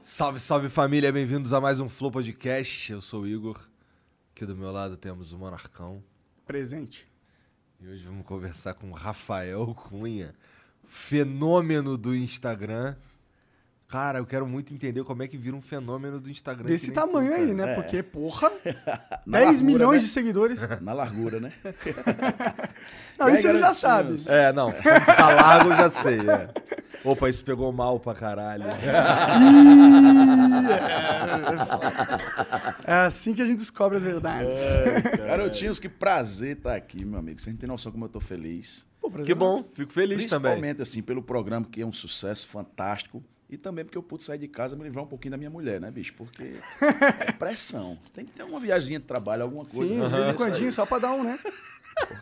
Salve, salve família, bem-vindos a mais um Flow Podcast. Eu sou o Igor. Aqui do meu lado temos o Monarcão. Presente. E hoje vamos conversar com o Rafael Cunha, fenômeno do Instagram. Cara, eu quero muito entender como é que vira um fenômeno do Instagram. Desse que nem tu, tamanho cara. aí, né? Porque, porra, 10 Na largura, milhões né? de seguidores. Na largura, né? Não, isso Pega ele já nas sabe. suas. É, não. Tá largo, eu já sei. é. Opa, isso pegou mal pra caralho. É assim que a gente descobre as verdades. É. Garotinhos, que prazer estar aqui, meu amigo. Vocês não têm noção como eu tô feliz. Pô, prazer Que bom, nosso. fico feliz Principalmente, também. assim, pelo programa, que é um sucesso fantástico. E também porque eu pude sair de casa e me livrar um pouquinho da minha mulher, né, bicho? Porque é pressão. Tem que ter uma viagemzinha de trabalho, alguma coisa. Sim, né? de vez em Isso aí. quando, só pra dar um, né?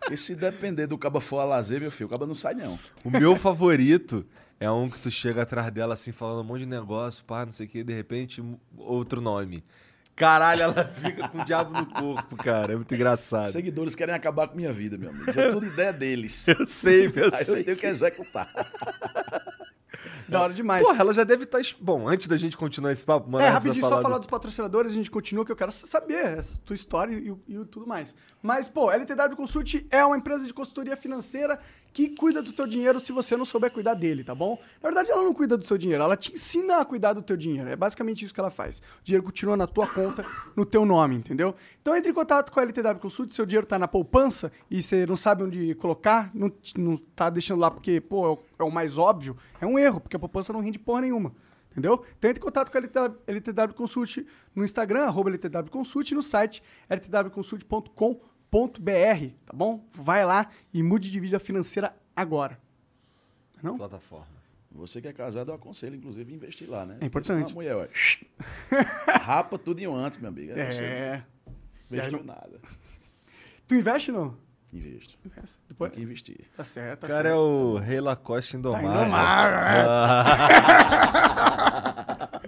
Porque se depender do caba for a lazer, meu filho, o caba não sai, não. O meu favorito é um que tu chega atrás dela assim, falando um monte de negócio, pá, não sei o que, de repente, m- outro nome. Caralho, ela fica com o diabo no corpo, cara. É muito engraçado. Os Seguidores querem acabar com minha vida, meu amigo. Isso é tudo ideia deles. Eu sei, eu Aí sei. eu tenho que executar. Da hora demais. Porra, ela já deve estar. es- Bom, antes da gente continuar esse papo, mano. é, rapidinho, só falar dos patrocinadores, a gente continua, que eu quero saber essa tua história e, o- e o tudo mais. Mas, pô, LTW Consult é uma empresa de consultoria financeira que cuida do teu dinheiro se você não souber cuidar dele, tá bom? Na verdade, ela não cuida do teu dinheiro, ela te ensina a cuidar do teu dinheiro. É basicamente isso que ela faz. O dinheiro continua na tua conta, no teu nome, entendeu? Então, entre em contato com a LTW Consult, seu dinheiro tá na poupança e você não sabe onde colocar, não, t- não tá deixando lá porque, pô, é o, é o mais óbvio. É um erro, porque a poupança não rende porra nenhuma. Entendeu? Então entre em contato com a LTW, LTW Consult no Instagram, arroba LTW Consult, e no site ltwconsult.com.br, tá bom? Vai lá e mude de vida financeira agora. Não? Plataforma. Você que é casado, eu aconselho, inclusive, a investir lá, né? É importante. Porque senão a mulher, ó, rapa tudo em um antes, meu amigo. Aí Você É. não investiu não- nada. Tu investe ou não? Investe. Tem Investe. Depois... que investir. Tá O certo, tá cara é certo. Tá o Rei Lacoste Ah, Indomável. é.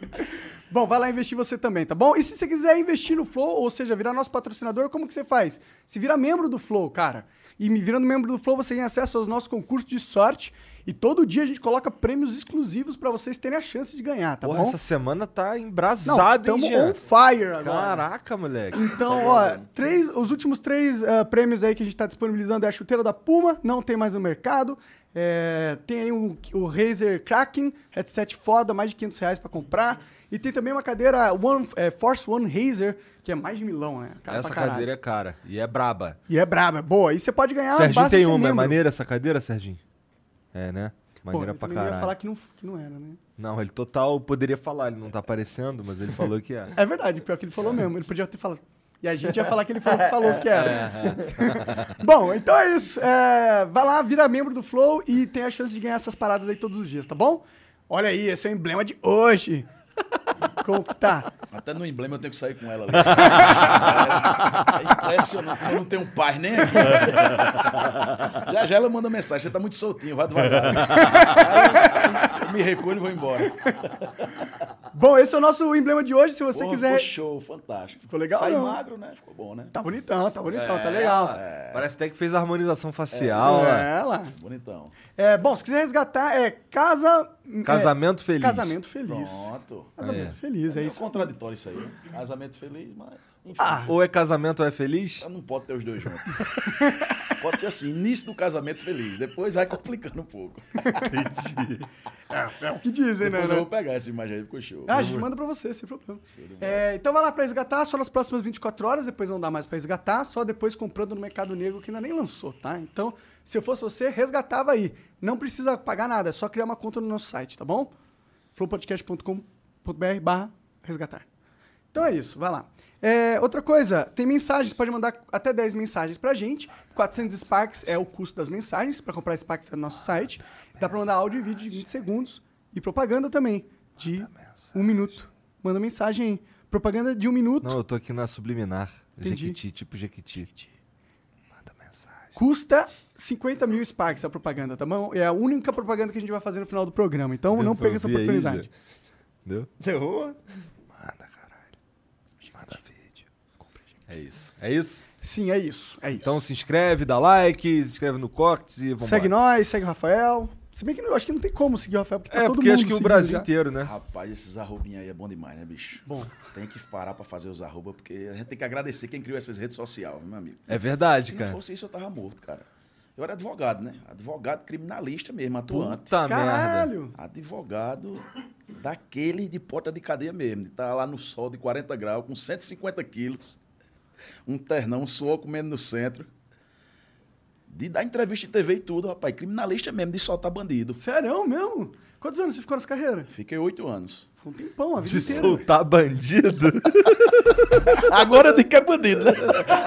Bom, vai lá investir você também, tá bom? E se você quiser investir no Flow, ou seja, virar nosso patrocinador, como que você faz? Se vira membro do Flow, cara. E me virando membro do Flow, você tem acesso aos nossos concursos de sorte. E todo dia a gente coloca prêmios exclusivos pra vocês terem a chance de ganhar, tá Porra, bom? essa semana tá Não, embrasada, hein, tamo Jean? on fire agora. Caraca, moleque. Tá Então, né? ó, três, os últimos três ah, prêmios aí que a gente tá disponibilizando é a chuteira da Puma, não tem mais no mercado. É, tem aí um- o Razer Kraken, headset foda, mais de 500 reais pra comprar. E tem também uma cadeira One, é, Force One Razer, que é mais de milão, né? Cara essa pra caralho. cadeira é cara e é braba. E é braba, é boa. E você pode ganhar, Serginho basta tem ser uma, é membro. maneira essa cadeira, Serginho? É, né? Pô, Maneira eu pra também não ia caralho. falar que não, que não era, né? Não, ele total poderia falar, ele não tá aparecendo, mas ele falou que é. É verdade, pior que ele falou mesmo. Ele podia ter falado. E a gente ia falar que ele falou que falou que era. bom, então é isso. É, vai lá, vira membro do Flow e tem a chance de ganhar essas paradas aí todos os dias, tá bom? Olha aí, esse é o emblema de hoje. Como que tá? Até no emblema eu tenho que sair com ela ali. É, é impressionante. Eu não tenho paz nem aqui. Já já ela manda mensagem. Você tá muito soltinho, vai devagar. Aí eu me recolho e vou embora. Bom, esse é o nosso emblema de hoje. Se você Porra, quiser. Ficou show, fantástico. Ficou legal, Sai não? magro, né? Ficou bom, né? Tá bonitão, tá bonitão, É, tá legal. Parece até que fez harmonização facial. né? ó. É, lá. Bonitão. É, bom, se quiser resgatar, é casa Casamento feliz. Casamento feliz. Pronto. Casamento feliz, é É isso. contraditório isso aí. né? Casamento feliz, mas. Enfim. Ou é casamento ou é feliz? Não pode ter os dois juntos. pode ser assim, início do casamento feliz. Depois vai complicando um pouco. É o que dizem, né? Depois eu né? vou pegar essa imagem aí, ficou show. Ah, a gente manda pra você, sem problema. É, então vai lá pra resgatar, só nas próximas 24 horas, depois não dá mais pra resgatar, só depois comprando no Mercado Negro, que ainda nem lançou, tá? Então, se eu fosse você, resgatava aí. Não precisa pagar nada, é só criar uma conta no nosso site, tá bom? flowpodcast.com.br barra resgatar. Então é isso, vai lá. É, outra coisa, tem mensagens, pode mandar até 10 mensagens pra gente. 400 Sparks é o custo das mensagens, pra comprar Sparks é no nosso site. Dá pra mandar áudio e vídeo de 20 segundos e propaganda também, de um minuto. Manda mensagem aí. Propaganda de um minuto Não, eu tô aqui na subliminar. Entendi. Jequiti, tipo Jequiti. Manda mensagem. custa 50 mil Sparks a propaganda, tá bom? É a única propaganda que a gente vai fazer no final do programa, então não Deu pra perca essa ouvir aí, oportunidade. já? Entendeu? Terror. Manda, caralho. Manda vídeo. É isso. É isso? Sim, é isso, é isso. Então se inscreve, dá like, se inscreve no Cortes e vamos segue nós, segue o Rafael. Se bem que eu acho que não tem como seguir o Rafael, porque tá É, todo porque mundo acho que o seguindo Brasil já. inteiro, né? Rapaz, esses arrobinhos aí é bom demais, né, bicho? Bom. Tem que parar pra fazer os arroba, porque a gente tem que agradecer quem criou essas redes sociais, meu amigo. É verdade, Se não cara. fosse isso, eu tava morto, cara. Eu era advogado, né? Advogado criminalista mesmo, atuante. Puta tá merda. Caralho! Advogado daquele de porta de cadeia mesmo. De tá lá no sol de 40 graus, com 150 quilos. Um ternão, um suor comendo no centro. De dar entrevista em TV e tudo, rapaz. Criminalista mesmo, de soltar bandido. Sério mesmo? Quantos anos você ficou nessa carreira? Fiquei oito anos. Foi um tempão, a vida De inteira. soltar bandido. Agora eu digo que é bandido, né?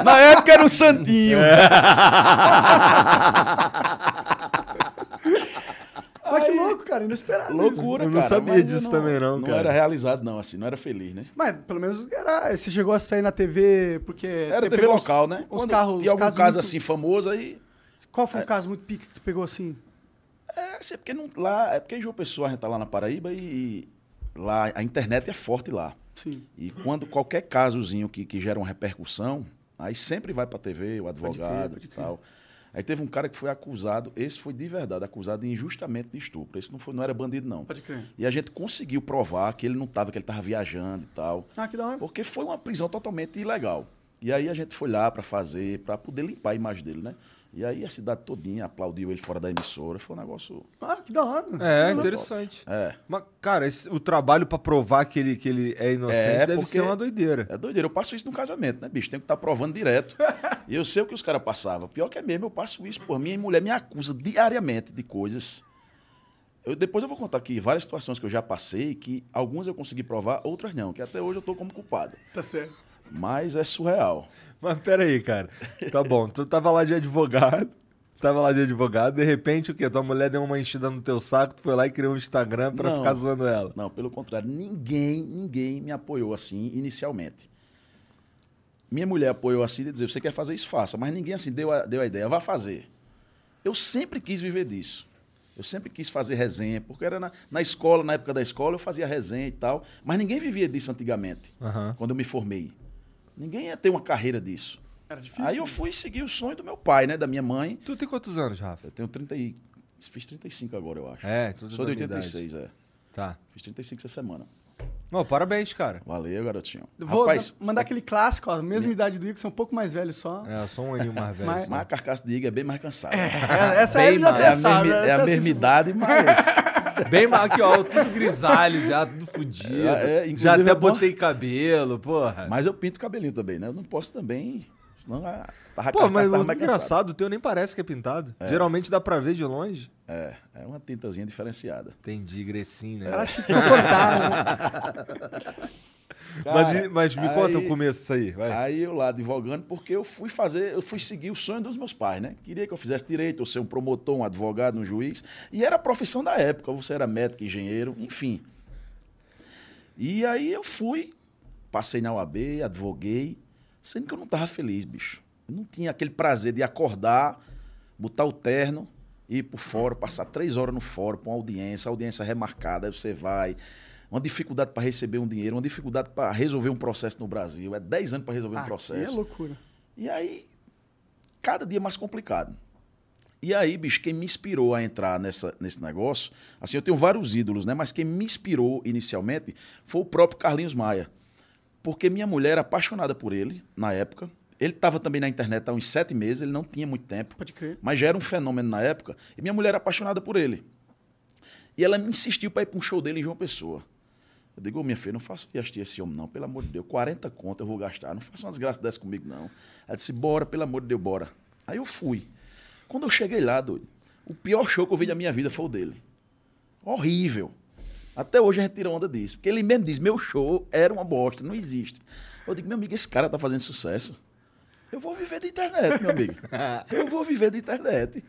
Na época um era o Santinho. É. Mas Ah, que louco, cara, inesperado. isso. Loucura, Eu não cara. sabia mas eu disso também, não, Não cara. era realizado, não, assim. Não era feliz, né? Mas pelo menos era, você chegou a sair na TV porque. Era te TV É, pegou local, uns- né? Uns Quando carros, tinha uns algum casos caso muito- assim famoso aí. Qual foi um caso muito pique que tu pegou assim? É, assim, é porque não, lá, é porque em João Pessoa a gente tá lá na Paraíba e, e lá a internet é forte lá. Sim. E quando Uhum. qualquer casozinho que, que gera uma repercussão, aí sempre vai pra TV, o advogado pode e crer. tal. Aí teve um cara que foi acusado, esse foi de verdade, acusado injustamente de estupro. Esse não, foi, não era bandido, não. Pode crer. E a gente conseguiu provar que ele não tava, que ele tava viajando e tal. Ah, que da hora. Porque foi uma prisão totalmente ilegal. E aí a gente foi lá para fazer, para poder limpar a imagem dele, né? E aí a cidade todinha aplaudiu ele fora da emissora. Foi um negócio. Ah, que da hora. É, interessante. É. Mas, cara, esse- o trabalho pra provar que ele, que ele é inocente É, deve porque- ser uma doideira. É doideira. Eu passo isso no casamento, né, bicho? Tenho que estar provando direto. E eu sei o que os caras passavam. Pior que é mesmo, eu passo isso por mim. E mulher me acusa diariamente de coisas. Eu, depois eu vou contar aqui várias situações que eu já passei, que algumas eu consegui provar, outras não. Que até hoje eu tô como culpado. Tá certo. Mas é surreal. Mas peraí, cara. Tá bom, tu tava lá de advogado. Tava lá de advogado, de repente o quê? Tua mulher deu uma enchida no teu saco, tu foi lá e criou um Instagram pra Não. ficar zoando ela. Não, pelo contrário, ninguém, ninguém me apoiou assim inicialmente. Minha mulher apoiou assim de dizer, você quer fazer isso, faça. Mas ninguém assim deu a, deu a ideia, vá fazer. Eu sempre quis viver disso. Eu sempre quis fazer resenha, porque era na, na escola, na época da escola, eu fazia resenha e tal. Mas ninguém vivia disso antigamente, Aham. quando eu me formei. Ninguém ia ter uma carreira disso. Era difícil. né? Aí eu fui seguir o sonho do meu pai, né? Da minha mãe. Tu tem quantos anos, Rafa? Eu tenho 30 e... Fiz 35 agora, eu acho. É, tudo Sou de da minha idade. 86, é. Tá. Fiz 35 essa semana. Não, parabéns, cara. Valeu, garotinho. Vou Rapaz, ma- mandar aquele clássico, ó, mesma idade do Igor, são um pouco mais velho só. É, eu sou um aninho mais velho. Mas- mas a carcaça de Iga é bem mais cansada. É, essa aí Bem ele já mais. É até a, sabe. mesma, né? é a Essa mesma assim- idade, mas. Bem mais aqui, ó, tudo grisalho já, tudo fudido. É, já é, inclusive até é bom- botei cabelo, porra. mas eu pinto o cabelinho também, né? Eu não posso também. Senão a, a Pô, carcaça mas tava o mais cansada. engraçado, o teu nem parece que é pintado. Geralmente dá pra ver de longe. É, é uma tintazinha diferenciada. Entendi, Grecinho, né? Cara, acho que ficou fantasma. mas, mas me conta aí- o começo disso aí, vai. Aí eu lá advogando, porque eu fui fazer, eu fui seguir o sonho dos meus pais, né? Queria que eu fizesse direito, eu ser um promotor, um advogado, um juiz. E era a profissão da época, você era médico, engenheiro, enfim. E aí eu fui, passei na UAB, advoguei, sendo que eu não estava feliz, bicho. Eu não tinha aquele prazer de acordar, botar o terno, ir pro fórum, passar três horas no fórum, pra uma audiência, audiência remarcada, aí você vai. Uma dificuldade para receber um dinheiro, uma dificuldade para resolver um processo no Brasil. É 10 é anos para resolver um Aqui processo. é loucura. E aí, cada dia mais complicado. E aí, bicho, quem me inspirou a entrar nessa, nesse negócio, assim, eu tenho vários ídolos, né? Mas quem me inspirou inicialmente foi o próprio Carlinhos Maia. Porque minha mulher era apaixonada por ele, na época. Ele estava também na internet há uns sete meses, ele não tinha muito tempo. Pode crer. Mas já era um fenômeno na época. E minha mulher era apaixonada por ele. E ela me insistiu para ir para um show dele em João Pessoa. Eu digo, ô minha filha, não faça eu assistir esse homem, não. Pelo amor de Deus, 40 conto eu vou gastar. Não faça uma desgraça dessa comigo, não. Ela disse, bora, pelo amor de Deus, bora. Aí eu fui. Quando eu cheguei lá, doido, o pior show que eu vi da minha vida foi o dele. Horrível. Até hoje a gente tira onda disso. Porque ele mesmo diz, meu show era uma bosta, não existe. Eu digo, meu amigo, esse cara tá fazendo sucesso. Eu vou viver da internet, meu amigo. Eu vou viver da internet.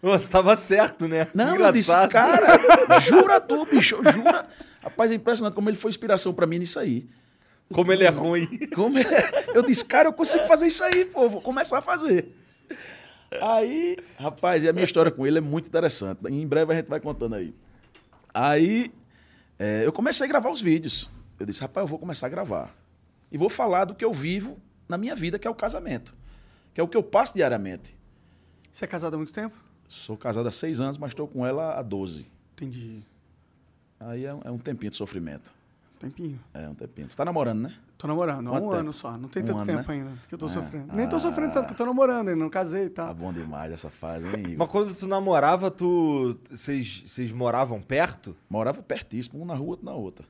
Você tava certo, né? Não, eu Engraçado. disse, cara, jura tu, bicho, jura. Rapaz, é impressionante como ele foi inspiração pra mim nisso aí. Como ele é ruim. Como é? Eu disse, cara, eu consigo fazer isso aí, pô, vou começar a fazer. Aí, rapaz, e a minha história com ele é muito interessante. Em breve a gente vai contando aí. Aí, é, eu comecei a gravar os vídeos. Eu disse, rapaz, eu vou começar a gravar. E vou falar do que eu vivo na minha vida, que é o casamento. Que é o que eu passo diariamente. Você é casado há muito tempo? Sou casado há seis anos, mas estou com ela há 12. Entendi. Aí é, um- é um tempinho de sofrimento. Tempinho. É um tempinho. Tu tá namorando, né? Tô namorando, há um Quanto tempo? ano só. Não tem Um tanto ano, tempo né? ainda que eu tô É. sofrendo. Nem tô Ah. sofrendo tanto que eu tô namorando, ainda não casei e Tá tal. bom demais essa fase, hein? Igor? Mas quando tu namorava, tu. Vocês vocês moravam perto? Morava pertíssimo, um na rua, outro na outra.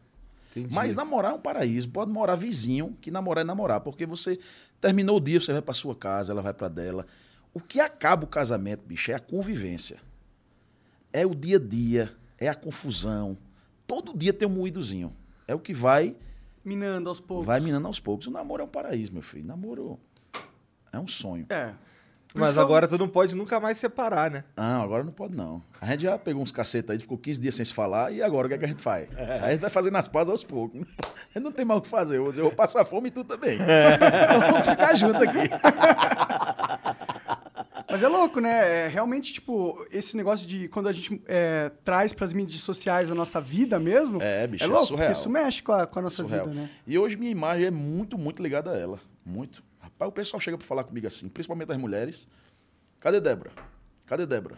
Entendi. Mas namorar é um paraíso. Pode morar vizinho, que namorar é namorar. Porque você terminou o dia, você vai pra sua casa, ela vai pra dela. O que acaba o casamento, bicho, é a convivência. É o dia a dia, é a confusão. Todo dia tem um moídozinho. É o que vai Minando aos poucos. vai minando aos poucos. O namoro é um paraíso, meu filho. Namoro é um sonho. É. Por isso Mas que eu- agora tu não pode nunca mais separar, né? Não, agora não pode não. A gente já pegou uns caceta aí, ficou 15 dias sem se falar, e agora o que, é que a gente faz? Aí a gente vai fazendo as pazes aos poucos. né? A gente não tem mais o que fazer. Eu vou dizer, eu vou passar fome e tu também. É. Então vamos ficar junto aqui. Mas é louco, né? É, realmente, tipo, esse negócio de quando a gente é, traz pras mídias sociais a nossa vida mesmo. É, bicho, é louco, surreal. porque isso mexe com a, com a nossa Surreal. vida, né? E hoje minha imagem é muito, muito ligada a ela. Muito. Rapaz, o pessoal chega pra falar comigo assim, principalmente as mulheres. Cadê Débora? Cadê Débora?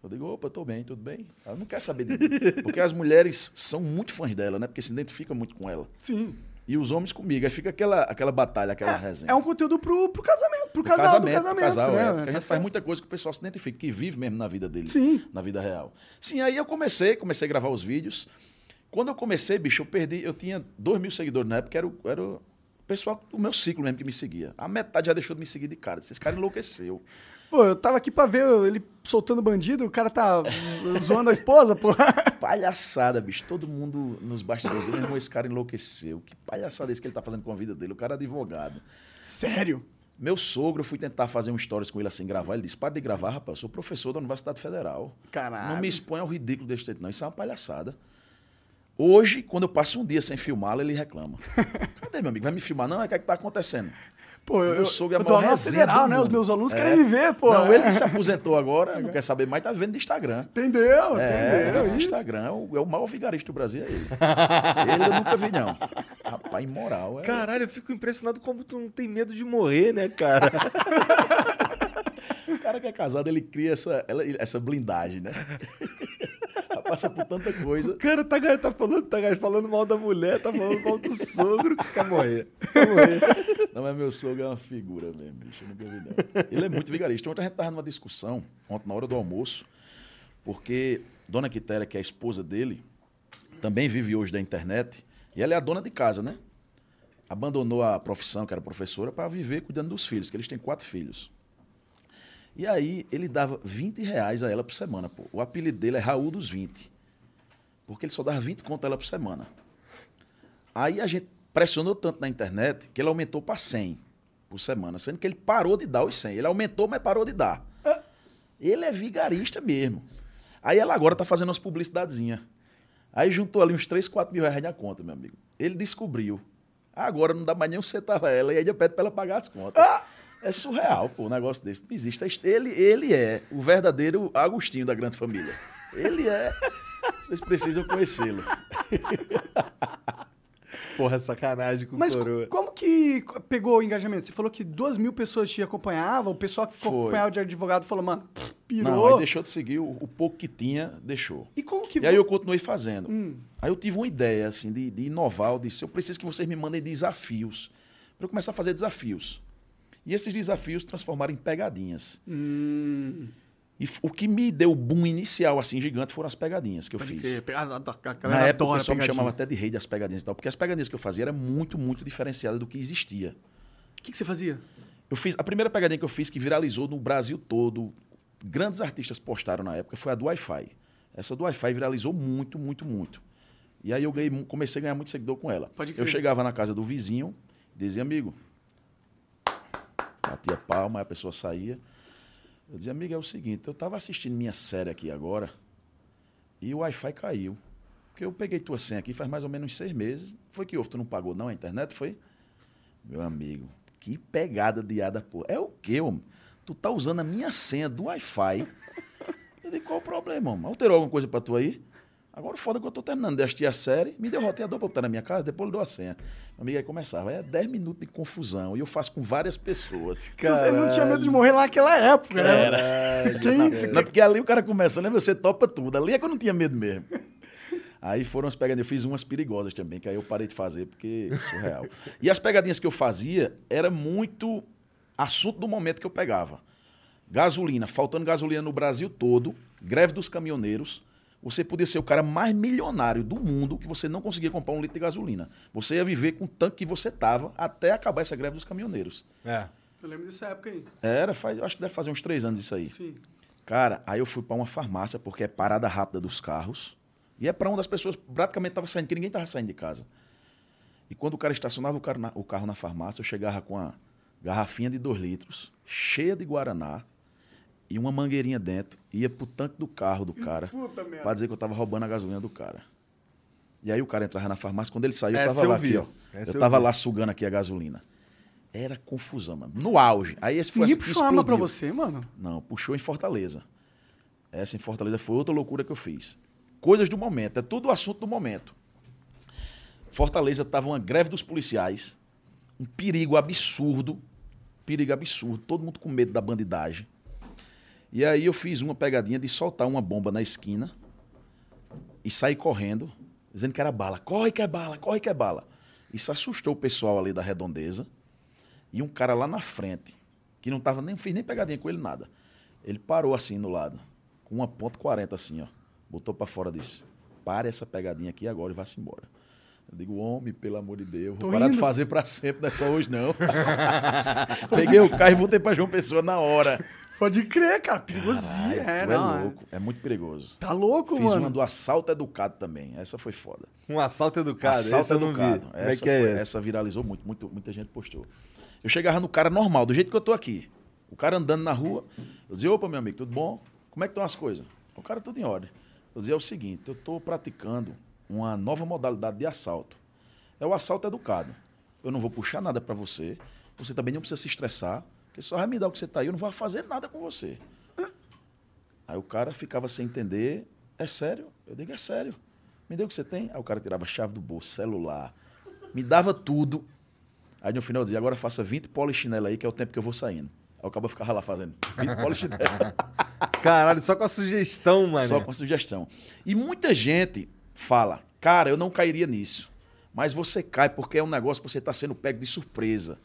Eu digo, opa, eu tô bem, tudo bem? Ela não quer saber de mim. Porque as mulheres são muito fãs dela, né? Porque se identificam muito com ela. Sim. E os homens comigo. Aí fica aquela, aquela batalha, aquela resenha. É um conteúdo pro, pro casamento, pro Do casal pro do casamento, casal, né? é, porque a gente Tá faz certo. muita coisa que o pessoal se identifica, que vive mesmo na vida deles, Sim. na vida real. Sim, aí eu comecei, comecei a gravar os vídeos. Quando eu comecei, bicho, eu perdi, eu tinha dois mil seguidores na época, era, o- era o pessoal do meu ciclo mesmo que me seguia. A metade já deixou de me seguir de cara. Esse cara enlouqueceu. Pô, eu tava aqui pra ver ele soltando bandido, o cara tá zoando a esposa, pô. Palhaçada, bicho. Todo mundo nos bastidores, meu irmão, esse cara enlouqueceu. Que palhaçada é esse que ele tá fazendo com a vida dele? O cara é advogado. Sério? Meu sogro, eu fui tentar fazer um stories com ele assim, gravar. Ele disse: para de gravar, rapaz, eu sou professor da Universidade Federal. Caralho. Não me exponha ao ridículo desse jeito, não. Isso é uma palhaçada. Hoje, quando eu passo um dia sem filmá-lo, ele reclama. Cadê, meu amigo? Vai me filmar? Não, é o que é que tá acontecendo? Pô, eu, Meu sogro é a eu tô maior na resenha do federal, né? mundo. Os meus alunos É. querem me ver, pô. Não, ele se aposentou agora, não quer saber mais, tá vivendo de Instagram. Entendeu? É, entendeu? no Instagram é o, é o maior vigarista do Brasil, é ele. ele eu nunca vi, não. Rapaz, imoral. É... Caralho, eu fico impressionado como tu não tem medo de morrer, né, cara? O cara que é casado, ele cria essa, ela- essa blindagem, né? Passa por tanta coisa. O cara tá, tá falando, tá falando mal da mulher, tá falando mal do sogro, quer morrer. Quer morrer. Não, mas meu sogro é uma figura mesmo, bicho. Eu nunca vi, não. Ele é muito vigarista. Ontem a gente estava numa discussão, ontem na hora do almoço, porque Dona Quitéria, que é a esposa dele, também vive hoje da internet, e ela é a dona de casa, né? Abandonou a profissão, que era professora, para viver cuidando dos filhos, que eles têm quatro filhos. E aí ele dava 20 reais a ela por semana, pô. O apelido dele é Raul dos 20. Porque ele só dava 20 conto a ela por semana. Aí a gente pressionou tanto na internet que ele aumentou para 100 por semana, sendo que ele parou de dar os 100. Ele aumentou, mas parou de dar. Ele é vigarista mesmo. Aí ela agora tá fazendo umas publicidadezinhas. Aí juntou ali uns 3, 4 mil reais na conta, meu amigo. Ele descobriu. Agora não dá mais nem um centavo a ela. E aí eu pede pra ela pagar as contas. É surreal, pô, um negócio desse. Não existe. Ele, ele é o verdadeiro Agostinho da grande família. Ele é. Vocês precisam conhecê-lo. Porra, sacanagem com o Mas coroa. co- como que que pegou o engajamento? Você falou que duas mil pessoas te acompanhavam, o pessoal que Foi. acompanhava de advogado falou, mano, pff, pirou. Não, aí deixou de seguir o, o pouco que tinha, deixou. E como que... E aí eu continuei fazendo. Aí eu tive uma ideia, assim, de, de inovar. Eu disse, eu preciso que vocês me mandem desafios. Para eu começar a fazer desafios. E esses desafios transformaram em pegadinhas. E f- o que me deu o boom inicial, assim, gigante, foram as pegadinhas que eu fiz. Na época o pessoal me chamava até de rei das pegadinhas e tal, porque as pegadinhas que eu fazia eram muito, muito diferenciadas do que existia. O que, que você fazia? Eu fiz a primeira pegadinha que eu fiz que viralizou no Brasil todo, grandes artistas postaram na época, foi a do Wi-Fi. Essa do Wi-Fi viralizou muito, muito, muito. E aí eu ganhei mu- comecei a ganhar muito seguidor com ela. Pode crer. eu chegava na casa do vizinho, dizia amigo, batia palma, aí a pessoa saía. Eu dizia amigo, é o seguinte, eu estava assistindo minha série aqui agora e o Wi-Fi caiu. Porque eu peguei tua senha aqui faz mais ou menos seis meses. Foi que houve? Tu não pagou não a internet? Foi? Meu amigo, que pegada diada, pô. É o quê, homem? Tu tá usando a minha senha do Wi-Fi. Eu digo, qual o problema, homem? Alterou alguma coisa pra tu aí? Agora o foda é que eu tô terminando de assistir a série, me deu roteador pra botar na minha casa, depois eu dou a senha. Meu amigo, aí começava. É 10 minutos de confusão e eu faço com várias pessoas. Você não tinha medo de morrer lá naquela época, né? Quem- Não, é porque ali o cara começa, lembra? Você topa tudo. Ali é que eu não tinha medo mesmo. Aí foram as pegadinhas. Eu fiz umas perigosas também, que aí eu parei de fazer, porque é surreal. e as pegadinhas que eu fazia era muito assunto do momento que eu pegava. Gasolina, faltando gasolina no Brasil todo, greve dos caminhoneiros. Você podia ser o cara mais milionário do mundo que você não conseguia comprar um litro de gasolina. Você ia viver com o tanque que você tava até acabar essa greve dos caminhoneiros. É. Eu lembro dessa época aí. Era, faz, eu acho que deve fazer uns três anos isso aí. Sim. Cara, aí eu fui pra uma farmácia, porque é parada rápida dos carros. E é pra onde as pessoas praticamente estavam saindo, que ninguém tava saindo de casa. E quando o cara estacionava o carro, na, o carro na farmácia, eu chegava com a garrafinha de dois litros, cheia de Guaraná, e uma mangueirinha dentro, ia pro tanque do carro do cara, Puta merda. pra dizer que eu tava roubando a gasolina do cara. E aí o cara entrava na farmácia, quando ele saiu, eu Essa tava eu lá vi. aqui, ó. Essa eu eu tava vi. lá sugando aqui a gasolina. Era confusão, mano. No auge. Aí esse foi Ninguém assim que puxou arma pra explodiu. você, mano. Não, puxou em Fortaleza. Essa em Fortaleza foi outra loucura que eu fiz. Coisas do momento, é tudo assunto do momento. Fortaleza estava uma greve dos policiais, um perigo absurdo, perigo absurdo, todo mundo com medo da bandidagem. E aí eu fiz uma pegadinha de soltar uma bomba na esquina e sair correndo, dizendo que era bala. Corre que é bala, corre que é bala. Isso assustou o pessoal ali da redondeza. E um cara lá na frente, que não tava nem, fiz nem pegadinha com ele, nada. Ele parou assim no lado, com uma ponto 40 assim, ó. Botou pra fora e disse, pare essa pegadinha aqui agora e vá-se embora. Eu digo, homem, pelo amor de Deus, Tô vou parar indo. de fazer pra sempre, não é só hoje não. Peguei o carro e voltei pra João Pessoa na hora. Pode crer, cara. Ah, Perigosinho. Ai, é, tu não, é louco, é muito perigoso. Tá louco, Fiz mano. uma do assalto educado também, essa foi foda. Um assalto educado. Assalto esse eu não educado. vi. Como é Essa, que é foi- esse? essa viralizou muito, muito, muita gente postou. Eu chegava no cara normal, do jeito que eu tô aqui. O cara andando na rua, eu dizia, opa, meu amigo, tudo bom? Como é que estão as coisas? O cara tudo em ordem. Eu dizia, é o seguinte, eu tô praticando uma nova modalidade de assalto. É o assalto educado. Eu não vou puxar nada para você, você também não precisa se estressar, porque só vai me dar o que você tá aí, eu não vou fazer nada com você. Aí o cara ficava sem entender. É sério? Eu digo, é sério. Me deu o que você tem? Aí o cara tirava a chave do bolso, celular, me dava tudo. Aí no final eu dizia, agora faça 20 polichinelo aí, que é o tempo que eu vou saindo. Aí o cabo ficava lá fazendo 20 polichinelo. Caralho, só com a sugestão, mano. Só com a sugestão. E muita gente fala, cara, eu não cairia nisso. Mas você cai porque é um negócio que você está sendo pego de surpresa.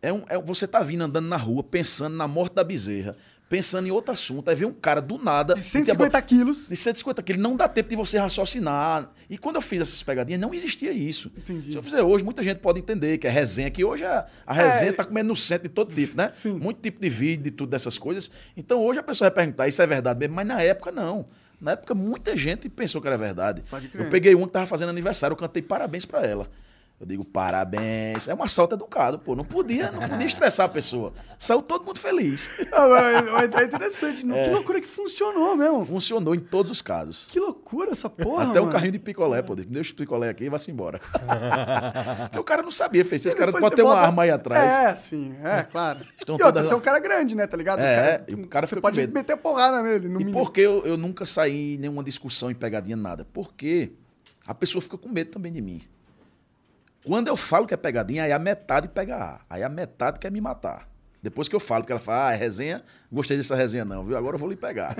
É um, é um- você tá vindo andando na rua, pensando na morte da bezerra, pensando em outro assunto. Aí vem um cara do nada. De e te 150 quilos. de 150 quilos, não dá tempo de você raciocinar. E quando eu fiz essas pegadinhas, não existia isso. Entendi. Se eu fizer hoje, muita gente pode entender que é resenha, que hoje a, a resenha tá comendo no centro de todo tipo, né? É. Sim. Muito tipo de vídeo, de tudo dessas coisas. Então hoje a pessoa vai perguntar, isso é verdade mesmo? Mas na época, não. Na época, muita gente pensou que era verdade. Pode crer. Eu peguei uma que tava fazendo aniversário, eu cantei parabéns pra ela. Eu digo, parabéns. É um assalto educado, pô. Não podia, não podia estressar a pessoa. Saiu todo mundo feliz. Ah, mas- mas é interessante. Que loucura que funcionou mesmo. Funcionou em todos os casos. Que loucura essa porra, Até mano. o carrinho de picolé, pô. Deixa o picolé aqui e vai-se embora. Porque o cara não sabia, fez. Esse cara Depois pode você ter uma bota- arma aí atrás. Né? É, sim. É, claro. Estão e outra, todas- você é um cara grande, né? Tá ligado? É, cara- e o cara Você fica com pode medo. meter porrada nele, no E mínimo. por que eu, eu nunca saí em nenhuma discussão e pegadinha, nada? Porque a pessoa fica com medo também de mim. Quando eu falo que é pegadinha, aí a metade pega A. Aí a metade quer me matar. Depois que eu falo, que ela fala, ah, é resenha, gostei dessa resenha não, viu? Agora eu vou lhe pegar.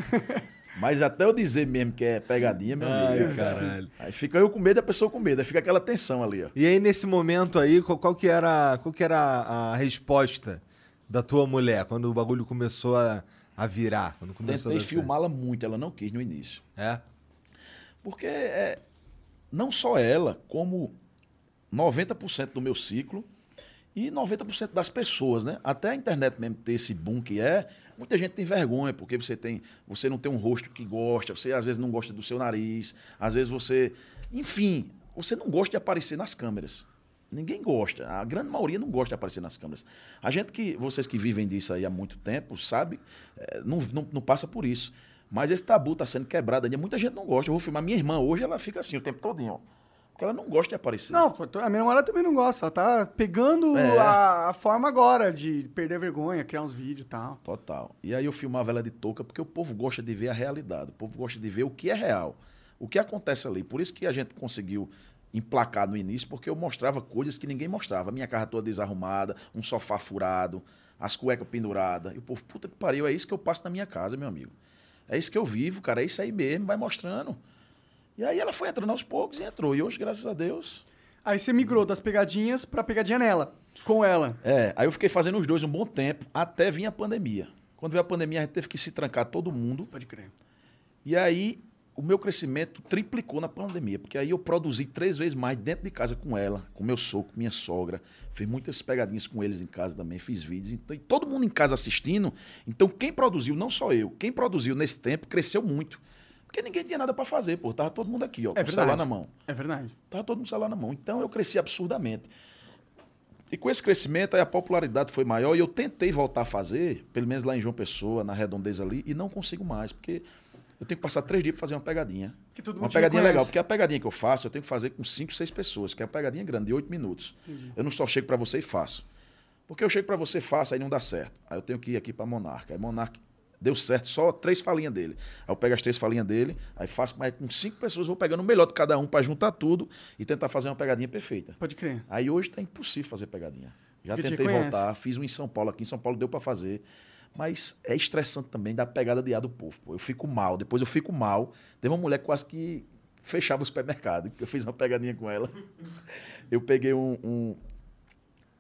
Mas até eu dizer mesmo que é pegadinha, meu amigo. caralho. Aí fica eu com medo e a pessoa com medo. Aí fica aquela tensão ali, ó. E aí, nesse momento aí, qual, qual que era, qual que era a, a resposta da tua mulher quando o bagulho começou a, a virar? Quando começou Tentei a dar filmá-la muito, ela não quis no início. certo? É? Porque é, não só ela, como 90% do meu ciclo e 90% das pessoas, né? Até a internet mesmo ter esse boom que é, muita gente tem vergonha, porque você tem, você não tem um rosto que gosta, você às vezes não gosta do seu nariz, às vezes você, enfim, você não gosta de aparecer nas câmeras. Ninguém gosta, a grande maioria não gosta de aparecer nas câmeras. A gente que, vocês que vivem disso aí há muito tempo, sabe, é, não, não, não passa por isso. Mas esse tabu está sendo quebrado ainda. Muita gente não gosta. Eu vou filmar minha irmã hoje, ela fica assim o tempo todinho, ó. Porque ela não gosta de aparecer. Não, pô, a minha namorada também não gosta. Ela tá pegando É. a, a forma agora de perder a vergonha, criar uns vídeos e tal. Total. E aí eu filmava ela de touca porque o povo gosta de ver a realidade, o povo gosta de ver o que é real, o que acontece ali. Por isso que a gente conseguiu emplacar no início, porque eu mostrava coisas que ninguém mostrava. A minha casa toda desarrumada, um sofá furado, as cuecas penduradas. E o povo, puta que pariu, é isso que eu passo na minha casa, meu amigo. É isso que eu vivo, cara, é isso aí mesmo, vai mostrando. E aí ela foi entrando aos poucos e entrou. E hoje, graças a Deus, Aí você migrou das pegadinhas pra pegadinha nela, com ela. É, aí eu fiquei fazendo os dois um bom tempo, até vir a pandemia. Quando veio a pandemia, a gente teve que se trancar todo mundo. Pode crer. E aí o meu crescimento triplicou na pandemia, porque aí eu produzi três vezes mais dentro de casa com ela, com meu sogro, com minha sogra. Fiz muitas pegadinhas com eles em casa também, fiz vídeos. Então, e todo mundo em casa assistindo. Então, quem produziu, não só eu, quem produziu nesse tempo cresceu muito. Porque ninguém tinha nada para fazer, pô. Tava todo mundo aqui, ó, É com o celular verdade. na mão. É verdade. Tava Tá todo mundo celular na mão. Então eu cresci absurdamente. E com esse crescimento, aí a popularidade foi maior e eu tentei voltar a fazer, pelo menos lá em João Pessoa, na redondeza ali, e não consigo mais, porque eu tenho que passar três dias para fazer uma pegadinha. Que todo uma mundo te pegadinha reconhece. legal, porque a pegadinha que eu faço, eu tenho que fazer com cinco, seis pessoas, que é uma pegadinha grande, de oito minutos. Eu não só chego para você e faço. Porque eu chego para você e faço, aí não dá certo. Aí eu tenho que ir aqui para Monarca. Aí Monarca deu certo, só três falinhas dele. Aí eu pego as três falinhas dele, aí faço mais com cinco pessoas, vou pegando o melhor de cada um para juntar tudo e tentar fazer uma pegadinha perfeita. Pode crer. Aí hoje tá impossível fazer pegadinha. Já Porque te tentei reconhece. voltar, fiz um em São Paulo, aqui em São Paulo deu pra fazer. Mas é estressante também da pegada de ar do povo. pô. Eu fico mal, depois eu fico mal. Teve uma mulher que quase que fechava o supermercado, porque eu fiz uma pegadinha com ela. Eu peguei um- um-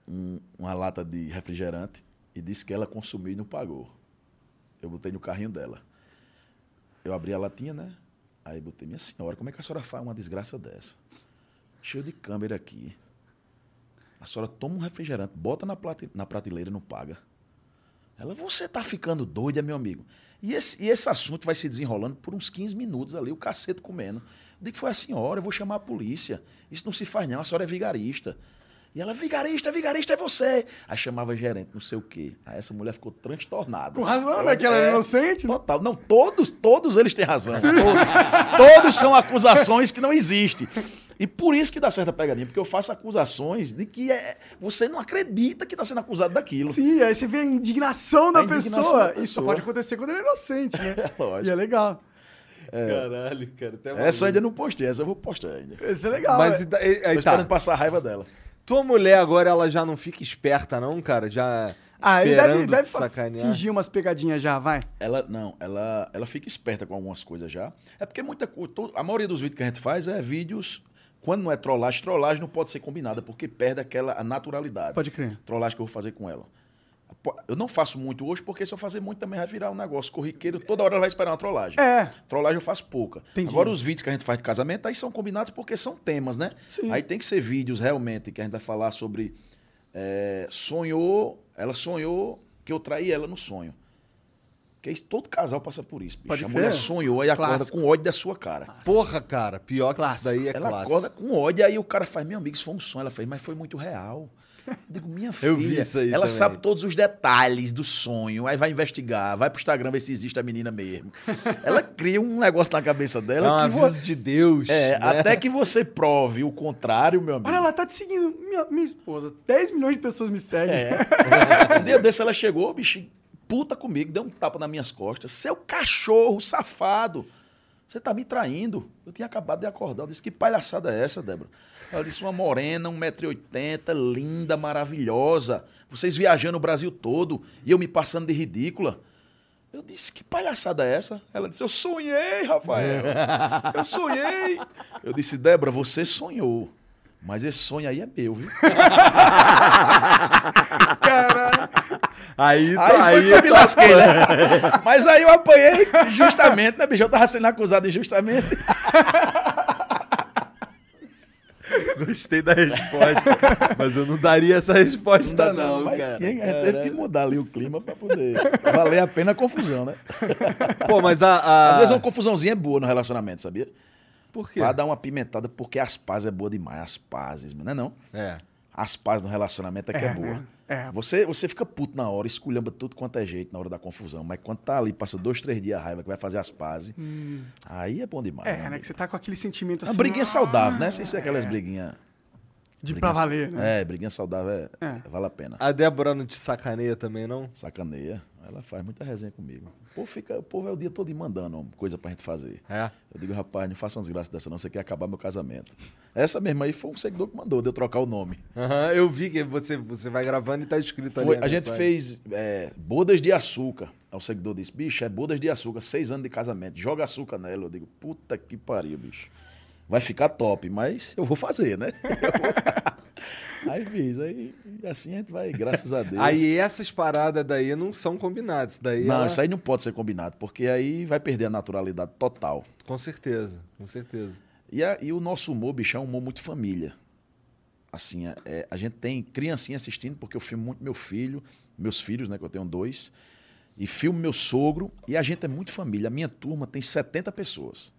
um- uma lata de refrigerante e disse que ela consumiu e não pagou. Eu botei no carrinho dela. Eu abri a latinha, né? Aí botei, minha senhora, como é que a senhora faz uma desgraça dessa? Cheio de câmera aqui. A senhora toma um refrigerante, bota na, plate- na prateleira e não paga. Ela, você tá ficando doida, meu amigo. E esse, e esse assunto vai se desenrolando por uns 15 minutos ali, o cacete comendo. Eu digo, foi a senhora, eu vou chamar a polícia. Isso não se faz não, a senhora é vigarista. E ela, vigarista, vigarista é você. Aí chamava gerente, não sei o quê. Aí essa mulher ficou transtornada. Com razão, Eu, né, que ela era é, inocente, né? Total. Não, todos, todos eles têm razão. Todos, todos são acusações que não existem. E por isso que dá certa pegadinha, porque eu faço acusações de que é, você não acredita que está sendo acusado daquilo. Sim, aí você vê a indignação da A indignação pessoa. da Isso só pessoa. pode acontecer quando ele é inocente, né? lógico. E é legal. É. Caralho, cara. Até Essa eu maluco. ainda não postei, essa eu vou postar ainda. Tô Isso é legal. Mas é. e da- e- aí esperando tá. passar a raiva dela. Tua mulher agora, ela já não fica esperta, não, cara? Já. Ah, ele esperando deve, deve fa- sacanear. fingir umas pegadinhas já, vai. Ela, não, ela, ela fica esperta com algumas coisas já. É porque muita coisa. to- A maioria dos vídeos que a gente faz é vídeos. Quando não é trollagem, trollagem não pode ser combinada, porque perde aquela a naturalidade. Pode crer. Trollagem que eu vou fazer com ela. Po- Eu não faço muito hoje, porque se eu fazer muito também vai virar um negócio corriqueiro. Toda hora ela vai esperar uma trollagem. É. Trollagem eu faço pouca. Entendi. Agora, os vídeos que a gente faz de casamento, aí são combinados porque são temas, né? Sim. Aí tem que ser vídeos realmente que a gente vai falar sobre. é, sonhou, ela sonhou que eu traí ela no sonho. Porque isso, todo casal passa por isso. Bicho. Pode a crer. mulher sonhou e acorda Clássico. com ódio da sua cara. Porra, cara. Pior que Clássico. isso daí é ela clássico. acorda com ódio, aí o cara faz, meu amigo, isso foi um sonho. Ela fez, mas foi muito real. Eu digo, minha filha, Eu vi isso aí ela também. sabe todos os detalhes do sonho, aí vai investigar, vai pro Instagram ver se existe a menina mesmo. Ela cria um negócio na cabeça É dela um que vo- aviso de Deus. é, né? até que você prove o contrário, meu amigo. Olha, ela tá te seguindo. Minha, minha esposa, 10 milhões de pessoas me seguem. É. um dia desse ela chegou, bicho, puta comigo, deu um tapa nas minhas costas. Seu cachorro safado. Você tá me traindo. Eu tinha acabado de acordar. Eu disse, que palhaçada é essa, Débora? Ela disse, uma morena, 1,80m, linda, maravilhosa. Vocês viajando o Brasil todo e eu me passando de ridícula. Eu disse, que palhaçada é essa? Ela disse, eu sonhei, Rafael. Eu sonhei. Eu disse, Débora, você sonhou. Mas esse sonho aí é meu, viu? Aí, Aí, tá- aí, foi que eu me tá- lasquei, né? Mas aí eu apanhei justamente, né, bicho? Eu tava sendo acusado injustamente. Gostei da resposta. mas eu não daria essa resposta, não, mas cara. tinha- é, teve que mudar ali o clima pra poder valer a pena a confusão, né? Pô, mas a. a- Às vezes uma confusãozinha é boa no relacionamento, sabia? Ah. Por quê? Pra dar uma pimentada, porque as pazes é boa demais, as pazes, não é não? É. As pazes no relacionamento é que é, boa. Você, você fica puto na hora, esculhamba tudo quanto é jeito na hora da confusão, mas quando tá ali, passa dois, três dias a raiva que vai fazer as pazes, aí é bom demais. É, né? Que você tá com aquele sentimento Uma assim. ah, briguinha é. saudável, né? Sem ser aquelas briguinhas... De pra valer, né? É, briguinha saudável é- É. vale a pena. A Débora não te sacaneia também, não? Sacaneia. Ela faz muita resenha comigo. O povo, fica, o povo é o dia todo mandando ó, coisa pra gente fazer. É. Eu digo, rapaz, não faça uma desgraça dessa não, você quer acabar meu casamento. Essa mesma aí foi um seguidor que mandou, de eu trocar o nome. Aham, eu vi que você, você vai gravando e tá escrito ali. Foi- a gente fez é, bodas de açúcar. Aí o seguidor disse, bicho, é bodas de açúcar, seis anos de casamento, joga açúcar nela. Eu digo, puta que pariu, bicho. Vai ficar top, mas eu vou fazer, né? aí fiz, aí e assim a gente vai, graças a Deus. Aí essas paradas daí não são combinadas. Daí é Não, ela- isso aí não pode ser combinado, porque aí vai perder a naturalidade total. Com certeza, com certeza. E, a- e o nosso humor, bicho, é um humor muito família. Assim, é- é, a gente tem criancinha assistindo, porque eu filmo muito meu filho, meus filhos, né, que eu tenho dois, e filmo meu sogro, e a gente é muito família. A minha turma tem 70 pessoas.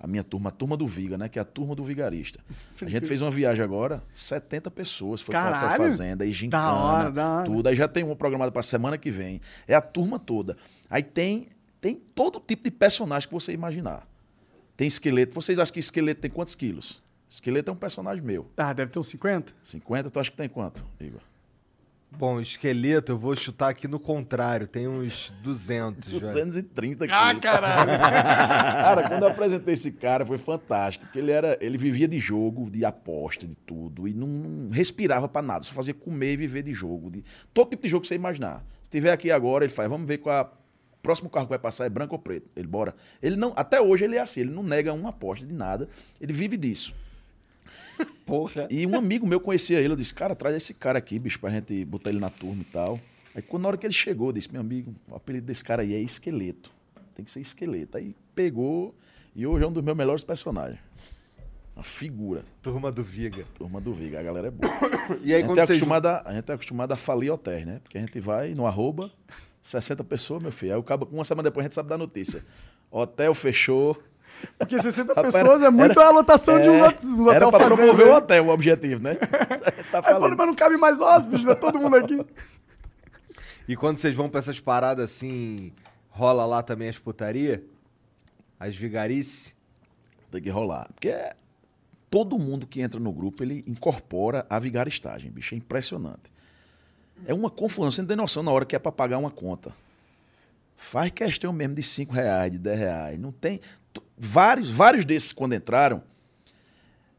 A minha turma, a turma do Viga, né, que é a turma do vigarista. A gente fez uma viagem agora, 70 pessoas, foi pra Caralho! Hotel Fazenda, e gincana, Da hora, da hora. tudo. Aí já tem uma programada pra semana que vem. É a turma toda. Aí tem, tem todo tipo de personagem que você imaginar. Tem esqueleto. Vocês acham que esqueleto tem quantos quilos? Esqueleto é um personagem meu. Ah, deve ter uns 50? 50, tu acha que tem quanto, Igor? Bom, esqueleto, eu vou chutar aqui no contrário. Tem uns 200, velho. 230 quilos. Ah, caralho! Cara, quando eu apresentei esse cara, foi fantástico. Porque ele era, ele vivia de jogo, de aposta, de tudo. E não respirava pra nada. Só fazia comer e viver de jogo. De, todo tipo de jogo que você imaginar. Se tiver aqui agora, ele faz, vamos ver qual a. o Próximo carro que vai passar é branco ou preto. Ele bora. Ele não, até hoje ele é assim, ele não nega uma aposta de nada. Ele vive disso. Porra. E um amigo meu conhecia ele, eu disse, cara, traz esse cara aqui, bicho, pra gente botar ele na turma e tal. Aí quando na hora que ele chegou, eu disse, meu amigo, o apelido desse cara aí é esqueleto. Tem que ser esqueleto. Aí pegou e hoje é um dos meus melhores personagens. Uma figura, Turma do Viga. turma do Viga, a galera é boa. E aí a, quando gente é vocês... acostumado a, a gente é acostumado a falir hotéis, né? Porque a gente vai no arroba, 60 pessoas, meu filho. Aí acaba, uma semana depois a gente sabe da notícia. Hotel fechou, Porque 60 Rapaz, pessoas é muito a lotação de uns é, outros. uns Era hotel pra fazendo, promover né? o hotel, o objetivo, né? tá Aí falando, falando. mas não cabe mais hóspedes, tá todo mundo aqui. E quando vocês vão pra essas paradas assim, rola lá também as putaria? As vigarice? Tem que rolar. Porque é- todo mundo que entra no grupo, ele incorpora a vigaristagem, bicho. É impressionante. É uma confusão. Você não tem noção na hora que é pra pagar uma conta. Faz questão mesmo de 5 reais, de 10 reais. Não tem. tu- Vários, vários desses, quando entraram,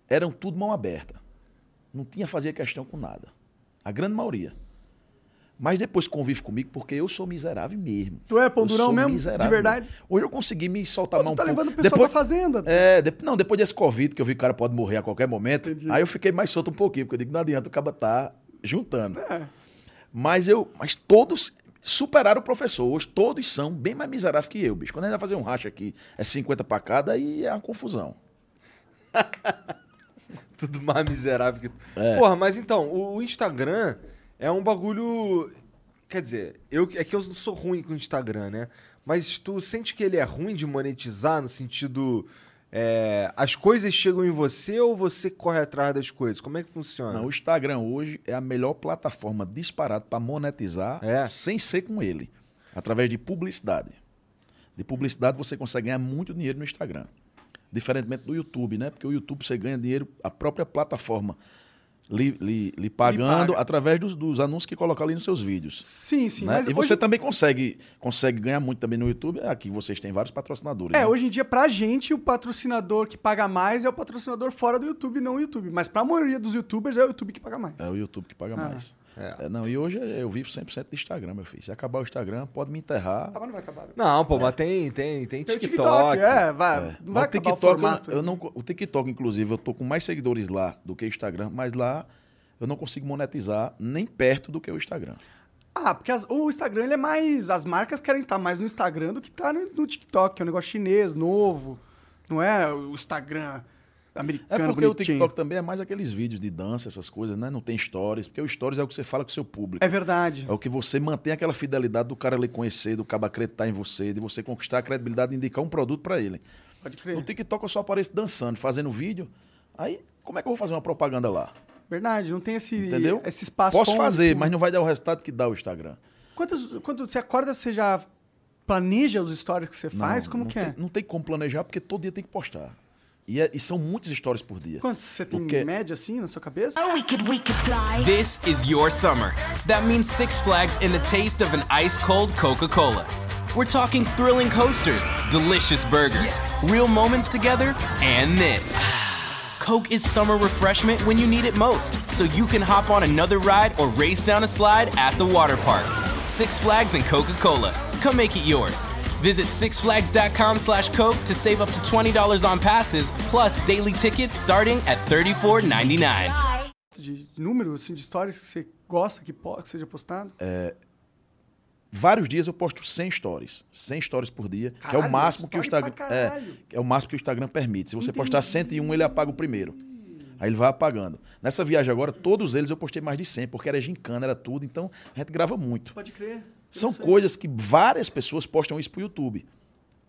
eram tudo mão aberta. Não tinha fazer questão com nada. A grande maioria. Mas depois convive comigo porque eu sou miserável mesmo. Tu é Eu pondurão sou mesmo? De Miserável. verdade? Hoje eu consegui me soltar Pô, mais tu um tá pouco. levando o pessoal Depois- pra fazenda. é, de- não, depois desse Covid, que eu vi que o cara pode morrer a qualquer momento, Entendi. aí eu fiquei mais solto um pouquinho, porque eu digo, não adianta o cara tá juntando. É. Mas eu, mas todos superaram o professor. Hoje todos são bem mais miseráveis que eu, bicho. Quando a gente vai fazer um racha aqui, é 50 pra cada e é uma confusão. Tudo mais miserável que. É. Porra, mas então, o, o Instagram é um bagulho. Quer dizer, eu, é que eu sou ruim com o Instagram, né? Mas tu sente que ele é ruim de monetizar no sentido. é, as coisas chegam em você ou você corre atrás das coisas? Como é que funciona? Não, o Instagram hoje é a melhor plataforma disparada para monetizar É. sem ser com ele, através de publicidade. De publicidade você consegue ganhar muito dinheiro no Instagram. Diferentemente do YouTube, né? Porque o YouTube você ganha dinheiro, a própria plataforma lhe, lhe- lhe pagando paga. através dos, dos anúncios que coloca ali nos seus vídeos. Sim, sim. né? Mas e você hoje, também consegue, consegue ganhar muito também no YouTube. É, Aqui vocês têm vários patrocinadores. É, né? hoje em dia, pra gente, o patrocinador que paga mais é o patrocinador fora do YouTube, não o YouTube. Mas pra maioria dos youtubers, é o YouTube que paga mais. É o YouTube que paga Ah, mais. É, não, e hoje eu vivo 100% de Instagram, meu filho. Se acabar o Instagram, pode me enterrar. Ah, mas não vai acabar. Não, pô, mas tem, tem, tem Tem o TikTok. TikTok, é, vai, não vai Mas o acabar o TikTok, formato. eu, eu não, co- o TikTok, inclusive, eu tô com mais seguidores lá do que o Instagram, mas lá eu não consigo monetizar nem perto do que o Instagram. Ah, porque as- o Instagram ele é mais. As marcas querem estar mais no Instagram do que estar no, no TikTok, que é um negócio chinês, novo. Não é o Instagram É americano. porque o bonitinho. TikTok também é mais aqueles vídeos de dança, essas coisas, né? Não tem stories, porque o stories é o que você fala com o seu público. É verdade. É o que você mantém aquela fidelidade do cara lhe conhecer, do cara acreditar em você, de você conquistar a credibilidade e indicar um produto para ele. Pode crer. No TikTok eu só apareço dançando, fazendo vídeo. Aí, como é que eu vou fazer uma propaganda lá? Verdade, não tem esse, Entendeu? esse espaço. Posso cômico. fazer, mas não vai dar o resultado que dá o Instagram. Quantas, quando você acorda, você já planeja os stories que você faz? Não, Como não que tem, é? Não tem como planejar, porque todo dia tem que postar. E, é- e são muitas histórias por dia. Quantos você tem Porque- média assim na sua cabeça? Oh, we could, we could fly. This is your summer. That means Six Flags and the taste of an ice cold Coca Cola. We're talking thrilling coasters, delicious burgers, real moments together, and this. Coke is summer refreshment when you need it most, so you can hop on another ride or race down a slide at the water park. Six Flags and Coca Cola. Come make it yours. Visit sixflags.com slash Coke to save up to $20 on passes, plus daily tickets starting at $34.99. De, de número assim, de stories que você gosta que, po- que seja postado? É. Vários dias eu posto 100 stories. 100 stories por dia, que é Caralho, o máximo que o story Instagram. pra É, caralho. que é o máximo que o Instagram permite. Se você postar 101, ele apaga o primeiro. Aí ele vai apagando. Nessa viagem agora, todos eles eu postei mais de 100, porque era gincana, era tudo, então a gente grava muito. Pode crer. São Interessante. coisas que várias pessoas postam isso pro YouTube.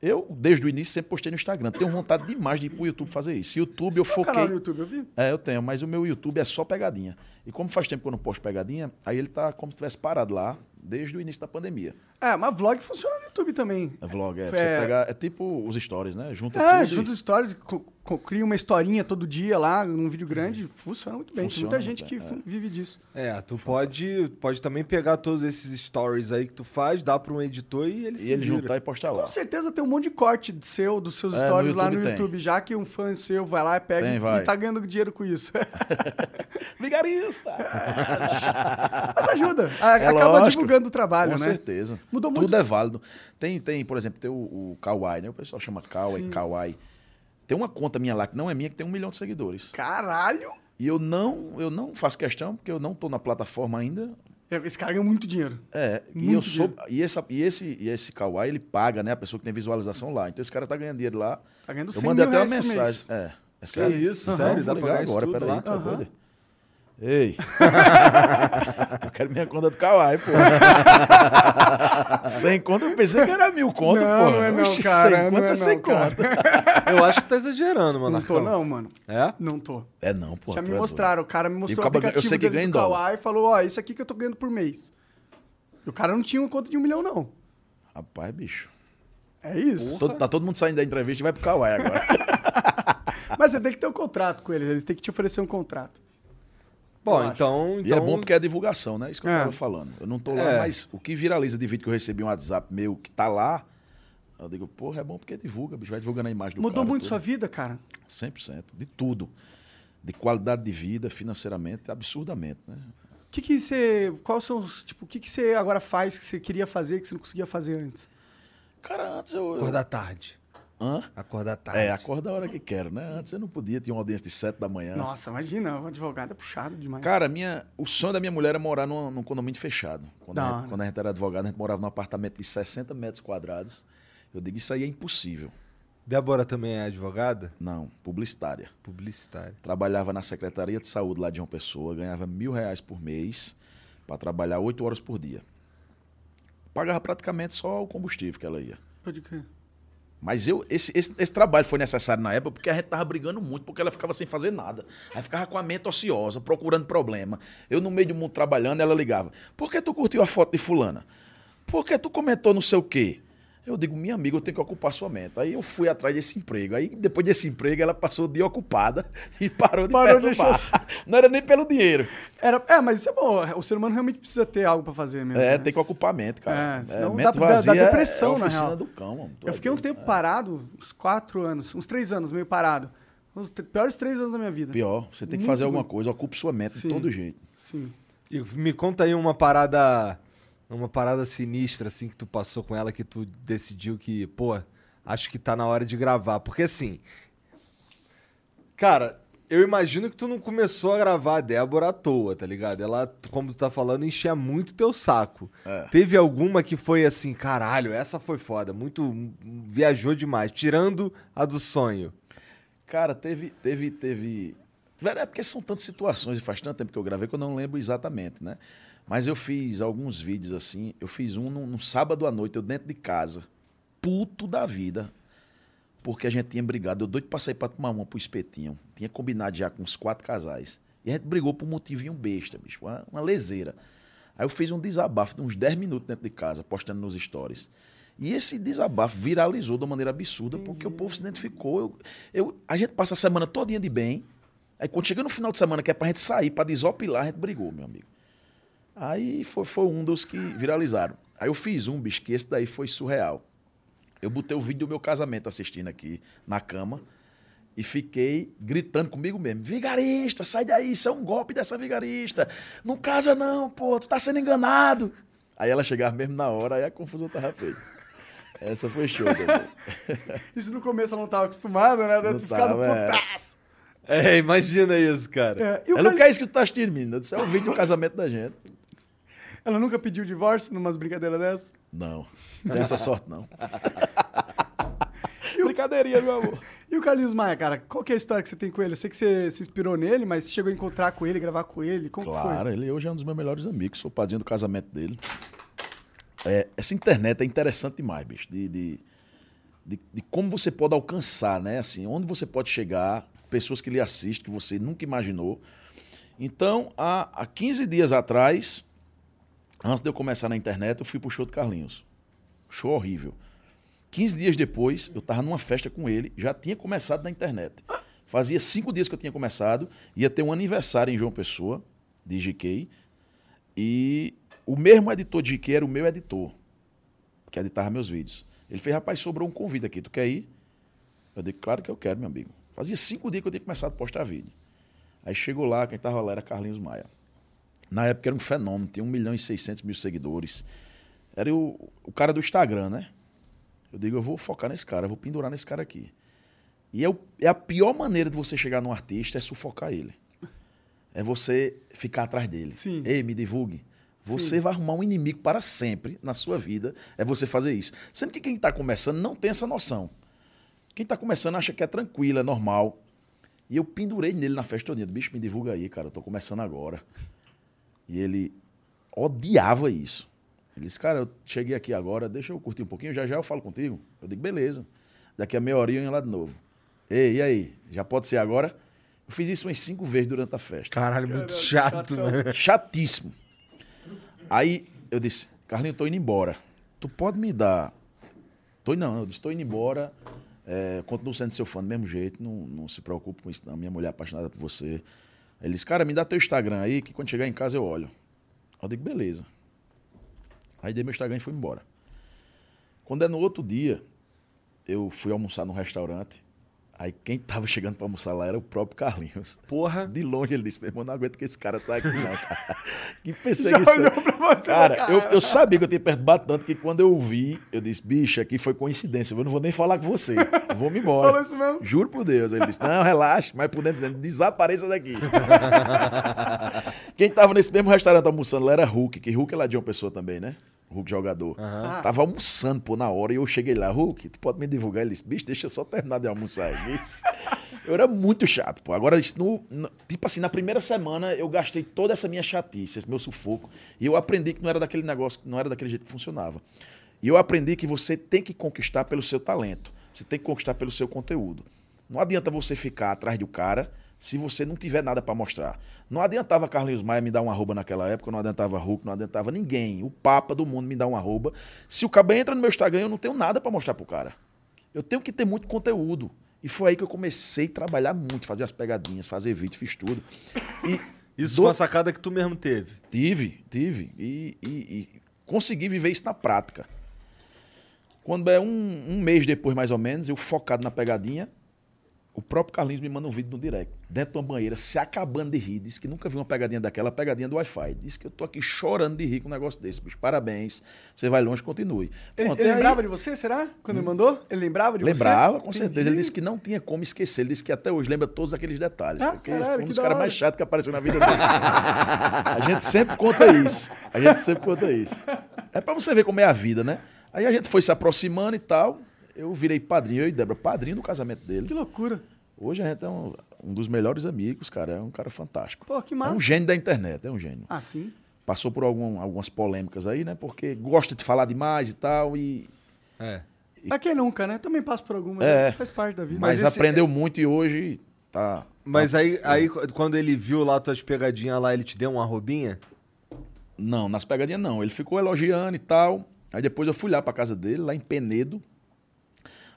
Eu, desde o início, sempre postei no Instagram. Tenho vontade demais de ir pro YouTube fazer isso. YouTube, eu Tem um canal no foquei. YouTube, eu vi. É, eu tenho, mas o meu YouTube é só pegadinha. E como faz tempo que eu não posto pegadinha, aí ele tá como se tivesse parado lá desde o início da pandemia. É, mas vlog funciona no YouTube também. É vlog, é. Você É. pega, é tipo os stories, né? Junta É, tudo. junta e- os stories, co- co- cria uma historinha todo dia lá, num vídeo grande, funciona muito bem. Tem Funciona muita muito gente que bem, fu- vive disso. É, tu pode, pode também pegar todos esses stories aí que tu faz, dá pra um editor e ele E se ele vira. juntar e postar lá. Com certeza tem um monte de corte de seu, dos seus É, no stories lá YouTube no tem. YouTube, já que um fã seu vai lá e pega Tem, e- vai. e tá ganhando dinheiro com isso. Vigarista! Mas ajuda, a- É Ah, acaba lógico. divulgando o trabalho, Com né? certeza. Mudou Tudo muito. é válido. Tem, tem, por exemplo, tem o, o Kawaii, né? O pessoal chama Kawaii, Kawaii. Tem uma conta minha lá que não é minha, que tem um milhão de seguidores. Caralho! E eu não, eu não faço questão, porque eu não tô na plataforma ainda. Esse cara ganha muito dinheiro. É, Muito e eu sou. E, essa, e esse, e esse Kawaii, ele paga, né? A pessoa que tem visualização lá. Então esse cara tá ganhando dinheiro lá. Tá ganhando Eu 100 mandei mil até uma reais por mensagem. mês. É. É isso? Sério? Dá pra vou ligar ganhar isso agora, tudo peraí, lá? tu é Aham. doido? Ei! eu quero minha conta do Kawaii, pô. sem conta, eu pensei que era mil conto, Não, pô. não é não, Oxe, cara, Sem não conta, é não, sem cara. conta. Eu acho que tá exagerando, mano. Não tô não, mano. É? Não tô. É não, pô. Já tu me é doido. mostraram, o cara me mostrou E o o cara ganha- eu aplicativo sei que dele ganha em do dólar. Kawaii e falou, ó, isso aqui que eu tô ganhando por mês. E o cara não tinha uma conta de um milhão, não. Rapaz, bicho. É isso. Todo- tá todo mundo saindo da entrevista e vai pro Kawaii agora. Mas você tem que ter um contrato com eles, eles têm que te oferecer um contrato. Bom, então, E então. é bom porque é divulgação, né? Isso que eu É. tava falando. Eu não tô lá, É. mas o que viraliza de vídeo que eu recebi um WhatsApp meu que tá lá, eu digo, porra, é bom porque divulga, bicho, vai divulgando a imagem do Mudou cara. muito tudo. né? sua vida, cara? 100%, de tudo. De qualidade de vida, financeiramente, absurdamente, né? O que que você... Qual são os... Tipo, o que que você agora faz que você queria fazer que você não conseguia fazer antes? Cara, antes eu... eu... Acordar tarde. Hã? Acordar tarde. É, acorda a hora que quero, né? Antes eu não podia, tinha uma audiência de 7 da manhã. Nossa, imagina, um advogado é puxado demais. É. Cara, minha, o sonho da minha mulher era morar num, num condomínio fechado. Quando Da a, hora. gente, quando a gente era advogado, a gente morava num apartamento de 60 metros quadrados. Eu digo, isso aí é impossível. Débora também é advogada? Não, publicitária. Publicitária. Trabalhava na Secretaria de Saúde lá de uma pessoa, ganhava mil reais por mês para trabalhar oito horas por dia. Pagava praticamente só o combustível que ela ia. Pode crer. Mas eu, esse, esse, esse trabalho foi necessário na época porque a gente tava brigando muito, porque ela ficava sem fazer nada. Aí ficava com a mente ociosa, procurando problema. Eu, no meio do mundo trabalhando, ela ligava. Por que tu curtiu a foto de fulana? Por que tu comentou não sei o quê? Eu digo, minha amiga, eu tenho que ocupar sua mente. Aí eu fui atrás desse emprego. Aí depois desse emprego, ela passou de ocupada e parou de Parou de assim. perturbar. achar- Não era nem pelo dinheiro. Era, é, mas isso é bom. O ser humano realmente precisa ter algo pra fazer mesmo. É, né? tem que ocupar a mente, cara. É, senão mente dá- dá- dá vazia depressão, é, é na oficina real. do cão, mano. Tu Eu é fiquei um doido. tempo parado, uns quatro anos, uns três anos meio parado. Os tr- piores três anos da minha vida. Pior, você tem que Muito fazer alguma ruim. coisa, ocupe sua mente de Sim. todo jeito. Sim. E me conta aí uma parada. Uma parada sinistra, assim, que tu passou com ela, que tu decidiu que, pô, acho que tá na hora de gravar. Porque assim. Cara, eu imagino que tu não começou a gravar a Débora à toa, tá ligado? Ela, como tu tá falando, enchia muito teu saco. Teve alguma que foi assim, caralho, essa foi foda, muito. viajou demais, tirando a do sonho. Cara, teve, teve, teve. Velho, É porque são tantas situações e faz tanto tempo que eu gravei que eu não lembro exatamente, né? Mas eu fiz alguns vídeos assim. Eu fiz um num, num sábado à noite, eu dentro de casa, puto da vida, porque a gente tinha brigado. Eu doido pra sair pra tomar uma pro espetinho. Tinha combinado já com uns quatro casais. E a gente brigou por um motivinho besta, bicho, uma, uma leseira. Aí eu fiz um desabafo de uns 10 minutos dentro de casa, postando nos stories. E esse desabafo viralizou de uma maneira absurda, porque o povo se identificou. Eu, eu- a gente passa a semana todinha de bem. Aí quando chega no final de semana, que é pra gente sair, pra desopilar, a gente brigou, meu amigo. Aí foi, foi um dos que viralizaram. Aí eu fiz um, bicho, que esse daí foi surreal. Eu botei o vídeo do meu casamento assistindo aqui na cama e fiquei gritando comigo mesmo: Vigarista, sai daí, isso é um golpe dessa vigarista. Não casa não, pô, tu tá sendo enganado. Aí ela chegava mesmo na hora, aí a confusão tava feita. Essa foi show, né, Dodô. Isso no começo ela não tava acostumada, né? Deve Não ter ficado tava, é. putaço. É, imagina isso, cara. É, e o Ela não Cali- quer isso que tu tá assistindo, menina. Eu disse, é o vídeo do casamento da gente. Ela nunca pediu divórcio numas brincadeiras dessas? Não, não tem essa sorte, não. Brincadeirinha, meu amor. E o Carlinhos Maia, cara, qual que é a história que você tem com ele? Eu sei que você se inspirou nele, mas você chegou a encontrar com ele, gravar com ele, como que Claro, foi? ele hoje é um dos meus melhores amigos, sou padrinho do casamento dele. É, essa internet é interessante demais, bicho, de, de, de- de como você pode alcançar, né? Assim, onde você pode chegar, pessoas que lhe assistem, que você nunca imaginou. Então, há, há 15 dias atrás, antes de eu começar na internet, eu fui pro show do Carlinhos. Show horrível. 15 dias depois, eu tava numa festa com ele, já tinha começado na internet. Fazia cinco dias que eu tinha começado, ia ter um aniversário em João Pessoa, de GK, e o mesmo editor de GK era o meu editor, que editava meus vídeos. Ele fez, rapaz, sobrou um convite aqui, tu quer ir? Eu dei, claro que eu quero, meu amigo. Fazia cinco dias que eu tinha começado a postar vídeo. Aí chegou lá, quem tava lá era Carlinhos Maia. Na época era um fenômeno, tinha 1 milhão e 600 mil seguidores. Era o, o cara do Instagram, né? Eu digo, eu vou focar nesse cara, eu vou pendurar nesse cara aqui. E é, o- é a pior maneira de você chegar num artista é sufocar ele. É você ficar atrás dele. Sim. Ei, me divulgue. Você vai arrumar um inimigo para sempre na sua vida. É você fazer isso. Sendo que quem está começando não tem essa noção. Quem está começando acha que é tranquilo, é normal. E eu pendurei nele na festa todinha. Bicho, me divulga aí, cara. Eu tô começando agora. E ele odiava isso. Ele disse, cara, eu cheguei aqui agora, deixa eu curtir um pouquinho, já já eu falo contigo. Eu digo, beleza. Daqui a meia hora eu ia lá de novo. Ei, e aí? Já pode ser agora? Eu fiz isso umas cinco vezes durante a festa. Caralho, muito chato, né? Chatíssimo. Aí eu disse, Carlinho, eu tô indo embora. Tu pode me dar. Tô indo, não. Eu disse, tô indo embora. É, continuo sendo seu fã do mesmo jeito. Não, não se preocupe com isso, não. Minha mulher é apaixonada por você. Ele disse, cara, me dá teu Instagram aí, que quando chegar em casa eu olho. Eu digo, beleza. Aí dei meu Instagram e fui embora. Quando é no outro dia, eu fui almoçar num restaurante. Aí quem tava chegando pra almoçar lá era o próprio Carlinhos. Porra. De longe ele disse, meu irmão, não aguento que esse cara tá aqui não, cara. Que perseguição. Já olhou pra você né, cara, na Eu, eu sabia que eu tinha perturbado tanto que quando eu vi, eu disse, bicho, aqui foi coincidência, eu não vou nem falar com você, eu vou me embora. Falou isso mesmo? Juro por Deus. Ele disse, não, relaxa, mas por dentro dizendo, desapareça daqui. Quem tava nesse mesmo restaurante almoçando lá era Hulk, que Hulk é lá de uma pessoa também, né? Hulk jogador. Tava almoçando, pô, na hora, e eu cheguei lá, Hulk, tu pode me divulgar? Ele disse, bicho, deixa eu só terminar de almoçar aqui. Eu era muito chato, pô. Agora, isso no- no- tipo assim, na primeira semana eu gastei toda essa minha chatice, esse meu sufoco. E eu aprendi que não era daquele negócio, que não era daquele jeito que funcionava. E eu aprendi que você tem que conquistar pelo seu talento. Você tem que conquistar pelo seu conteúdo. Não adianta você ficar atrás do cara se você não tiver nada para mostrar. Não adiantava Carlinhos Maia me dar um arroba naquela época, não adiantava Hulk, não adiantava ninguém. O Papa do mundo me dar um arroba. Se o cabo entra no meu Instagram, eu não tenho nada para mostrar pro cara. Eu tenho que ter muito conteúdo. E foi aí que eu comecei a trabalhar muito, fazer as pegadinhas, fazer vídeo, fiz tudo. E Isso do- foi uma sacada que tu mesmo teve. Tive, tive. E, e- e consegui viver isso na prática. Quando é um, um mês depois, mais ou menos, eu focado na pegadinha, o próprio Carlinhos me manda um vídeo no direct, dentro de uma banheira, se acabando de rir. Disse que nunca viu uma pegadinha daquela, a pegadinha do Wi-Fi. Disse que eu tô aqui chorando de rir com um negócio desse. Bicho, parabéns, você vai longe, continue. Ele, Pronto, ele e aí- Hum. lembrava de você, será? Quando ele mandou? Ele lembrava de você? Lembrava, com certeza. Ele Entendi. disse que não tinha como esquecer. Ele disse que até hoje lembra todos aqueles detalhes. Ah, porque caralho, foi um que dos da caras hora. mais chatos que apareceu na vida dele. a gente sempre conta isso. A gente sempre conta isso. É pra você ver como é a vida, né? Aí a gente foi se aproximando e tal. Eu virei padrinho, eu e Débora, padrinho do casamento Que dele. loucura. Hoje a gente é um, um dos melhores amigos, cara. É um cara fantástico. Pô, que É massa. um gênio da internet, é um gênio Ah, sim. passou por algum- algumas polêmicas aí, né? Porque gosta de falar demais e tal. E, É. Pra quem nunca, né? Também passo por alguma. É. né? Faz parte da vida. mas Mas esse- é aprendeu muito e hoje tá. Mas aí, aí quando ele viu lá tuas pegadinhas lá, ele te deu um uma roubinha? Não, nas pegadinhas não. Ele ficou elogiando e tal. Aí depois eu fui lá pra casa dele, lá em Penedo.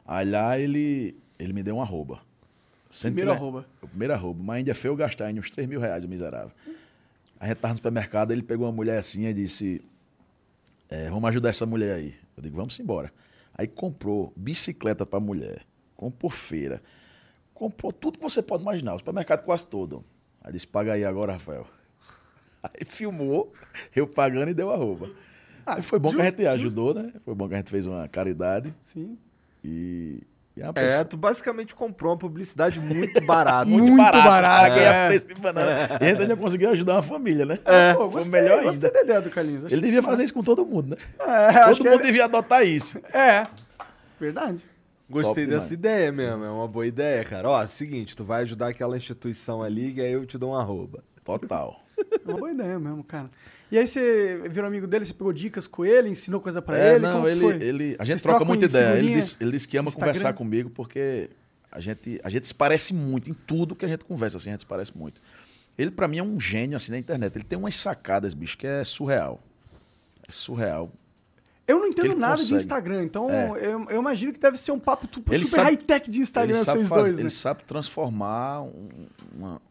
Aí lá ele, ele me deu um arroba. Sendo que, Primeiro arroba. O primeiro arroba. Mas ainda é feio eu gastar ainda uns 3 mil reais, o miserável. A gente tava no supermercado, ele pegou uma mulher assim e disse: é, Vamos ajudar essa mulher aí. Eu digo: Vamos embora. Aí comprou bicicleta pra mulher, comprou feira, comprou tudo que você pode imaginar, o supermercado quase todo. Aí disse: Paga aí agora, Rafael. Aí filmou, eu pagando e deu arroba. Aí foi bom que a Ah, justo, gente ajudou, né? Foi bom que a gente fez uma caridade Sim. e. e uma É, tu basicamente comprou uma publicidade muito barata. muito né? barato. barato é. preço de banana. né? E ainda conseguiu ajudar uma família, né? Ah, Pô, Foi gostei, melhor gostei ainda. da ideia do Carlinhos. Achei Ele devia que fazer isso com todo mundo, né? acho todo que mundo ele- devia adotar isso. É. Verdade. Gostei Top dessa demais. ideia mesmo, é uma boa ideia, cara. Ó, é seguinte, tu vai ajudar aquela instituição ali e aí eu te dou um arroba. Total. É uma boa ideia mesmo, cara. E aí você virou amigo dele, você pegou dicas com ele, ensinou coisa pra É, ele? não, como que ele, foi? ele- a gente Vocês troca trocam muita ideia. Ele figurinha? disse, ele disse que ama Instagram? conversar comigo porque a gente, a gente se parece muito em tudo que a gente conversa, assim, a gente se parece muito. Ele, pra mim, é um gênio, assim, da internet. Ele tem umas sacadas, bicho, que é surreal. É surreal. Eu não entendo ele nada de consegue. Instagram, então É. eu, eu imagino que deve ser um papo tu- Ele super sabe- high-tech de Instagram, ele, sabe vocês fazer- dois, né? ele sabe transformar um- uma,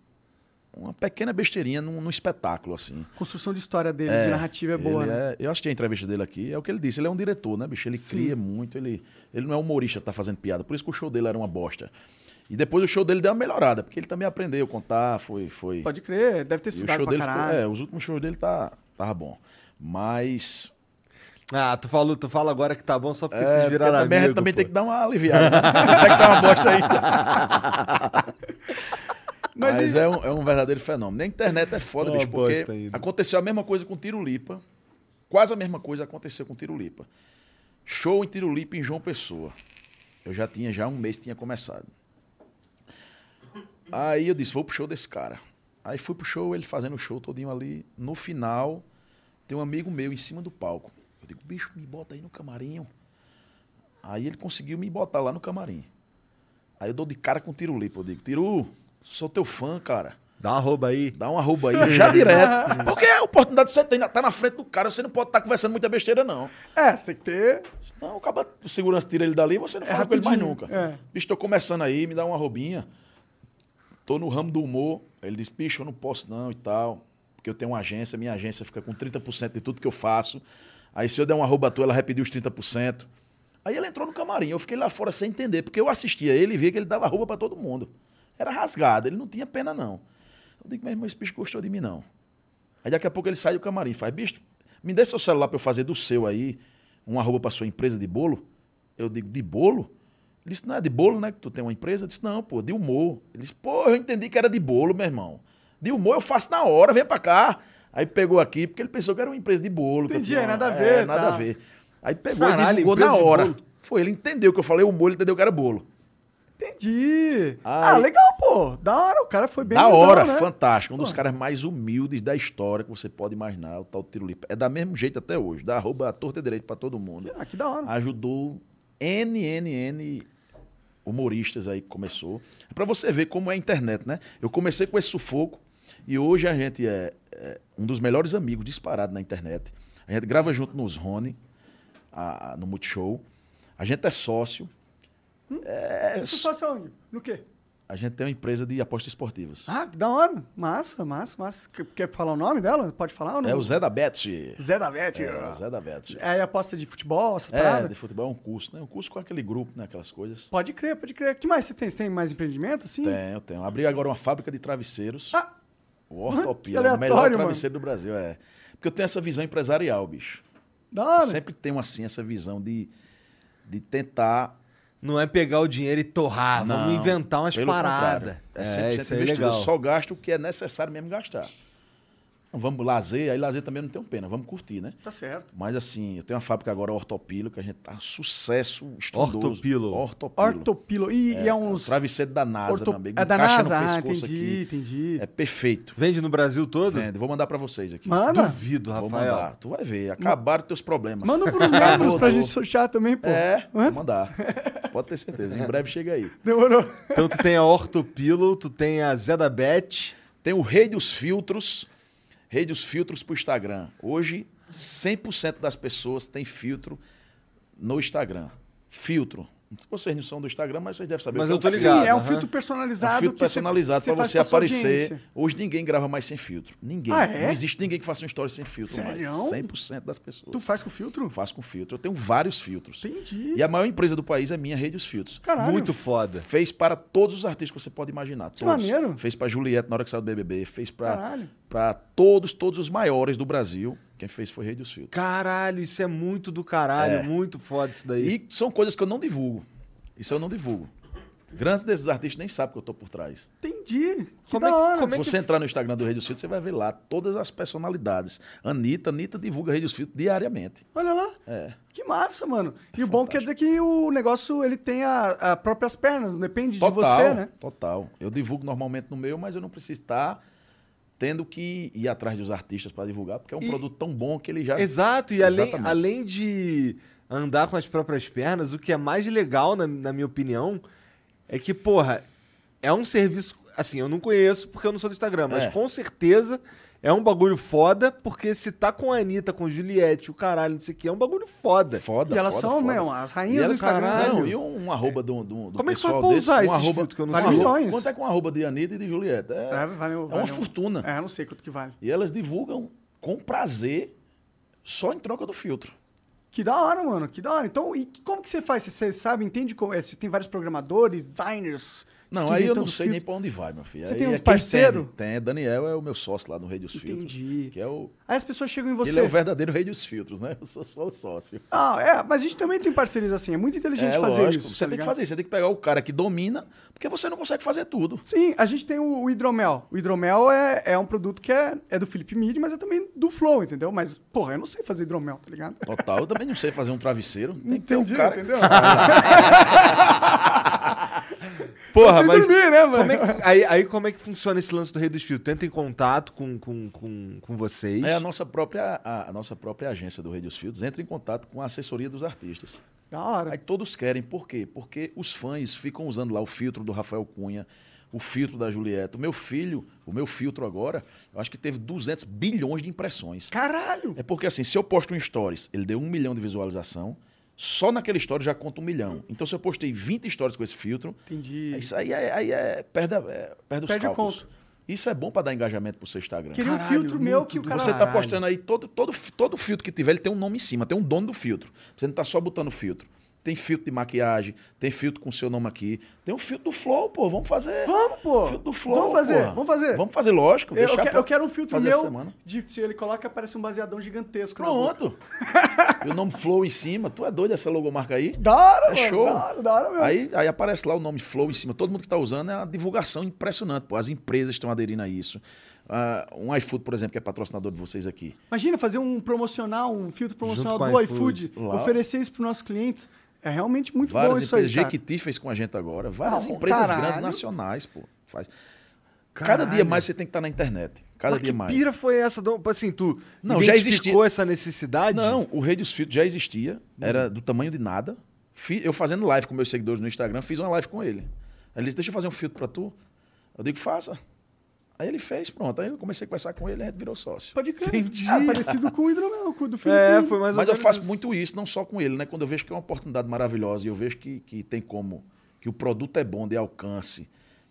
uma pequena besteirinha num, num espetáculo, assim. Construção de história dele, de narrativa é boa, Ele né? é- eu assisti a entrevista dele aqui, é o que ele disse. Ele é um diretor, né, bicho? Ele cria muito, ele, ele não é humorista, tá fazendo piada. Por isso que o show dele era uma bosta. E depois o show dele deu uma melhorada, porque ele também aprendeu a contar, foi. foi... Pode crer, deve ter é. e o estudado show pra dele ficou- caralho. é, os últimos shows dele tá, tava bom. Mas. Ah, tu falou, tu fala agora que tá bom só porque é, vocês viraram porque também, a amigo. gente também pô. tem que dar uma aliviada. Né? Isso é que tá uma bosta ainda. Mas Mas, e- é, um, é um verdadeiro fenômeno. Na internet é foda, Uma bicho, porque bosta ainda. aconteceu a mesma coisa com o Tirulipa. Quase a mesma coisa aconteceu com o Tirulipa. Show em Tirulipa em João Pessoa. Eu já tinha, já um mês tinha começado. Aí eu disse, vou pro show desse cara. Aí fui pro show, ele fazendo o show todinho ali. No final, tem um amigo meu em cima do palco. Eu digo, bicho, me bota aí no camarim. Aí ele conseguiu me botar lá no camarim. Aí eu dou de cara com o Tirulipa. Eu digo, Tiru, sou teu fã, cara. Dá um arroba aí. Dá um arroba aí, já direto. Porque a oportunidade que você tem, tá na frente do cara, você não pode estar conversando muita besteira, não. É, você tem que ter... Senão acaba o segurança tira ele dali e você não fala com ele mais rapidinho, nunca. é. Bicho, tô começando aí, me dá uma roubinha. Tô no ramo do humor. Ele disse, bicho, eu não posso não e tal. Porque eu tenho uma agência, minha agência fica com 30% de tudo que eu faço. Aí se eu der uma rouba tua, ela vai pedir os 30%. Aí ele entrou no camarim, eu fiquei lá fora sem entender, porque eu assistia ele e via que ele dava rouba pra todo mundo. Era rasgado, ele não tinha pena, não. Eu digo, meu irmão, esse bicho gostou de mim, não. Aí daqui a pouco ele sai do camarim e faz, bicho, me dê seu celular pra eu fazer do seu aí, um arroba pra sua empresa de bolo. Eu digo, de bolo? Ele disse, não é de bolo, né? Que tu tem uma empresa? Eu disse, não, pô, de humor. Ele disse, pô, eu entendi que era de bolo, meu irmão. De humor eu faço na hora, vem pra cá. Aí pegou aqui, porque ele pensou que era uma empresa de bolo. que eu Entendi, tinha- é, nada a é, ver, nada tá. a ver. Aí pegou e Caralho, divulgou empresa na de hora. bolo. Foi, ele entendeu que eu falei humor, ele entendeu que era bolo. Entendi. Ai. Ah, legal, pô. Da hora, o cara foi bem da humildão, hora, né? fantástico. Um dos Pô. caras mais humildes da história que você pode imaginar, o tal Tirulipa. É da mesmo jeito até hoje, dá arroba a torta e direito pra todo mundo. Ah, que da hora. Ajudou N, N, N humoristas aí que começou. Pra você ver como é a internet, né? Eu comecei com esse sufoco e hoje a gente é, é um dos melhores amigos disparado na internet. A gente grava junto nos Rony, a- a- no Multishow. A gente é sócio. É, Isso só se aonde? No quê? a gente tem uma empresa de apostas esportivas. Ah, que da hora. Massa, massa, massa. Quer- Quer falar o nome dela? Pode falar ou não? É o Zé da Bet. Zé da Vete. É, o Zé da Bet. Aí aposta de futebol, essas É, paradas? de futebol é um curso, né? Um curso com aquele grupo, né? Aquelas coisas. Pode crer, pode crer. O que mais você tem? Você tem mais empreendimento, assim? Tenho, tenho. Abri agora uma fábrica de travesseiros. Ah! O Ortopia, Que o melhor aleatório, travesseiro do Brasil, é. Porque eu tenho essa visão empresarial, bicho. Da hora. Sempre tenho, assim, essa visão de, de tentar... Não é pegar o dinheiro e torrar, Ah, vamos Não, inventar umas pelo paradas. contrário. É 100% isso aí é investidor. legal. Só gasto o que é necessário mesmo gastar. Não vamos lazer, aí lazer também eu não tenho pena. Vamos curtir, né? Tá certo. Mas assim, eu tenho uma fábrica agora, Ortopilo, que a gente tá sucesso estrondoso. Ortopilo. Ortopilo. Ortopilo. E e é, uns... Travesseiro da NASA, Orto- meu amigo. É da Encaixa no NASA? Ah, pescoço entendi, aqui. entendi. É perfeito. Vende no Brasil todo? Vendo, Vou mandar pra vocês aqui. Manda. Duvido, Vou Rafael. mandar. Tu vai ver. Acabaram teus problemas. Manda pros membros Acabou, pra acabou. gente sortear também, pô. tá É, vou Hã? mandar. Pode ter certeza. Em breve chega aí. Demorou. Então tu tem a Ortopilo, tu tem a Zé da Bet. Tem o Rei dos Filtros. Rei dos Filtros pro Instagram. Hoje, 100% das pessoas têm filtro no Instagram. Filtro. Vocês não são do Instagram, mas vocês devem saber Mas o eu que é tô um ligado. Sim, é um aham. filtro personalizado. Um filtro que você- personalizado para faz você pra sua aparecer. audiência. Hoje ninguém grava mais sem filtro. Ninguém. Ah, é? Não existe ninguém que faça uma história sem filtro Sério? mais. 100% das pessoas. Tu faz com filtro? Eu faço com filtro. Eu tenho vários filtros. Entendi. E a maior empresa do país é minha Rede dos Filtros. Caralho. Muito foda. Fez para todos os artistas que você pode imaginar. Que todos. maneiro. Fez para Juliette na hora que saiu do BBB. Fez para Caralho. para todos, todos os maiores do Brasil. Quem fez foi Rede dos Filtros. Caralho, isso é muito do caralho, muito foda isso daí. E são coisas que eu não divulgo. Isso eu não divulgo. Grandes desses artistas nem sabem que eu estou por trás. Entendi. Que Como é da que- hora. como é Se você entrar no Instagram do Rei dos Filtros, você vai ver lá todas as personalidades. Anitta, Anitta divulga Rei dos Filtros diariamente. Olha lá. É. Que massa, mano. e o bom quer dizer que o negócio ele tem a, a próprias pernas, não depende Total, de você, né? total. Eu divulgo normalmente no meu, mas eu não preciso estar tendo que ir atrás dos artistas para divulgar, porque é um E- produto tão bom que ele já... Exato, e além, Exatamente. além de andar com as próprias pernas, o que é mais legal, na, na minha opinião, é que, porra, é um serviço. Assim, eu não conheço porque eu não sou do Instagram, mas É. com certeza é um bagulho foda, porque se tá com a Anitta, com Juliette, o caralho, não sei o que, é um bagulho foda. Foda, E elas foda, são, né, foda. meu, as E rainhas do elas, Instagram. caralho, velho. e um, um arroba do, do, do Como é que pessoal foi pra desse, usar um esses arroba, filtros que eu não um sei? arroba- Milhões. Quanto é com um arroba de Anitta e de Julieta? É, É, valeu, é valeu. uma fortuna. É, não sei quanto que vale. E elas divulgam com prazer, só em troca do filtro. Que da hora, mano, que da hora. Então, e que- como que você faz? Você, você sabe, entende? Como, é, você tem vários programadores, designers. Não, ficam aí eu inventando não sei nem filtro. pra onde vai, meu filho. Você Aí tem um é quem parceiro? entende. Tem, Daniel é o meu sócio lá no Rei dos Filtros. Entendi. Que é o... Aí as pessoas chegam em você. Ele é o verdadeiro Rei dos Filtros, né? Eu sou só o sócio. Ah, é, mas a gente também tem parcerias assim. É muito inteligente é, fazer lógico, isso. tá Você tem que ligado? fazer isso. Você tem que pegar o cara que domina, porque você não consegue fazer tudo. Sim, a gente tem o, o hidromel. O hidromel é, é um produto que é, é do Felipe Mid, mas é também do Flow, entendeu? Mas, porra, eu não sei fazer hidromel, tá ligado? Total, eu também não sei fazer um travesseiro. Tem que ter um Entendi, cara entendeu? Porra, Sem dormir, né, mano? Como é que- aí, aí como é que funciona esse lance do Rei dos Filtros? Tenta em contato com, com, com, com vocês. É a nossa própria, a, a nossa própria agência do Rei dos Filtros entra em contato com a assessoria dos artistas. Da hora. Aí todos querem, por quê? Porque os fãs ficam usando lá o filtro do Rafael Cunha, o filtro da Julieta. O meu filho, o meu filtro agora, eu acho que teve 200 bilhões de impressões. Caralho! É porque assim, se eu posto um stories, ele deu um milhão de visualização, só naquele story já conta um milhão. Então se eu postei 20 stories com esse filtro, Entendi. isso aí é, aí é- perde, a- é- perde os Perde o cálculos. conto. Isso é bom para dar engajamento pro seu Instagram. Queria um Caralho, filtro meu muito que o do cara. Você tá está Caralho. postando aí todo, todo, todo filtro que tiver, ele tem um nome em cima, tem um dono do filtro. Você não está só botando filtro. Tem filtro de maquiagem, tem filtro com seu nome aqui, tem um filtro do Flow, pô. Vamos fazer. Vamos, pô. Filtro do Flow. Vamos fazer, porra. vamos fazer. Vamos fazer, lógico. Eu, deixar que- pra eu quero um filtro fazer meu. essa semana. De, se ele coloca, parece um baseadão gigantesco. na boca. Pronto. e o nome Flow em cima. Tu é doido essa logomarca aí? Da hora, É mano. show. Da hora, da hora mesmo. Aí, aí aparece lá o nome Flow em cima. Todo mundo que está usando é uma divulgação impressionante. Pô. As empresas estão aderindo a isso. Ah, um iFood, por exemplo, que é patrocinador de vocês aqui. Imagina fazer um promocional, um filtro promocional com do a iFood, iFood. Lá. oferecer isso para nossos clientes. É realmente muito Várias bom isso aí. empresas. Cara. Jequiti fez com a gente agora. Várias Ah, empresas caralho. grandes nacionais, pô. Faz. Cada dia mais você tem que estar na internet. Cada Mas dia que mais. pira foi essa? Dom? Assim, tu Não, já identificou existia. essa necessidade? Não, o Rei dos Filtros já existia, era do tamanho de nada. Fi- Eu fazendo live com meus seguidores no Instagram, fiz uma live com ele. Aí ele disse, deixa eu fazer um filtro pra tu. Eu digo, faça. Aí ele fez, pronto. Aí eu comecei a conversar com ele, a gente virou sócio. Pode crer. Entendi. Ah, parecido com o hidromel, com o do Felipe. É, foi mais ou Mas eu menos faço isso. muito isso, não só com ele, né? Quando eu vejo que é uma oportunidade maravilhosa e eu vejo que, que tem como, que o produto é bom, de alcance,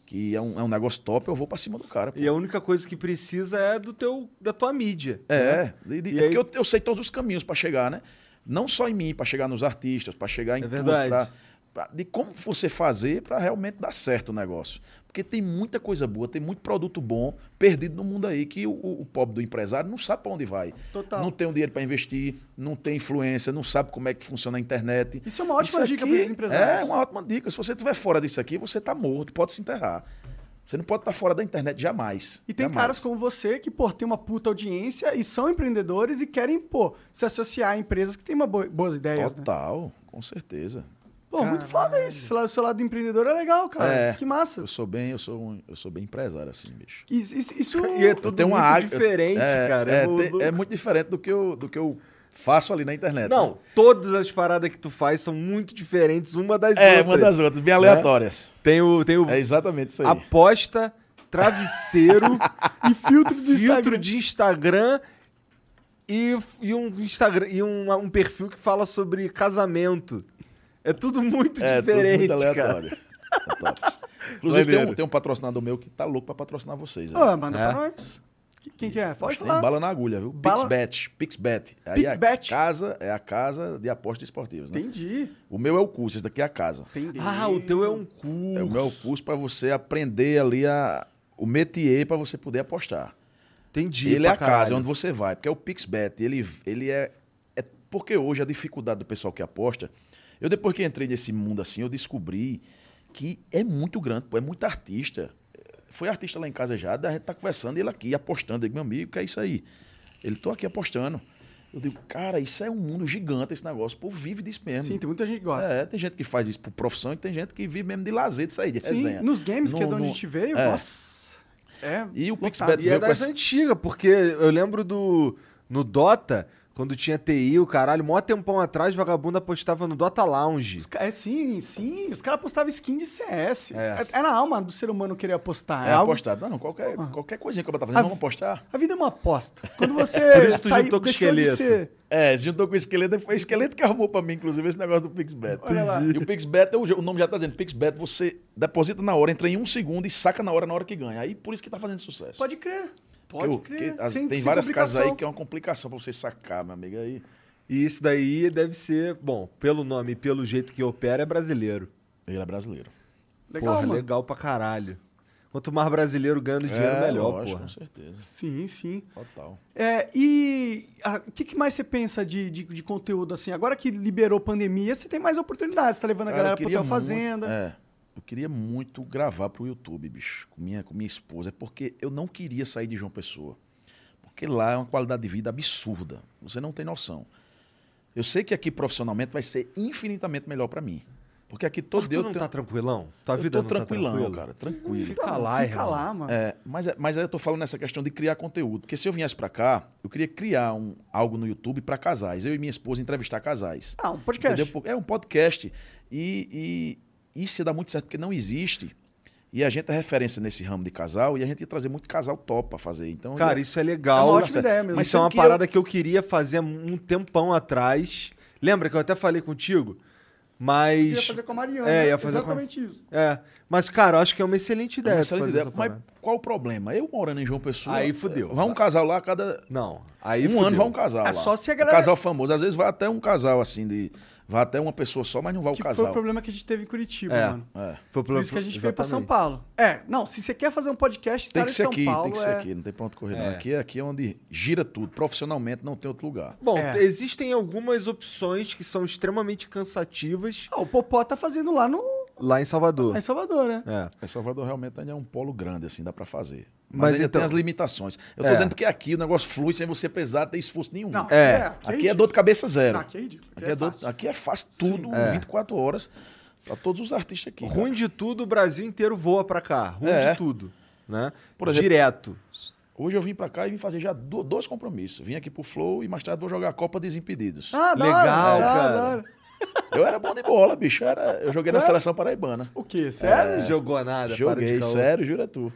que é um, é um negócio top, eu vou pra cima do cara. pô. E a única coisa que precisa é do teu, da tua mídia. né? É, Né? de- de- E é aí- porque eu, eu sei todos os caminhos para chegar, né? Não só em mim, para chegar nos artistas, para chegar em É tudo, verdade. pra- pra- de como você fazer para realmente dar certo o negócio. Porque tem muita coisa boa, tem muito produto bom perdido no mundo aí que o, o- o pobre do empresário não sabe para onde vai. Total. Não tem o dinheiro para investir, não tem influência, não sabe como é que funciona a internet. Isso é uma ótima dica pra esses empresários. É, uma ótima dica. Se você estiver fora disso aqui, você tá morto, pode se enterrar. Você não pode estar fora da internet jamais. E tem jamais. caras como você que, pô, tem uma puta audiência e são empreendedores e querem, pô, se associar a empresas que têm uma bo- boas ideias, né? Total, com certeza. Pô, muito foda isso. Sei lá, O seu lado empreendedor é legal, cara. É. Que massa. Eu sou bem, eu sou, um- eu sou bem empresário, assim, bicho. Isso, isso, isso- E é tudo eu tenho uma muito água- diferente, é, cara. É, Eu- te- é muito diferente do que, eu, do que eu faço ali na internet. né? Não, todas as paradas que tu faz são muito diferentes uma das outras. É, uma das outras, bem aleatórias. Tem o, tem o É exatamente isso aí. aposta, travesseiro, E filtro do filtro Instagram. de Instagram e, e um Instagram e um, um perfil que fala sobre casamento. É tudo muito é, tudo diferente, muito cara. aleatório. É top. Inclusive, tem um, Maneiro. tem um patrocinador meu que tá louco pra patrocinar vocês. né? Pô, Ah, manda pra nós. Que- Quem que é? Pode Mas tem falar. bala na agulha, viu? Bala- Pixbet, Pixbet. Aí Pixbet? A casa, é a casa de apostas esportivas, né? Entendi. O meu é o curso, esse daqui é a casa. Entendi. Ah, o teu é um curso. É o meu curso para você aprender ali a, o métier para você poder apostar. Entendi. ele pra é a casa, é caralho. onde você vai, porque é o Pixbet. Ele, ele é, é- Porque hoje a dificuldade do pessoal que aposta. Eu, depois que entrei nesse mundo assim, eu descobri que é muito grande, pô, é muito artista. Foi artista lá em casa já, daí a gente tá conversando, ele aqui apostando. Eu digo, meu amigo, que é isso aí? Ele, tô aqui apostando. Eu digo, cara, isso é um mundo gigante esse negócio. O povo vive disso mesmo. Sim, tem muita gente que gosta. É, tem gente que faz isso por profissão e tem gente que vive mesmo de lazer disso aí, de Sim, resenha. nos games, que é No- de onde no- a gente veio, é. nossa. É, E o lotado. E Pixbet é veio com das essa... antigas, porque eu lembro do. No Dota, quando tinha TI, o caralho, mó tempão atrás, vagabundo apostava no Dota Lounge. Os ca- É sim, sim. Os caras postavam skin de CS. É. É. é na alma do ser humano querer apostar. É, É algo... Ah. apostado. Não, qualquer, qualquer coisinha que eu tava fazendo, A- vamos apostar? A vida é uma aposta. Quando você. Por isso tu juntou com o deixou de esqueleto. ser- É, se juntou com o esqueleto, foi o esqueleto que arrumou pra mim, inclusive, esse negócio do Pixbet. Olha lá. E o Pixbet, o jo- o nome já tá dizendo, Pixbet, você deposita na hora, entra em um segundo e saca na hora, na hora que ganha. Aí por isso que tá fazendo sucesso. Pode crer. Porque Pode o- crer. que as- Sem- tem sem várias casas aí complicação. que é uma complicação pra você sacar, meu amigo. Aí, E isso daí deve ser, bom, pelo nome e pelo jeito que opera, é brasileiro. ele é brasileiro. Legal, porra, mano. legal pra caralho. Quanto mais brasileiro ganhando dinheiro, é, melhor, lógico, porra. com certeza. Sim, sim. Total. É, e ah, o que, que mais você pensa de, de, de conteúdo assim? Agora que liberou pandemia, você tem mais oportunidades. Você tá levando a Cara, galera eu pro queria Hotel muito- Fazenda. é, eu queria muito gravar pro YouTube, bicho, com minha, com minha esposa, é porque eu não queria sair de João Pessoa. Porque lá é uma qualidade de vida absurda. Você não tem noção. Eu sei que aqui profissionalmente vai ser infinitamente melhor pra mim. Porque aqui todo Porra, dia tu eu não tenho- tá tranquilão? Tua eu vida tô não tranquilão, tá tranquila? cara, tranquilo. Fica lá, Então, Fica irmão. lá, mano. É, mas, é- mas aí eu tô falando nessa questão de criar conteúdo. Porque se eu viesse pra cá, eu queria criar um, algo no YouTube pra casais. Eu e minha esposa entrevistar casais. Ah, um podcast. Entendeu? É um podcast. E, e isso ia dar muito certo, porque não existe. E a gente é referência nesse ramo de casal e a gente ia trazer muito casal top pra fazer. Então, Cara, ia- isso é É legal. uma ótima ideia mesmo. Mas Mas isso é sendo uma que eu- parada que eu queria fazer há um tempão atrás. Lembra que eu até falei contigo? Eu ia Mas. fazer com a Mariana. É, ia fazer com a- Exatamente isso. É. Mas, cara, eu acho que é uma excelente é ideia. uma tu excelente fazer ideia. essa Mas parada. qual o problema? Eu morando em João Pessoa. Aí fudeu. Vai um casal lá a cada. Não. Aí um fudeu. ano vai um casal. É lá. só se a Um galera- casal famoso. Às vezes vai até um casal assim de. Vai até uma pessoa só, mas não vai É o Que foi o casal. problema que a gente teve em Curitiba, É. mano. É. Foi o Por problema- isso que a gente veio pra São Exatamente. Paulo. É, não, se você quer fazer um podcast, estar Tem que em ser São aqui, Paulo tem que ser é... aqui. Não tem pra onde correr, não. É. Aqui, aqui é onde gira tudo. Profissionalmente não tem outro lugar. Bom, É. existem algumas opções que são extremamente cansativas Ah, o Popó tá fazendo lá no... lá em Salvador. Tá lá em Salvador, né? É. É, Salvador realmente ainda é um polo grande, assim, dá pra fazer. Mas, Mas ainda então- tem as limitações. Eu tô É. dizendo que aqui o negócio flui sem você precisar ter esforço nenhum. Não, É. aqui, é dor de cabeça zero. Não, aqui é ridículo. Aqui é, dor- fácil. aqui é fácil tudo, 24 horas, pra todos os artistas aqui. Ruim cara. de tudo, o Brasil inteiro voa pra cá. Ruim É. de tudo. Né? Por exemplo- Direto. Hoje eu vim pra cá e vim fazer já do- dois compromissos. Vim aqui pro Flow e mais tarde vou jogar a Copa Desimpedidos. Ah, da hora, Legal, da hora, cara. da hora. Eu era bom de bola, bicho. Eu, era- eu joguei na seleção paraibana. O quê? Sério? Não jogou nada, para de É. Joguei, é caô. sério, jura tu.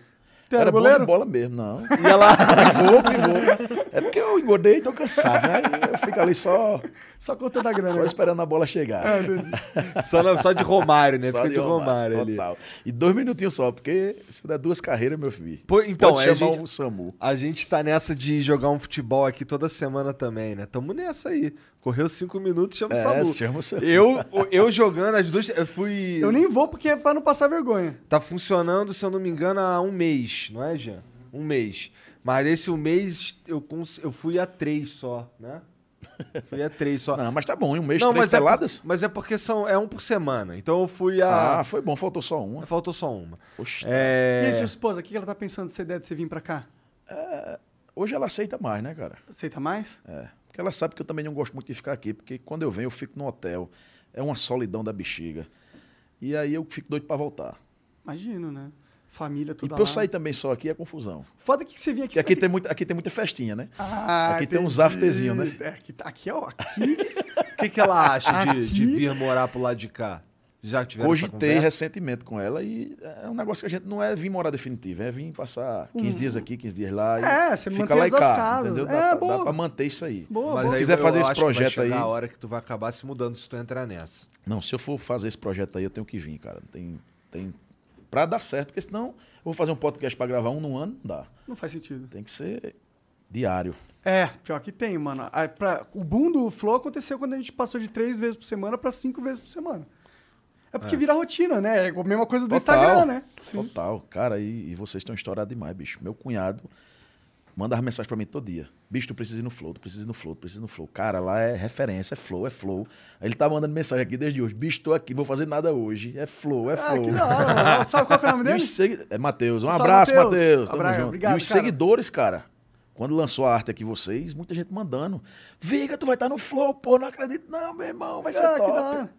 Tu era era bom goleiro? de bola mesmo, não. Ia lá, pivô, pivô. É porque eu engordei e tô cansado, né? Aí eu fico ali só, Só contando a grana. né? só esperando a bola chegar. Ah, entendi. Só, na- só de Romário, né? Só Fica de Romário, ali. total. E dois minutinhos só, porque se der duas carreiras, meu filho. Pô, então, pode é, a chamar gente- o SAMU. A gente tá nessa de jogar um futebol aqui toda semana também, né? Tamo nessa aí. Correu cinco minutos, chama o É, Samu. chama o Samu. Eu, eu jogando as duas... Eu fui... Eu nem vou porque é pra não passar vergonha. Tá funcionando, se eu não me engano, há um mês, não é, Jean? Um mês. Mas esse um mês eu, cons- eu fui a três só, né? Fui a três só. Não, mas tá bom, em um mês, Não, três mas, é, por- peladas? mas é porque são, é um por semana. Então eu fui a. Ah, foi bom, faltou só uma. Faltou só uma. Poxa, E É... aí, sua esposa, o que que ela tá pensando se ideia de você vir pra cá? Hoje ela aceita mais, né, cara? Aceita mais? É. Porque ela sabe que eu também não gosto muito de ficar aqui, porque quando eu venho, eu fico no hotel. É uma solidão da bexiga. E aí eu fico doido pra voltar. Imagino, né? Família, E tudo pra eu sair também só aqui é confusão. Foda que você vinha aqui. Porque aqui você tem, muita, aqui tem muita festinha, né? Ah, aqui tem entendi. uns afterzinho, né? É, aqui, tá- aqui é o... Aqui... O que, que ela acha de, de vir morar pro lado de cá? Já tiveram essa Cogitei conversa? recentemente com ela e é um negócio que a gente não é vir morar definitivo, é vir passar Hum. 15 dias aqui, 15 dias lá. E É, você mantém as duas casas. Entendeu? Dá, É, pra- boa. dá pra manter isso aí. Boa, Mas boa. aí quiser eu fazer esse acho que vai projeto chegar aí- a hora que tu vai acabar se mudando se tu entrar nessa. Não, se eu for fazer esse projeto aí, eu tenho que vir, cara. Tem, tem... Pra dar certo, porque senão eu vou fazer um podcast pra gravar um no ano, não dá. Não faz sentido. Tem que ser diário. É, pior que tem, mano. Aí, pra- O boom do Flow aconteceu quando a gente passou de três vezes por semana pra cinco vezes por semana. É porque vira rotina, né? É a mesma coisa do Instagram, né? Total. Cara, e, e vocês estão estourados demais, bicho. Meu cunhado manda as mensagens pra mim todo dia. Bicho, tu precisa ir no Flow, tu precisa ir no Flow, tu precisa ir no Flow. Cara, lá é referência, é Flow, é Flow. Aí Ele tá mandando mensagem aqui desde hoje. Bicho, tô aqui, vou fazer nada hoje. É Flow, é Ah, Flow. que da hora. mano. Sabe qual que é o nome E dele? os segui- É Matheus. Um Salve, abraço, Matheus. Matheus. Tamo Abraço, junto. obrigado, e os cara. seguidores, cara, quando lançou a arte aqui vocês, muita gente mandando. Viga, tu vai estar no Flow, pô, não acredito não, meu irmão, vai ser Ah, que top. da hora.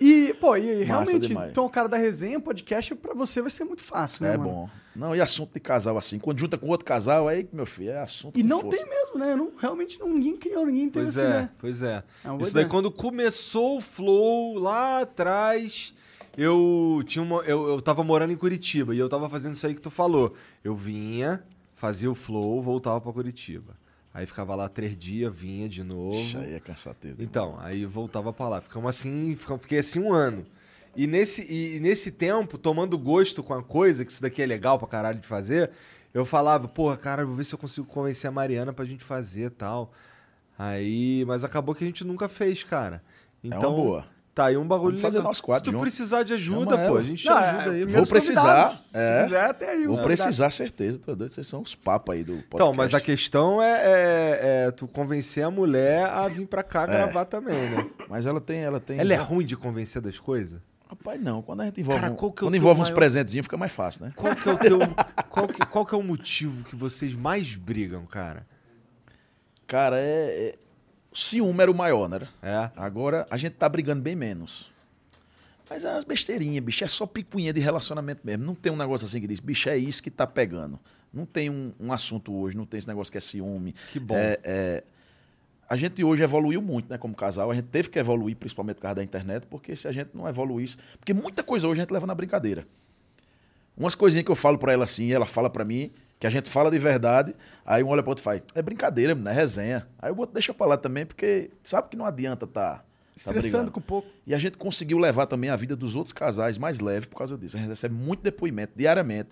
E, e, pô, e realmente, É. demais. então o cara da resenha, podcast, pra você vai ser muito fácil, né, É mano? bom. Não, e assunto de casal assim, quando junta com outro casal, aí, meu filho, é assunto E com não força. tem mesmo, né? Eu não- realmente não- ninguém criou, ninguém teve Pois assim, é, né? pois é. É uma boa Isso daí, ideia. quando começou o Flow lá atrás, eu tinha uma, eu, eu tava morando em Curitiba e eu tava fazendo isso aí que tu falou. Eu vinha, fazia o Flow, voltava pra Curitiba. Aí ficava lá três dias, vinha de novo. Ixi, aí é cansativo. Então, aí voltava pra lá. Ficamos assim, ficamos- fiquei assim um ano. E nesse, e nesse tempo, tomando gosto com a coisa, que isso daqui é legal pra caralho de fazer, eu falava, porra, cara, vou ver se eu consigo convencer a Mariana pra gente fazer e tal. Aí, mas acabou que a gente nunca fez, cara. É uma Então, boa. tá aí um bagulho Vamos fazer legal. nós quatro Se tu juntos. precisar de ajuda, Chama pô, ela. a gente te Não, é, ajuda aí. primeiro pô. Vou Primeiros precisar. convidados. Se é. quiser, tem aí os Vou convidados. precisar, certeza. Tu é doido, vocês são os papos aí do podcast. Então, mas a questão é, é- é tu convencer a mulher a vir pra cá gravar também, né? Mas ela tem. É. Ela, tem... um- Ela é ruim de convencer das coisas? Rapaz, não. Quando a gente envolve, Cara, um- qual que é o quando teu envolve uns maior- presentezinhos, fica mais fácil, né? Qual que é o teu. qual, que, qual que é o motivo que vocês mais brigam, cara? Cara, é. é... O ciúme era o maior, né? É. Agora a gente tá brigando bem menos. Mas é umas besteirinhas, bicho. É só picuinha de relacionamento mesmo. Não tem um negócio assim que diz, bicho, é isso que tá pegando. Não tem um, um assunto hoje, não tem esse negócio que é ciúme. Que bom. É, é, a gente hoje evoluiu muito, né, como casal. A gente teve que evoluir, principalmente por causa da internet, porque se a gente não evoluísse. Porque muita coisa hoje a gente leva na brincadeira. Umas coisinhas que eu falo pra ela assim, ela fala pra mim, que a gente fala de verdade, aí um olha pro outro e faz, é brincadeira, não é resenha. Aí o outro deixa pra lá também, porque sabe que não adianta tá. tá Estressando brigando. com um pouco. E a gente conseguiu levar também a vida dos outros casais mais leve por causa disso. A gente recebe muito depoimento diariamente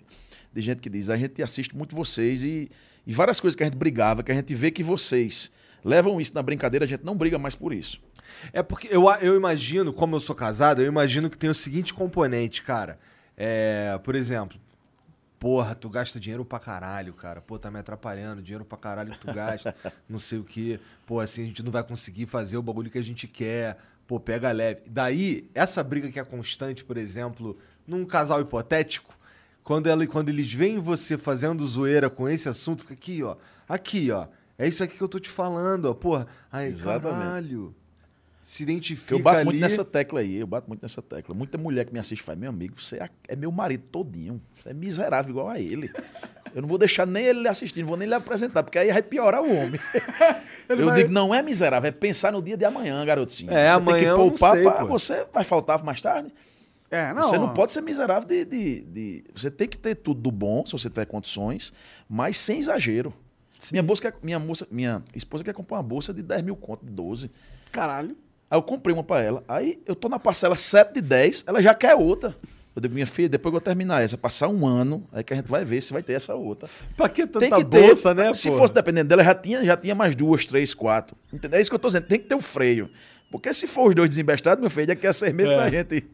de gente que diz: a gente assiste muito vocês e, e várias coisas que a gente brigava, que a gente vê que vocês levam isso na brincadeira, a gente não briga mais por isso. É porque eu, eu imagino, como eu sou casado, eu imagino que tem o seguinte componente, cara. É, por exemplo, porra, tu gasta dinheiro pra caralho, cara. Pô, tá me atrapalhando, dinheiro pra caralho que tu gasta, não sei o quê. Pô, assim a gente não vai conseguir fazer o bagulho que a gente quer. Pô, pega leve. Daí, essa briga que é constante, por exemplo, num casal hipotético, quando, ela, quando eles veem você fazendo zoeira com esse assunto, fica aqui, ó. Aqui, ó. É isso aqui que eu tô te falando, ó. Porra, aí, Exatamente. caralho. Se Porque identifica eu bato ali. muito nessa tecla aí, eu bato muito nessa tecla. Muita mulher que me assiste faz, meu amigo, você é- é meu marido todinho. Você é miserável igual a ele. Eu não vou deixar nem ele assistir, não vou nem lhe apresentar, porque aí vai piorar o homem. eu vai- digo, não é miserável, é pensar no dia de amanhã, garotinho. É, você amanhã tem eu que não poupar sei, pra- pô. você vai faltar mais tarde. É, você não pode ser miserável de, de- de- Você tem que ter tudo do bom, se você tiver condições, mas sem exagero. Minha, bolsa quer- minha, moça, minha esposa quer comprar uma bolsa de 10 mil conto, 12. Caralho. Aí eu comprei uma pra ela. Aí eu tô na parcela 7 de 10, ela já quer outra. Eu digo, minha filha, depois que eu terminar essa, passar um ano, aí que a gente vai ver se vai ter essa outra. Pra que tanta Tem que ter. bolsa, né, Se pô? fosse dependendo dela, já tinha, já tinha mais duas, três, quatro. Entendeu? É isso que eu tô dizendo. Tem que ter o freio. Porque se for os dois desembestados, meu filho, daqui a seis É. meses a gente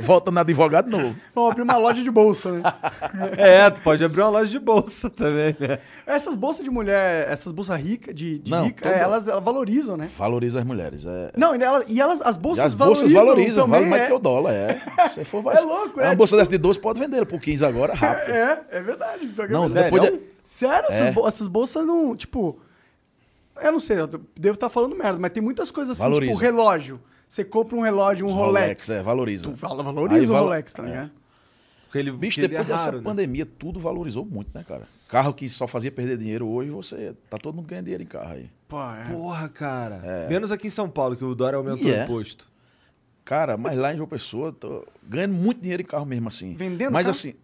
volta na advogado novo. Vamos abrir uma loja de bolsa, né? É, tu pode abrir uma loja de bolsa também, né? Essas bolsas de mulher, essas bolsas ricas, de, de Não, rica, todo- é, elas, elas valorizam, né? Valoriza as mulheres. É... Não, e, ela- e elas, as E bolsas as bolsas valorizam, valorizam, também, vale mais é. que o dólar, é. Se for, vai... É louco, é, Uma bolsa dessa de 12 pode vender por 15 agora, rápido. É, é verdade. pior que é Não, verdade. depois de- Sério, essas, É. bo- essas bolsas não, tipo... Eu não sei, eu devo estar falando merda, mas tem muitas coisas assim, Valoriza. tipo relógio. Você compra um relógio, um Os Rolex. é, valoriza. Tu fala, valoriza Aí É. o valo- Rolex, tá ligado? Porque ele, porque Bicho, ele depois é dessa raro, né? pandemia, tudo valorizou muito, né, cara? Carro que só fazia perder dinheiro hoje, você. Tá todo mundo ganhando dinheiro em carro aí. Pô, é. Porra, cara. Menos aqui em São Paulo, que o dólar aumentou E o é. imposto. Cara, mas lá em João Pessoa, tô ganhando muito dinheiro em carro mesmo assim. Vendendo Mas carro? assim.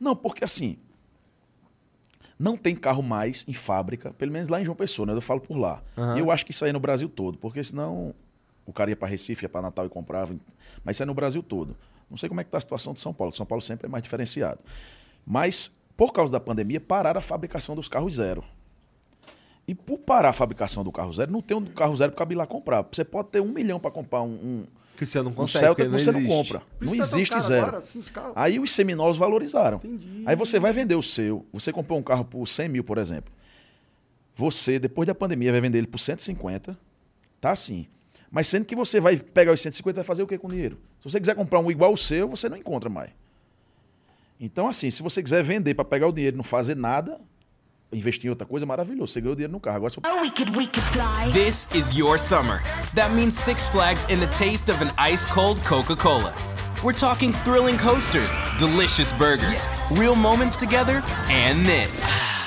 Não, porque assim. Não tem carro mais em fábrica, pelo menos lá em João Pessoa, né? Eu falo por lá. E eu acho que isso aí é no Brasil todo, porque senão o cara ia pra Recife, ia pra Natal e comprava. Mas isso é no Brasil todo. Não sei como é que tá a situação de São Paulo. São Paulo sempre é mais diferenciado. Mas, por causa da pandemia, pararam a fabricação dos carros zero. E por parar a fabricação do carro zero, não tem um carro zero para lá comprar. Você pode ter um milhão para comprar um, um, Que você não um consegue, Celta porque que você não existe. compra. Por Não isso tá tão existe caro zero. agora, assim, os carros. Aí os seminolos valorizaram. Entendi. Aí você vai vender o seu. Você comprou um carro por 100 mil, por exemplo. Você, depois da pandemia, vai vender ele por 150. Tá assim. Mas sendo que você vai pegar os 150 e vai fazer o que com o dinheiro? Se você quiser comprar um igual ao seu, você não encontra mais. Então, assim, se você quiser vender para pegar o dinheiro e não fazer nada, investir em outra coisa, maravilhoso. Você ganhou dinheiro no carro. Agora, se eu Oh, we could, we could fly. This is your summer. That means Six Flags and the taste of an ice cold Coca Cola. We're talking thrilling coasters, delicious burgers, real moments together, and this.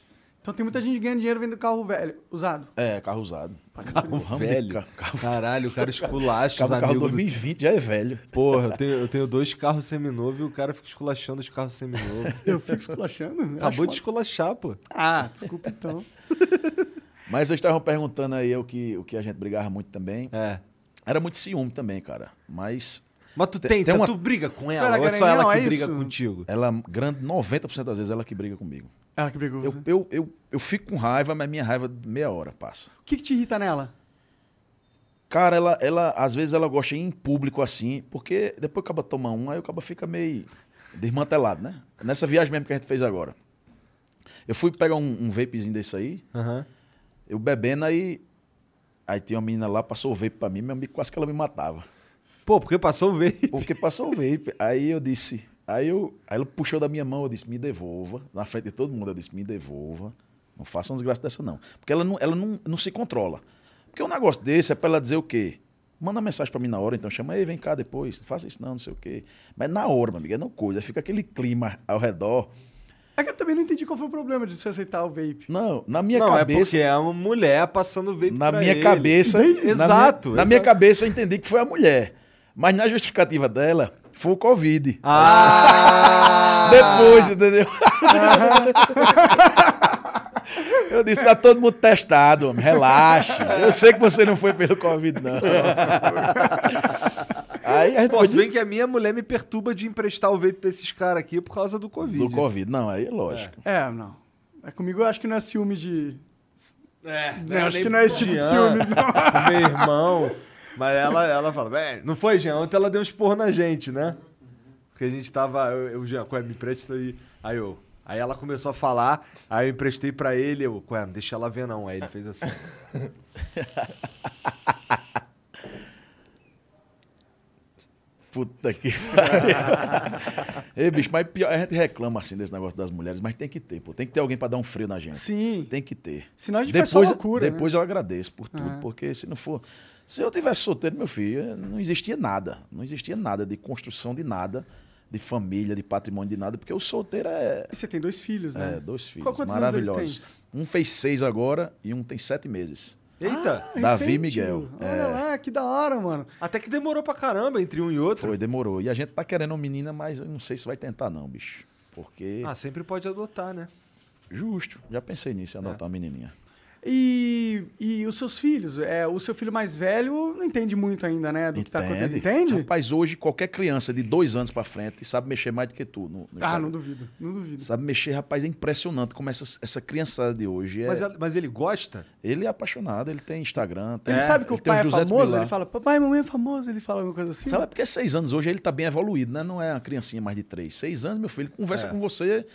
Então tem muita gente ganhando dinheiro vendo carro velho, usado. É, carro usado. Carro Porra, velho. ca- carro- Caralho, o cara esculacha os Acaba o carro amigos. do- 2020, já é velho. Porra, eu tenho, eu tenho dois carros seminovos e o cara fica esculachando os carros seminovos. Eu fico esculachando. eu acho Acabou de uma- esculachar, pô. Ah, desculpa então. Mas vocês estavam perguntando aí o que, o que a gente brigava muito também. É. Era muito ciúme também, cara. Mas Mas tu Tem- tenta, tem uma- tu briga com Pera, ela, ou é só Garanhão, ela que é briga isso? contigo? ela, grande, 90% das vezes, ela que briga comigo. Ela que brigou. Eu, você. eu, eu, eu fico com raiva, mas minha raiva meia hora passa. O que, que te irrita nela? Cara, ela, ela às vezes ela gosta em público assim, porque depois acaba tomando um, aí o acaba fica meio desmantelado, né? Nessa viagem mesmo que a gente fez agora. Eu fui pegar um, um vapezinho desse aí, Aham. eu bebendo aí. Aí tinha uma menina lá, passou o vape pra mim, meu amigo quase que ela me matava. Pô, porque passou um o veio. Porque passou o vape. Aí eu disse. Aí, eu, aí ele puxou da minha mão, eu disse, me devolva. Na frente de todo mundo, eu disse, me devolva. Não faça uma desgraça dessa, não. Porque ela não, ela não, não se controla. Porque um negócio desse é pra ela dizer o quê? Manda uma mensagem pra mim na hora, então chama aí, vem cá depois. Não faça isso, não, não sei o quê. Mas na hora, meu amigo, é não coisa. Fica aquele clima ao redor. É que eu também não entendi qual foi o problema de você aceitar o vape. Não, na minha Não, é cabeça. porque é uma mulher passando o veio Na minha cabeça. na minha- Exato. Na minha, cabeça eu entendi que foi a mulher. Mas na justificativa dela, foi o Covid. Ah! Depois, entendeu? Eu disse, tá todo mundo testado, homem. Relaxa. Eu sei que você não foi pelo Covid, não. Aí a gente Pô, foi se bem que a minha mulher me perturba de emprestar o vape pra esses caras aqui por causa do Covid. do Covid. Não, aí é lógico. É, não. É comigo eu acho que não é ciúme de. É, Não, acho que não é esse tipo de ciúmes, não. Meu irmão. Mas ela, ela fala, velho, não foi, Jean? Ontem ela deu um esporro na gente, né? Porque a gente tava, eu, eu Jean, Coé, me empresta aí. Aí eu, aí ela começou a falar, aí eu emprestei pra ele, eu, Coé, não deixa ela ver não. Aí ele fez assim. Puta que pariu. Ei, bicho, mas pior, a gente reclama assim desse negócio das mulheres, mas tem que ter, pô. Tem que ter alguém pra dar um freio na gente. Sim. Tem que ter. Senão a gente faz depois, só loucura, né? É. Depois eu agradeço por tudo, porque se não for. Se eu tivesse solteiro, meu filho, não existia nada. Não existia nada de construção de nada, de família, de patrimônio, de nada, porque o solteiro é. E você tem dois filhos, né? é, dois filhos Qual- quantos anos eles maravilhosos. têm? Um fez seis agora e um tem sete meses. Eita! Davi e Ah, Recente. Miguel. Olha É. lá, que da hora, mano. Até que demorou pra caramba entre um e outro. Foi, demorou. E a gente tá querendo uma menina, mas eu não sei se vai tentar, não, bicho. Porque. Ah, sempre pode adotar, né? Justo. Já pensei nisso, em adotar uma menininha. E, e os seus filhos? É, o seu filho mais velho não entende muito ainda, né? Do que tá acontecendo. Entende? Rapaz, hoje qualquer criança de dois anos pra frente sabe mexer mais do que tu. No, no ah, Instagram. não duvido, não duvido. Sabe mexer, rapaz, é impressionante como essa, essa criançada de hoje é. Mas, ela- mas ele gosta? Ele é apaixonado, ele tem Instagram. Tem, Ele sabe que o tem pai uns é 200 mil famoso, lá. ele fala, papai, mamãe é famoso, ele fala alguma coisa assim. Sabe, é porque seis anos hoje ele tá bem evoluído, né? Não é uma criancinha mais de três. Seis anos, meu filho, ele É. conversa com você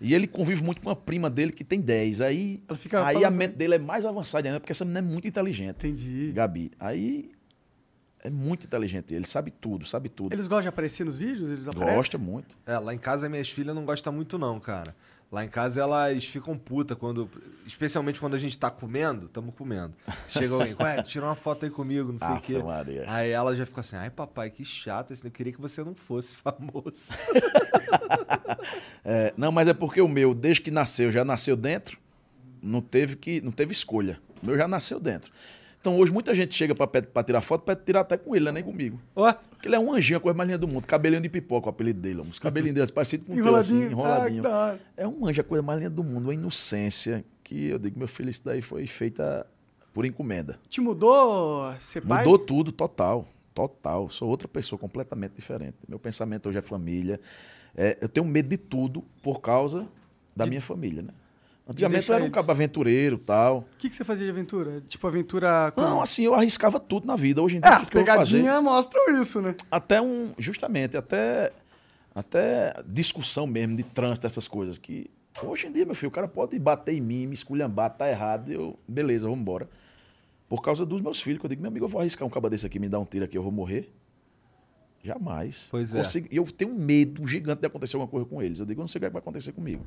e ele convive muito com uma prima dele que tem dez. Aí, Ela fica aí a falando- mente dele é mais avançada ainda, porque essa menina é muito inteligente. Entendi. Gabi. Aí é muito inteligente. Ele sabe tudo, sabe tudo. Eles gostam de aparecer nos vídeos? Eles aparecem? Gosta muito. É, lá em casa minhas filhas não gostam muito, não, cara. Lá em casa elas ficam puta quando. Especialmente quando a gente tá comendo, tamo comendo. Chega alguém, ué, tira uma foto aí comigo, não sei o Ave quê. Maria. Aí ela já fica assim, ai papai, que chato, esse- eu queria que você não fosse famoso. É, não, mas é porque o meu, desde que nasceu, já nasceu dentro, não teve, que, não teve escolha. O meu já nasceu dentro. Então hoje muita gente chega para tirar foto, para tirar até com ele, né? nem comigo. Ó, Porque ele é um anjinho, a coisa mais linda do mundo. Cabelinho de pipoca, o apelido dele. Os cabelinhos dele é parecido com o teu, assim, Enroladinho. Ah, que enroladinho. da hora. é um anjo, a coisa mais linda do mundo. A inocência que eu digo, meu filho, isso daí foi feita por encomenda. Te mudou ser pai? Mudou tudo, total. Total. Sou outra pessoa completamente diferente. Meu pensamento hoje é família. É, eu tenho medo de tudo por causa da minha família, né? Antigamente eu deixar era um eles. cabo aventureiro tal. O que, que você fazia de aventura? Tipo, aventura... com- Não, assim, eu arriscava tudo na vida. Hoje em dia, Ah, o as que que eu vou fazer? pegadinhas mostram isso, né? até um justamente até até discussão mesmo de trânsito essas coisas que hoje em dia meu filho o cara pode bater em mim me esculhambar tá errado eu beleza vamos embora por causa dos meus filhos que eu digo meu amigo eu vou arriscar um caba desse aqui me dar um tiro aqui eu vou morrer jamais Pois é. Consigo- e eu tenho um medo gigante de acontecer alguma coisa com eles eu digo eu não sei o que vai acontecer comigo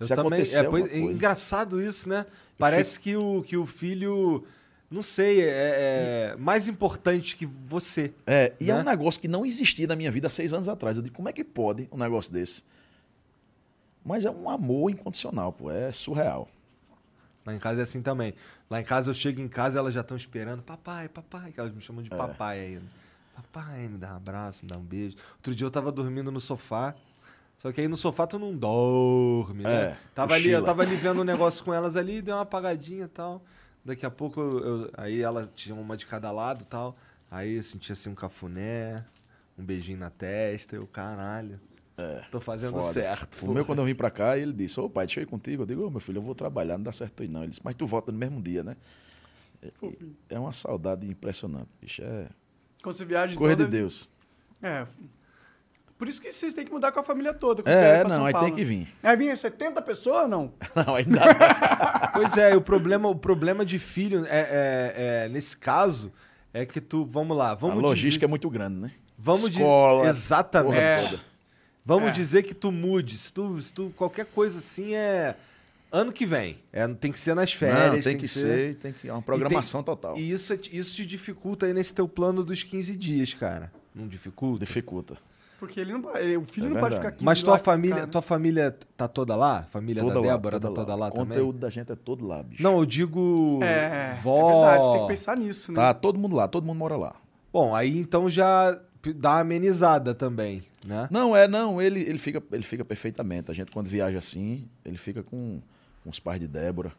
Eu se também. É, acontecer pois- alguma é coisa engraçado isso, né? Parece que, o, que o filho. Não sei, é, é mais importante que você. É, e é né? um negócio que não existia na minha vida há seis anos atrás. Eu digo, como é que pode um negócio desse? Mas é um amor incondicional, pô. É surreal. Lá em casa é assim também. Lá em casa eu chego em casa elas já estão esperando. Papai, papai, que elas me É. chamam de papai ainda. Papai, me dá um abraço, me dá um beijo. Outro dia eu tava dormindo no sofá. Só que aí no sofá tu não dorme, né? É, tava ali, eu cochila. tava ali vendo um negócio com elas ali, deu uma apagadinha e tal. Daqui a pouco eu, eu- aí ela tinha uma de cada lado e tal. Aí eu senti assim um cafuné, um beijinho na testa, eu, caralho. tô fazendo É, Foda. certo. O meu, quando eu vim pra cá, ele disse, ô pai, deixa eu ir contigo. Eu digo, ô meu filho, eu vou trabalhar, não dá certo aí não. Ele disse, mas tu volta no mesmo dia, né? É- É uma saudade impressionante, bicho. É Quando você viaja... coisa de toda- Deus. É. Por isso que vocês têm que mudar com a família toda. quando vierem É, pra São não, aí tem Paulo. né? que vir. Aí vinha 70 pessoas ou não? Não, ainda não. Pois é, e o problema, o problema de filho, é, é- é, nesse caso, é que tu, vamos lá, A vamos logística é dizer, muito grande, né? vamos di- Escola, exatamente. porra toda. Vamos É. dizer que tu mude, se tu, se tu qualquer coisa assim é ano que vem, é, tem que ser nas férias, Não, tem, que ser, tem que... É uma E tem- programação total. E isso, é- isso te dificulta aí nesse teu plano dos 15 dias, cara. Não dificulta? Dificulta. Porque ele não pode- ele- o filho É não pode verdade. ficar aqui. Mas de tua lá, família, cara. tua família tá toda lá? Família da Débora tá toda lá, O também? conteúdo da gente é todo lá, bicho. Não, eu digo É, vó. é verdade, você tem que pensar nisso, né? Tá todo mundo lá, todo mundo mora lá. Bom, aí então já p- dá uma amenizada também, né? Não, é, não, ele, ele, fica, ele fica perfeitamente. A gente, quando viaja assim, ele fica com, com os pais de Débora,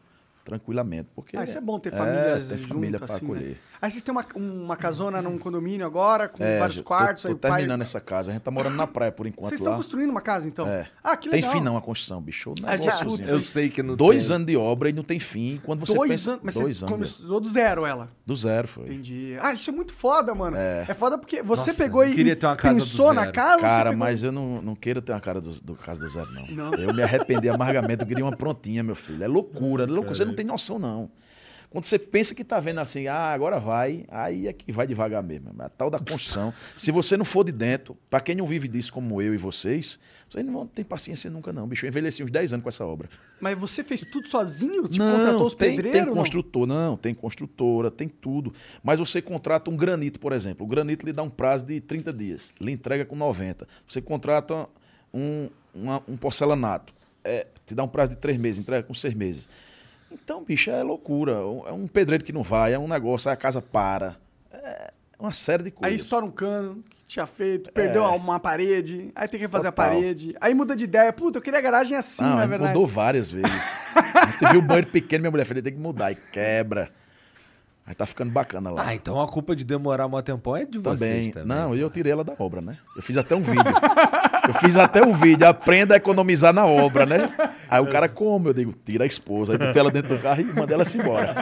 tranquilamente. Porque Ah, isso é bom ter família ter junto, família pra assim, acolher. né? Aí vocês têm uma, uma casona num condomínio agora, com É, vários tô- quartos. Tô, aí o pai- terminando essa casa. A gente tá morando na praia por enquanto Vocês lá. estão construindo uma casa, então? É. Ah, que legal. Tem fim não a construção, bicho. Um Ah, já, negóciozinho. putz, Eu sei que não Dois tem. anos de obra e não tem fim. Quando você dois pensa, anos. Mas dois você anos. começou do zero ela. Do zero, foi. Entendi. Ah, isso é muito foda, mano. É, foda porque você Nossa, pegou eu e queria ter uma casa do pensou na zero. casa. você Cara, pegou- mas eu não, não quero ter uma cara do, do caso do zero, não. Não? Eu me arrependi amargamente, eu queria uma prontinha, meu filho. É loucura, é loucura. Você não tem noção, não. Quando você pensa que tá vendo assim, ah, agora vai, aí é que vai devagar mesmo. A tal da construção. Se você não for de dentro, para quem não vive disso como eu e vocês, vocês não vão ter paciência nunca, não, bicho. Eu envelheci uns 10 anos com essa obra. Mas você fez tudo sozinho? Tipo, contratou os tem, pedreiros? Tem não? construtor, não? tem construtora, tem tudo. Mas você contrata um granito, por exemplo. O granito lhe dá um prazo de 30 dias, lhe entrega com 90. Você contrata um, uma- um porcelanato, é, te dá um prazo de 3 meses, entrega com 6 meses. Então, bicho, é loucura. É um pedreiro que não vai, é um negócio, aí a casa para. É uma série de coisas. Ah, Aí estoura um cano que tinha feito, perdeu uma parede, aí tem que fazer a É. Total. parede, aí muda de ideia. Puta, eu queria a garagem assim, Não, na ele verdade. mudou várias vezes. Teve um banheiro pequeno, minha mulher falou, tem que mudar. E quebra. Aí tá ficando bacana lá. Ah, então a culpa de demorar um tempão é de vocês Também. também. Não, eu tirei ela da obra, né? Eu fiz até um vídeo. Eu fiz até um vídeo. Aprenda a economizar na obra, né? Aí o cara, como? Eu digo, tira a esposa. Aí botei ela dentro do carro e manda ela se embora.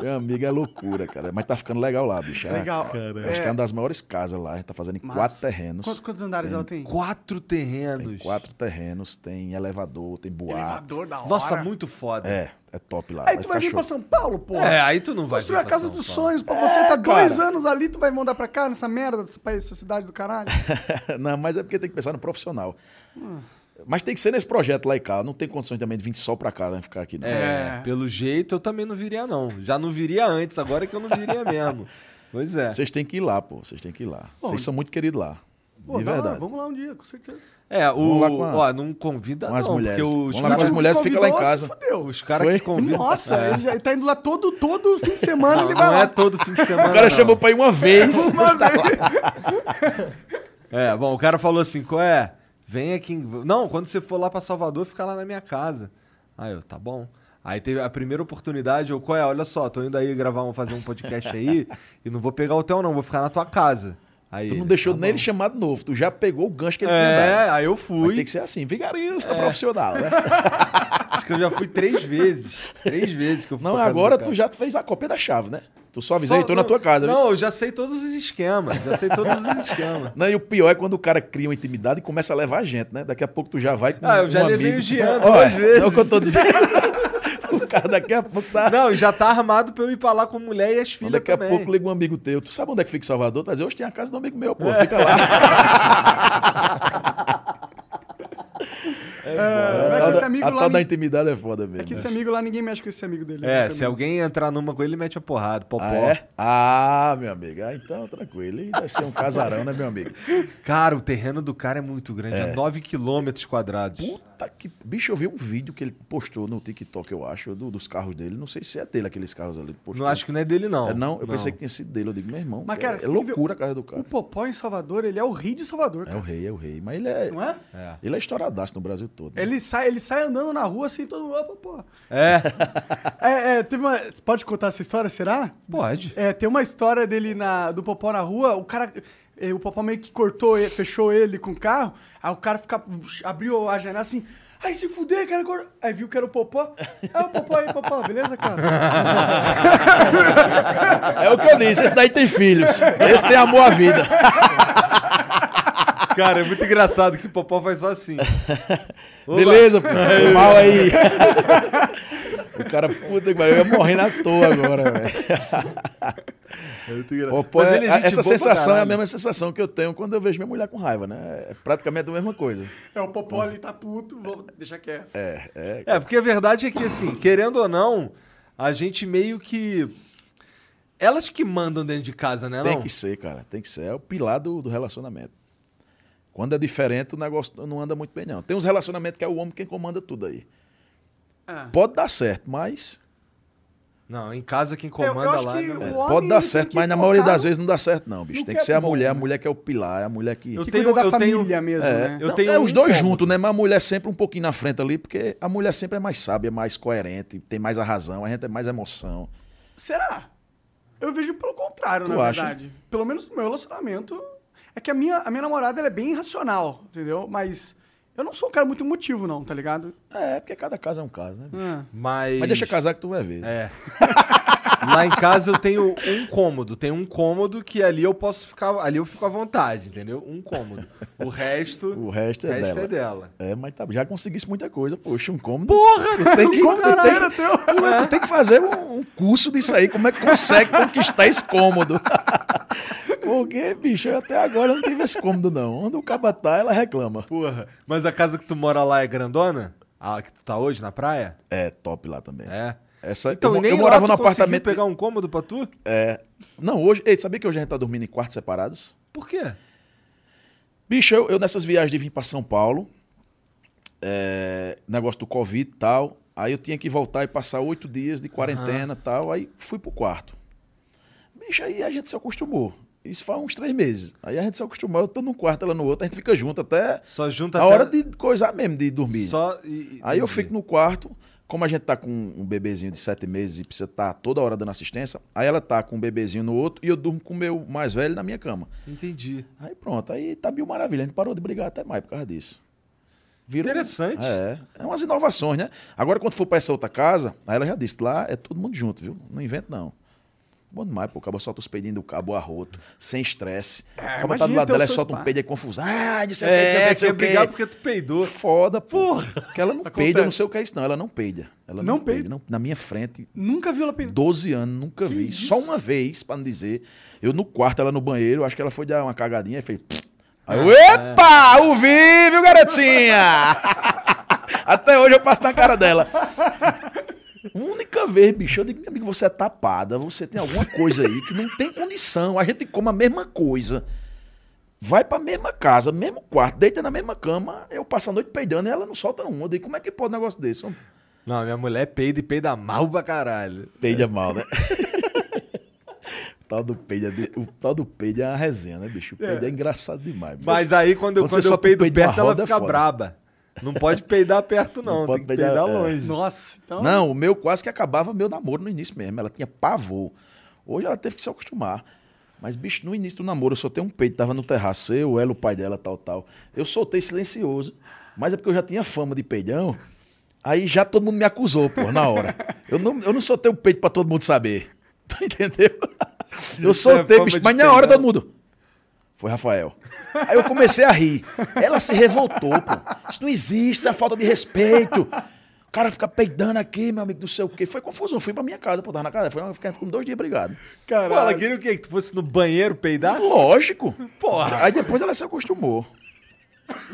Meu amigo, é loucura, cara. Mas tá ficando legal lá, bicho. É- Legal. Acho que é É, uma das maiores casas lá. A gente tá fazendo em mas- quatro terrenos. Quantos, quantos andares É. ela tem? Quatro Tem terrenos. quatro terrenos, tem elevador, tem boate. Elevador da hora. Nossa, muito foda. É, é top lá. Aí tu vai vir ficar pra show. São É, Paulo, porra. É, aí tu não vai Construir vir a pra casa São dos Paulo. sonhos pra você. Tá dois cara. anos ali, tu vai mandar pra cá, nessa merda, desse país, essa cidade do caralho. Não, mas é porque tem que pensar no profissional. Mas tem que ser nesse projeto lá e cá. Não tem condições também de vir só pra cá, né? Ficar aqui. Não. É, pelo jeito eu também não viria, não. Já não viria antes, agora é que eu não viria mesmo. Pois é. Vocês têm que ir lá, pô. Vocês têm que ir lá. Vocês são muito queridos lá. Pô, de vai lá, verdade. vamos lá um dia, com certeza. É, o. lá com a- Ó, não convida com as não, mulheres. porque os Vamos lá com as caras Ele mulheres, fica lá em convidou, casa. se fudeu. os cara que Foi? convidam. Nossa, ele, já, ele tá indo lá todo, todo fim de semana, ele vai Não lá. é todo fim de semana. O cara não. chamou pra ir uma vez. Uma vez. É, bom, o cara falou assim: qual é? Vem aqui. em- Não, quando você for lá pra Salvador, fica lá na minha casa. Aí eu, tá bom. Aí teve a primeira oportunidade, eu, qual é? Olha só, tô indo aí gravar um, fazer um podcast aí e não vou pegar o hotel, não, vou ficar na tua casa. Aí tu não ele, deixou tá nem bom. ele chamar de novo. Tu já pegou o gancho que ele tinha dado. É, aí eu Mas fui. Tem que ser assim, vigarista, profissional, né? Acho que eu já fui três vezes. Três vezes que eu fui Não, pra casa agora do tu cara. já fez a cópia da chave, né? Tu só Só- avisei, tô na não, tua casa. viu? Não, eu já sei todos os esquemas. Já sei todos os esquemas. Não, e o pior é quando o cara cria uma intimidade e começa a levar a gente, né? Daqui a pouco tu já vai com Ah, eu já um levei amigo. o Jean Ó, duas vezes. É o que eu tô dizendo. o cara daqui a pouco tá... Não, e já tá armado pra eu ir pra lá com mulher e as filhas daqui também. a pouco liga um amigo teu. Tu sabe onde é que fica em Salvador? Tu vai dizer, hoje tem a casa do amigo meu, pô. É. Fica lá. É, Vai é que a esse tal amigo da- a lá. tal da ni- intimidade é foda mesmo. É que né? esse amigo lá ninguém mexe com esse amigo dele. né, É, Nunca se mexe. alguém entrar numa com ele, mete a porrada. Popó. Ah, é? Ah, meu amigo. Ah, então, tranquilo. Ele deve ser um casarão, né, meu amigo? Cara, o terreno do cara é muito grande. É, 9 quilômetros quadrados. Puta que... Bicho, eu vi um vídeo que ele postou no TikTok, eu acho, do- dos carros dele. Não sei se é dele aqueles carros ali. que Postou. Não acho que não é dele, não. É, não, eu pensei que tinha sido dele. Eu digo, meu irmão, Mas, cara, é, você é tem que ver- loucura a casa do cara. O Popó em Salvador, ele é o rei de Salvador, É cara. o rei, é o rei. Mas ele é. Não é? Ele é estouradaço no Brasil todo. né? Ele sai, ele sai andando na rua assim, todo mundo. Opa, pô. É, É, é, teve uma. Você pode contar essa história, será? pode. É, tem uma história dele na, do Popó na rua, o cara. eh, O Popó meio que cortou, ele, fechou ele com o carro, aí o cara fica, abriu a janela assim. Aí se fuder, cara. agora-" Aí viu que era o Popó. Aí o Popó aí, Popó, beleza, cara? É o que eu disse, esse daí tem filhos. Esse tem amor à vida. Cara, é muito engraçado que o Popó faz só assim. Beleza, pô. Foi Mal aí. O cara, puta que pariu, eu ia morrer na toa agora, velho. É muito engra- Pô, pô, Mas ele é- é gente essa boa pra sensação é a caralho. mesma sensação que eu tenho quando eu vejo minha mulher com raiva, né? É praticamente a mesma coisa. É, o Popó ali tá puto, vou deixar quieto. É, porque a verdade é que, assim, querendo ou não, a gente meio que. Elas que mandam dentro de casa, né? Tem não? que ser, cara. Tem que ser. É o pilar do, do relacionamento. Quando é diferente, o negócio não anda muito bem, não. Tem uns relacionamentos que é o homem quem comanda tudo aí. Ah. Pode dar certo, mas é, Não, em casa quem eu comanda acho lá. que né, o mano? homem, Pode ele tem dar certo, que mas na focar maioria no- das vezes não dá certo, não, bicho. no Tem que que é ser a bom, mulher, a né? mulher que é o pilar, a mulher que. Eu Que tenho- cuida da eu tenho- família mesmo, né? eu Não, tenho é os um dois cômodo. juntos, né? Mas a mulher sempre um pouquinho na frente ali, porque a mulher sempre é mais sábia, mais coerente, tem mais a razão, a gente é mais emoção. Será? Eu vejo pelo contrário, Tu na acha? verdade. Pelo menos no meu relacionamento. É que a minha, a minha namorada ela é bem irracional, entendeu? Mas eu não sou um cara muito emotivo, não, tá ligado? É, porque cada caso é um caso, né? bicho? Ah. Mas. Mas deixa casar que tu vai ver. É. Lá em casa eu tenho um cômodo. Tem um cômodo que ali eu posso ficar. Ali eu fico à vontade, entendeu? Um cômodo. O resto. O resto é dela. é dela. É, mas tá, já conseguisse muita coisa, poxa, um cômodo. Porra, tu tem que. Como tu Caralho, tem, que- Ué, tu tem que fazer um, um curso disso aí, como é que consegue conquistar esse cômodo? Porque, bicho, eu até agora não tive esse cômodo, não. Onde o caba tá, ela reclama. Porra. Mas a casa que tu mora lá é grandona? A que tu tá hoje na praia? É top lá também. É. Essa, Então, eu, e mo- nem eu lá morava tu num conseguiu apartamento. pegar um cômodo pra tu? É. Não, hoje. Ei, sabia que hoje a gente tá dormindo em quartos separados? Por quê? Bicho, eu, eu nessas viagens de vir pra São Paulo, é, negócio do Covid e tal, aí eu tinha que voltar e passar oito dias de quarentena e tal, aí fui pro quarto. Bicho, aí a gente se acostumou. Isso faz uns três meses. Aí a gente se acostumou, eu tô num quarto, ela no outro, a gente fica junto até Só junta a até- hora de coisar mesmo, de dormir. Só. e- e- Aí eu entendi. fico no quarto, como a gente tá com um bebezinho de sete meses e precisa estar toda hora dando assistência, aí ela tá com um bebezinho no outro e eu durmo com o meu mais velho na minha cama. Entendi. Aí pronto, aí tá mil maravilha. A gente parou de brigar até mais por causa disso. Virou- Interessante. É, é umas inovações, né? Agora, quando for pra essa outra casa, aí ela já disse, lá é todo mundo junto, viu? Não invento, não. Bom demais, pô. Acabou solta os peidinhos do cabo arroto, sem estresse. Acaba tá do imagina lado ter os dela, é seus solta um pais. peido, é confusão. Ah, não sei o que, não sei o que, É, não quer sei o que. brigar porque tu peidou. Foda, porra. Porque ela não peida, eu não Acontece. sei o que é isso, não. Ela não peida. Ela Não não, peida. peida? não. Na minha frente, Nunca vi ela peidar. 12 anos, nunca vi. Só uma vez, pra não dizer. Eu no quarto, ela no banheiro, acho que ela foi dar uma cagadinha e fez. "Pff". Aí eu, epa! Ouvi, viu, garotinha? Até hoje eu passo na cara dela. Única vez, bicho, eu digo, meu amigo, você é tapada, você tem alguma coisa aí que não tem condição. A gente come a mesma coisa. Vai pra mesma casa, mesmo quarto, deita na mesma cama, eu passo a noite peidando e ela não solta uma. Eu digo, como é que pode um negócio desse? homem? Não, minha mulher peida e peida mal pra caralho. Peida mal, né? o, tal do peido é de- o tal do peido é uma resenha, né, bicho? O peido é, engraçado demais. bicho. Mas aí quando, eu- Quando quando você eu solta um peido peido na perto, ela roda, é fica foda. braba. Não pode peidar perto, não. Tem Não pode que peidar, peidar é. longe. Nossa, então. Não, o meu quase que acabava meu namoro no início mesmo. Ela tinha pavor. Hoje ela teve que se acostumar. Mas, bicho, no início do namoro eu soltei um peito. Tava no terraço, eu, ela, o pai dela, tal, tal. Eu soltei silencioso. Mas é porque eu já tinha fama de peidão. Aí já todo mundo me acusou, pô, na hora. Eu não, eu não soltei o peito pra todo mundo saber. Tu entendeu? Isso Eu é soltei, fama bicho, de mas na hora peidão. todo mundo. Foi Rafael. Aí eu comecei a rir. Ela se revoltou, pô. Isso não existe, isso é falta de respeito. O cara fica peidando aqui, meu amigo, não sei o quê. Foi confusão. Fui pra minha casa, pô, tava na casa. Foi, ficamos dois dias brigados. Pô, ela Caralho. queria o quê? Que tu fosse no banheiro peidar? Lógico. Porra. Aí depois ela se acostumou.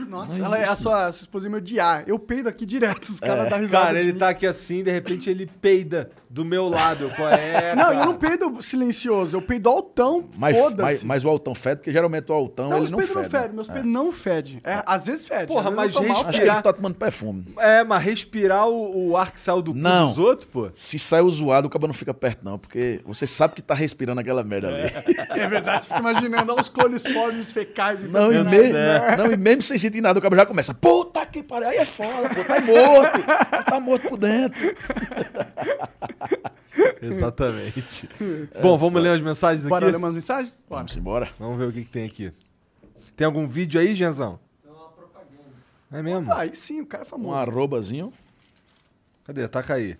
Nossa, ela é a sua, a sua esposa me odiar. Eu peido aqui direto, É, os caras dão risada. Cara, de ele mim. tá aqui assim, de repente ele peida do meu lado. Eu, Qual é, Não, cara? eu não peido silencioso, eu peido altão, tá- Mas, mas, foda-se. mas o Altão fede, porque geralmente o Altão, Não, meus ele não peidos fede. não fedem, né? meus É. peidos não fedem. É, às vezes fede. Porra, às vezes eu mas tô mal, Acho respirar- que ele tá tomando perfume. É, mas respirar o, o ar que saiu do cu Não. dos outros, pô. Se saiu zoado, o cabo não fica perto, não, porque você sabe que tá respirando aquela merda ali. É verdade, você fica imaginando olha os coliformes fecais. e Não, tudo, e né? mesmo, é. não, e mesmo sem sentir nada, o cabo já começa. Puta que pariu, aí é foda, pô, tá morto. tá morto por dentro. Exatamente. É Bom, vamos ler as mensagens aqui? Bora ler umas mensagens? Bora. Vamos embora. Vamos ver o que, que tem aqui. Tem algum vídeo aí, Genzão? É mesmo? Ah, aí sim, o cara é Um famoso. arrobazinho. Cadê? Taca aí.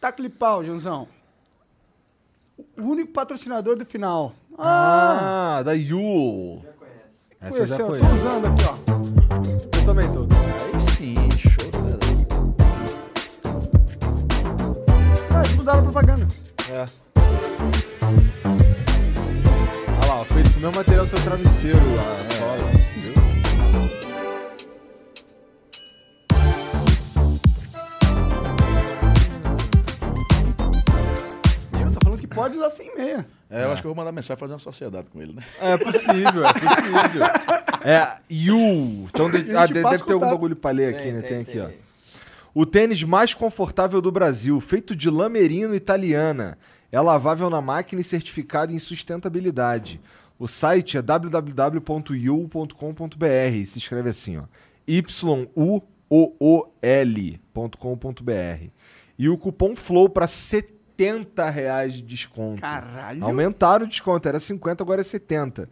Tá clipau, Janzão. O único patrocinador do final. Ah, da Yule. Essa eu já Ah, Conheceu? conheço. Tô usando aqui, ó. Eu também tô. Aí sim, show. cara. Ah, eles mudaram a propaganda. Tá É. Olha lá, ó, feito com o mesmo material do teu travesseiro, a sola. Viu? Meu, tá falando que pode usar sem meia. É, Ah. eu acho que eu vou mandar mensagem fazer uma sociedade com ele, né? É possível, é possível. É, Yule. Então de- gente ah, de- deve passa ter algum contato. bagulho pra ler aqui, né? Tem, aqui, ó. O tênis mais confortável do Brasil, feito de lamerino italiana. É lavável na máquina e certificado em sustentabilidade. O site é www.yule.com.br e se escreve assim, ó. Y-U-O-O-L.com.br. E o cupom FLOW para 70 reais de desconto. Caralho. Aumentaram o desconto, era 50, agora é 70.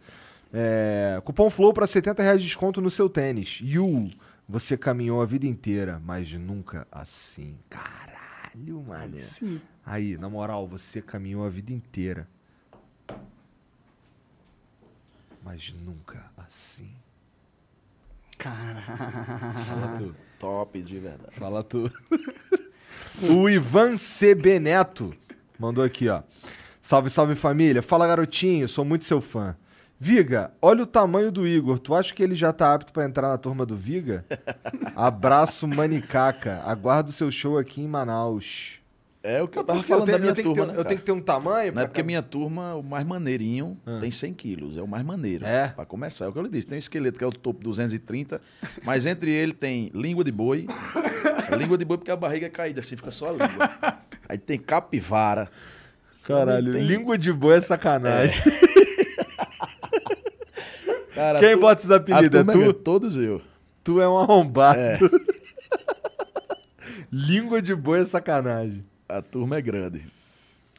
É, cupom FLOW para 70 reais de desconto no seu tênis. You. Você caminhou a vida inteira, mas nunca assim. Caralho, mané. Sim. Aí, na moral, você caminhou a vida inteira. Mas nunca assim. Top de verdade. Fala tu. o Ivan CB Neto mandou aqui, ó. Salve, salve família. Fala garotinho, sou muito seu fã. Viga, olha o tamanho do Igor. Tu acha que ele já tá apto pra entrar na turma do Viga? Abraço, manicaca. Aguardo o seu show aqui em Manaus. É o que eu tava Porque eu falando tenho- da minha eu tenho que turma, ter- né, Eu cara? tenho que ter um tamanho? Não é pra Ah. porque minha turma, o mais maneirinho, tem 100 quilos. É o mais maneiro. É? Pra começar, é o que eu lhe disse. Tem um esqueleto que é o topo 230, mas entre ele tem língua de boi. língua de boi porque a barriga é caída, assim fica só a língua. Aí tem capivara. Caralho, Tem- língua de boi é sacanagem. Cara, Quem tu- bota esses a apelidos? É turma é minha, tu? Todos eu. Tu é um arrombado. língua de boi é sacanagem. A turma é grande.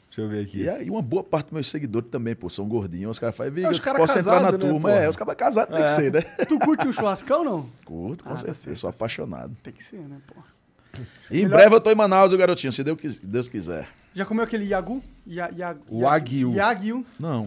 Deixa eu ver aqui. E é? aí, uma boa parte dos meus seguidores também, pô, são gordinhos. Os caras fazem, "Viga, É, os tu cara posso entrar na casado, né, turma. porra? É, os caras casados tem que ser, né? Tu curte um churrascão, não? Curto, com Ah, tá certeza. certo, Sou tá apaixonado. Tem que ser, né, pô? E em breve eu tô em Manaus, viu, garotinho, se Deus quis- Deus quiser. Já comeu aquele Yagu? Ya, ya, O ya- Wagyu. Yagyu. Não.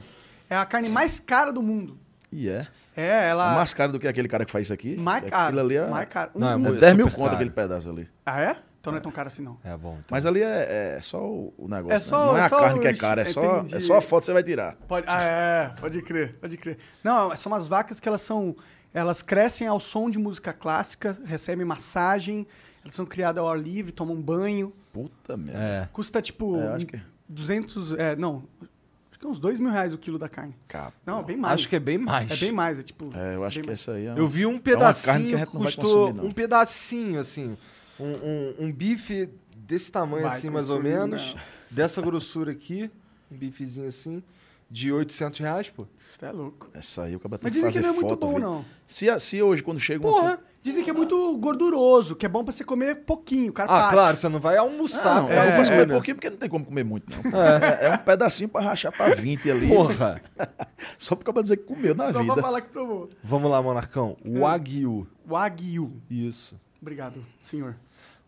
É a carne mais cara do mundo. E é. É, ela... É mais caro do que aquele cara que faz isso aqui? Mais Aquilo caro. ali é, Mais caro. Um- Não, é é um- muito- 10 mil super conto caro. aquele pedaço ali. Ah, é? Então não é tão caro assim, não. É bom. Tá. Mas ali é, é só o o negócio. É né? só- Não é é a só carne que é os- cara, é só, entendi. é só a foto que você vai tirar. Pode, ah, é, pode crer, pode crer. Não, são umas vacas que elas são. Elas crescem ao som de música clássica, recebem massagem, elas são criadas ao ar livre, tomam banho. Puta merda. Custa tipo. É, eu acho que- 200. É, não. Acho que é uns 2 mil reais o quilo da carne. Capa. Não, bem mais. Acho que é bem mais. É bem mais, é tipo. É, eu acho bem que mais. essa aí é. um- Eu vi um carne que pedacinho a gente não vai custou consumir, não. um pedacinho, assim. Um, um- um bife desse tamanho, Vai assim, mais ou consumir, menos. Dessa grossura aqui. Um bifezinho assim. De 800 reais, pô. Isso é louco. Essa aí o cara tem Mas que dizem que fazer não é muito foto, bom, vídeo. não. Se, a- se hoje, quando chega uma. Porra! Dizem que é muito gorduroso, que é bom pra você comer pouquinho. O cara Ah, para. claro, você não vai almoçar. Não, pô. é. eu posso comer né? pouquinho é, porque não tem como comer muito, não. É, é um pedacinho pra rachar pra 20 ali. Porra! Só pra dizer que comeu na Só pra vida. falar que provou. Vamos lá, Monarcão. Hum. Wagyu. Wagyu. Isso. Obrigado, senhor.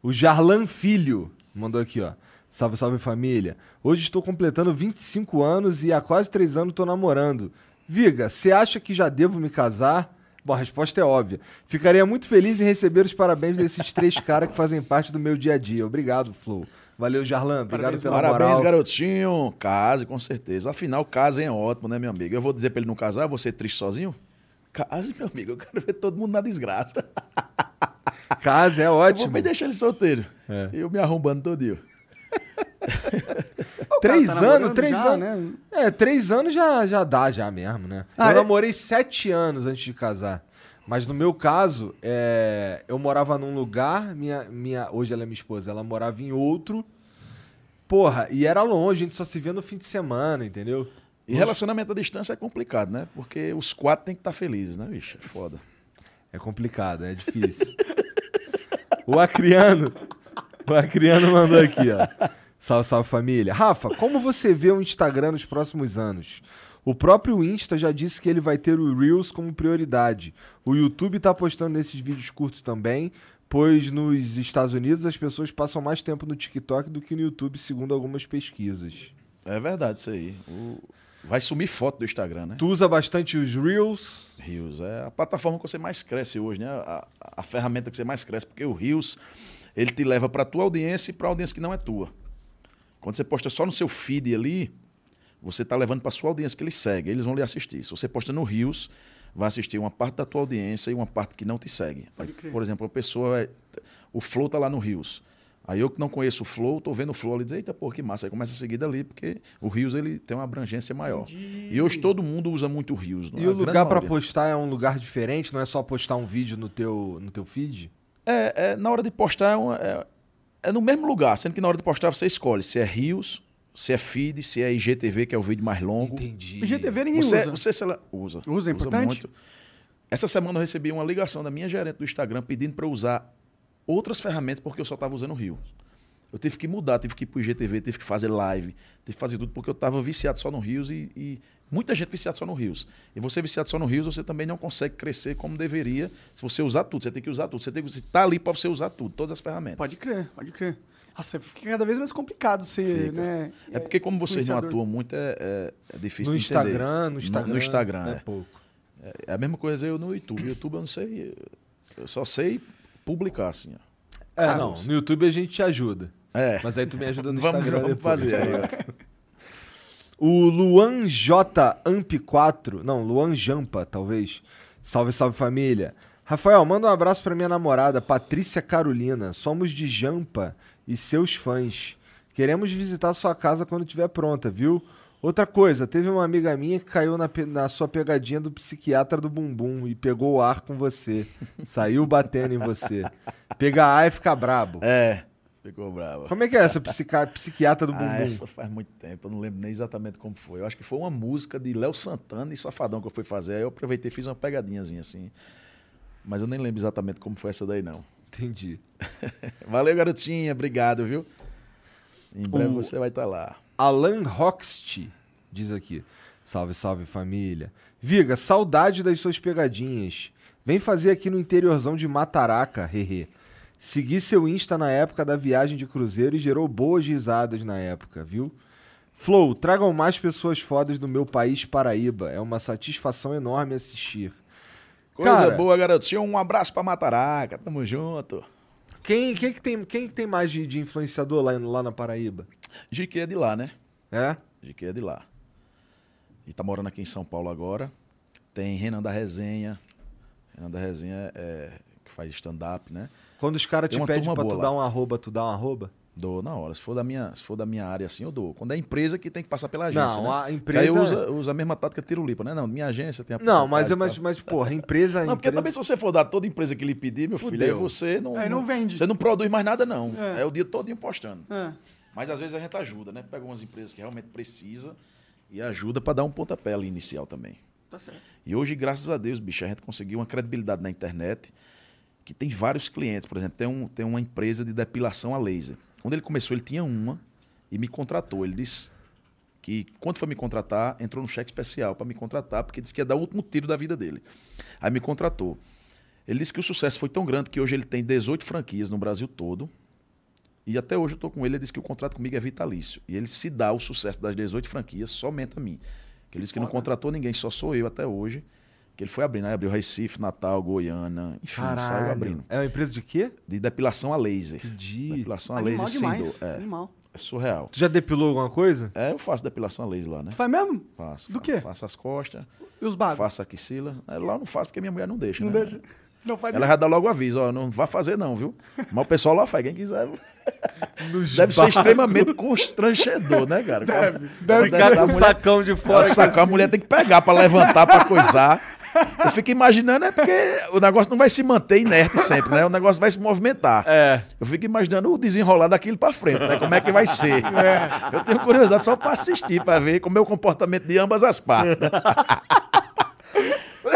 O Jarlan Filho mandou aqui, ó. Salve, salve família. Hoje estou completando 25 anos e há quase 3 anos estou namorando. Viga, você acha que já devo me casar? Bom, a resposta é óbvia. Ficaria muito feliz em receber os parabéns desses três caras que fazem parte do meu dia a dia. Obrigado, Flow. Valeu, Jarlan. Obrigado Parabéns, pela Parabéns, moral. garotinho. Case, com certeza. Afinal, case é ótimo, né, meu amigo? Eu vou dizer pra ele não casar, você triste sozinho? Case, meu amigo. Eu quero ver todo mundo na desgraça. Casa é Eu vou ótimo. É. bem deixar ele solteiro. E eu me arrombando todinho. Três tá anos, namorando três já, anos. né? É, três anos já, já dá, já mesmo, né? Ah, eu é? namorei sete anos antes de casar. Mas no meu caso, é, eu morava num lugar, minha, minha, hoje ela é minha esposa, ela morava em outro. Porra, e era longe, a gente só se via no fim de semana, entendeu? E relacionamento à distância é complicado, né? Porque os quatro têm que estar felizes, né, bicho? É foda. É complicado, é difícil. o Acriano. O Acriano mandou aqui, ó. Salve, salve família. Rafa, como você vê o Instagram nos próximos anos? O próprio Insta já disse que ele vai ter o Reels como prioridade. O YouTube tá postando esses vídeos curtos também, pois nos Estados Unidos as pessoas passam mais tempo no TikTok do que no YouTube, segundo algumas pesquisas. É verdade isso aí. O- Vai sumir foto do Instagram, né? Tu usa bastante os Reels? Rios é a plataforma que você mais cresce hoje, né? A, a- a ferramenta que você mais cresce, porque o Rios ele te leva para tua audiência e para audiência que não é tua. Quando você posta só no seu feed ali, você está levando para sua audiência que eles seguem, eles vão lhe assistir. Se você posta no Rios, vai assistir uma parte da tua audiência e uma parte que não te segue. Aí, crer. por exemplo, a pessoa vai- o Flow tá lá no Rios. Aí eu que não conheço o Flow, tô vendo o Flow ali e diz, eita, pô, que massa. Aí começa a seguir dali, porque o Rios ele tem uma abrangência maior. E hoje todo mundo usa muito o Rios. é? E o lugar pra postar é um lugar diferente? Não é só postar um vídeo no teu, no teu feed? É, é, na hora de postar é, uma- é- é no mesmo lugar, sendo que na hora de postar você escolhe se é Rios, se é Feed, se é IGTV, que é o vídeo mais longo. Entendi. O GTV ninguém Você, usa. você sei lá, usa. Usa, é importante. Essa semana eu recebi uma ligação da minha gerente do Instagram pedindo para usar outras ferramentas porque eu só estava usando o Rio. Eu tive que mudar, tive que ir pro IGTV, tive que fazer live, tive que fazer tudo, porque eu tava viciado só no Rios e, e muita gente viciada só no Rios. E você viciado só no Rios, você também não consegue crescer como deveria se você usar tudo. Você tem que usar tudo. Você tem que estar ali pra você usar tudo, todas as ferramentas. Pode crer, pode crer. Nossa, é, fica cada vez mais complicado ser, né? É porque como vocês não influenciador. atuam muito, é, é- é difícil No de entender. Instagram, no Instagram. No Instagram, é é. pouco. É a mesma coisa eu no YouTube. No YouTube eu não sei. Eu só sei publicar, assim. ó. É, não, no YouTube a gente te ajuda. É. Mas aí tu me ajuda no Vamos, Instagram vamos depois. fazer. aí, ó. O Luan J Amp 4, não, Luan Jampa, talvez. Salve, salve família. Rafael, manda um abraço pra minha namorada, Patrícia Carolina. Somos de Jampa e seus fãs. Queremos visitar sua casa quando estiver pronta, viu? Outra coisa, teve uma amiga minha que caiu na, pe- na sua pegadinha do psiquiatra do bumbum e pegou o ar com você. Saiu batendo em você. Pega ar e fica brabo. É. Ficou brava. Como é que é essa psica- psiquiatra do bumbum? Ah, essa faz muito tempo, eu não lembro nem exatamente como foi. Eu acho que foi uma música de Léo Santana e Safadão que eu fui fazer. Aí eu aproveitei e fiz uma pegadinhazinha assim. Mas eu nem lembro exatamente como foi essa daí, não. Entendi. Valeu, garotinha. Obrigado, viu? Em breve O- você vai estar lá. Alan Roxt diz aqui: Salve, salve família. Viga, saudade das suas pegadinhas. Vem fazer aqui no interiorzão de Mataraca, hehe. Segui seu Insta na época da viagem de cruzeiro e gerou boas risadas na época, viu? Flow, tragam mais pessoas fodas do meu país, Paraíba. É uma satisfação enorme assistir. Coisa Cara- boa, garotinha. Um abraço pra Mataraca. Tamo junto. Quem, quem, que, tem, quem que tem mais de, de influenciador lá, lá na Paraíba? GQ é de lá, né? É? GQ é de lá. E tá morando aqui em São Paulo agora. Tem Renan da Resenha. Renan da Resenha é, que faz stand-up, né? Quando os caras Tem te uma pedem turma pra tu boa dar lá. um arroba, tu dá um arroba? Dou na hora. Se for da minha, se for da minha área assim, eu dou. Quando é empresa que tem que passar pela agência. Não, né? a Que Aí empresa- é- usa, usa a mesma tática tiro-lipa, né? Não, minha agência tem a Não, mas, porcentagem, mas, tá? mas porra, empresa, Não, porque tá empresa... também se você for dar toda empresa que lhe pedir, meu filho, aí Fudeu. você não. Aí É, não vende. Você não produz mais nada, não. É. É, o dia todo postando. É. Mas às vezes a gente ajuda, né? Pega umas empresas que realmente precisa e ajuda pra dar um pontapé ali inicial também. Tá certo. E hoje, graças a Deus, bicho, a gente conseguiu uma credibilidade na internet que tem vários clientes. Por exemplo, tem, um, tem uma empresa de depilação a laser. Quando ele começou, ele tinha uma e me contratou. Ele disse que, quando foi me contratar, entrou num cheque especial para me contratar, porque disse que ia dar o último tiro da vida dele. Aí me contratou. Ele disse que o sucesso foi tão grande que hoje ele tem 18 franquias no Brasil todo. E até hoje eu tô com ele, ele disse que o contrato comigo é vitalício. E ele se dá o sucesso das 18 franquias somente a mim. Que ele disse que não contratou ninguém, só sou eu até hoje. Que ele foi abrindo, aí abriu Recife, Natal, Goiânia, enfim, saiu abrindo. É uma empresa de quê? De depilação a laser. Entendi. Depilação a uh, Animal laser sem demais. dor. É, Animal. é surreal. Tu já depilou alguma coisa? É, eu faço depilação a laser lá, né? Vai mesmo? Faço. Do cara. quê? Faço as costas, E os bagos? faço a axila. É, Lá eu não faço porque minha mulher não deixa, Não né? deixa. Se não faz Ela já dá logo aviso, ó, não vai fazer não, viu? Mas o pessoal lá faz, quem quiser. Deve ser extremamente constrangedor, né, cara? Deve, O cara com um sacão de fora. Fora sacar, a mulher tem que pegar pra levantar, pra coisar. Eu fico imaginando, é porque o negócio não vai se manter inerte sempre, né? O negócio vai se movimentar. É. Eu fico imaginando o desenrolar daquilo pra frente, né? Como é que vai ser. É. Eu tenho curiosidade só pra assistir, pra ver como é o comportamento de ambas as partes. Né? Por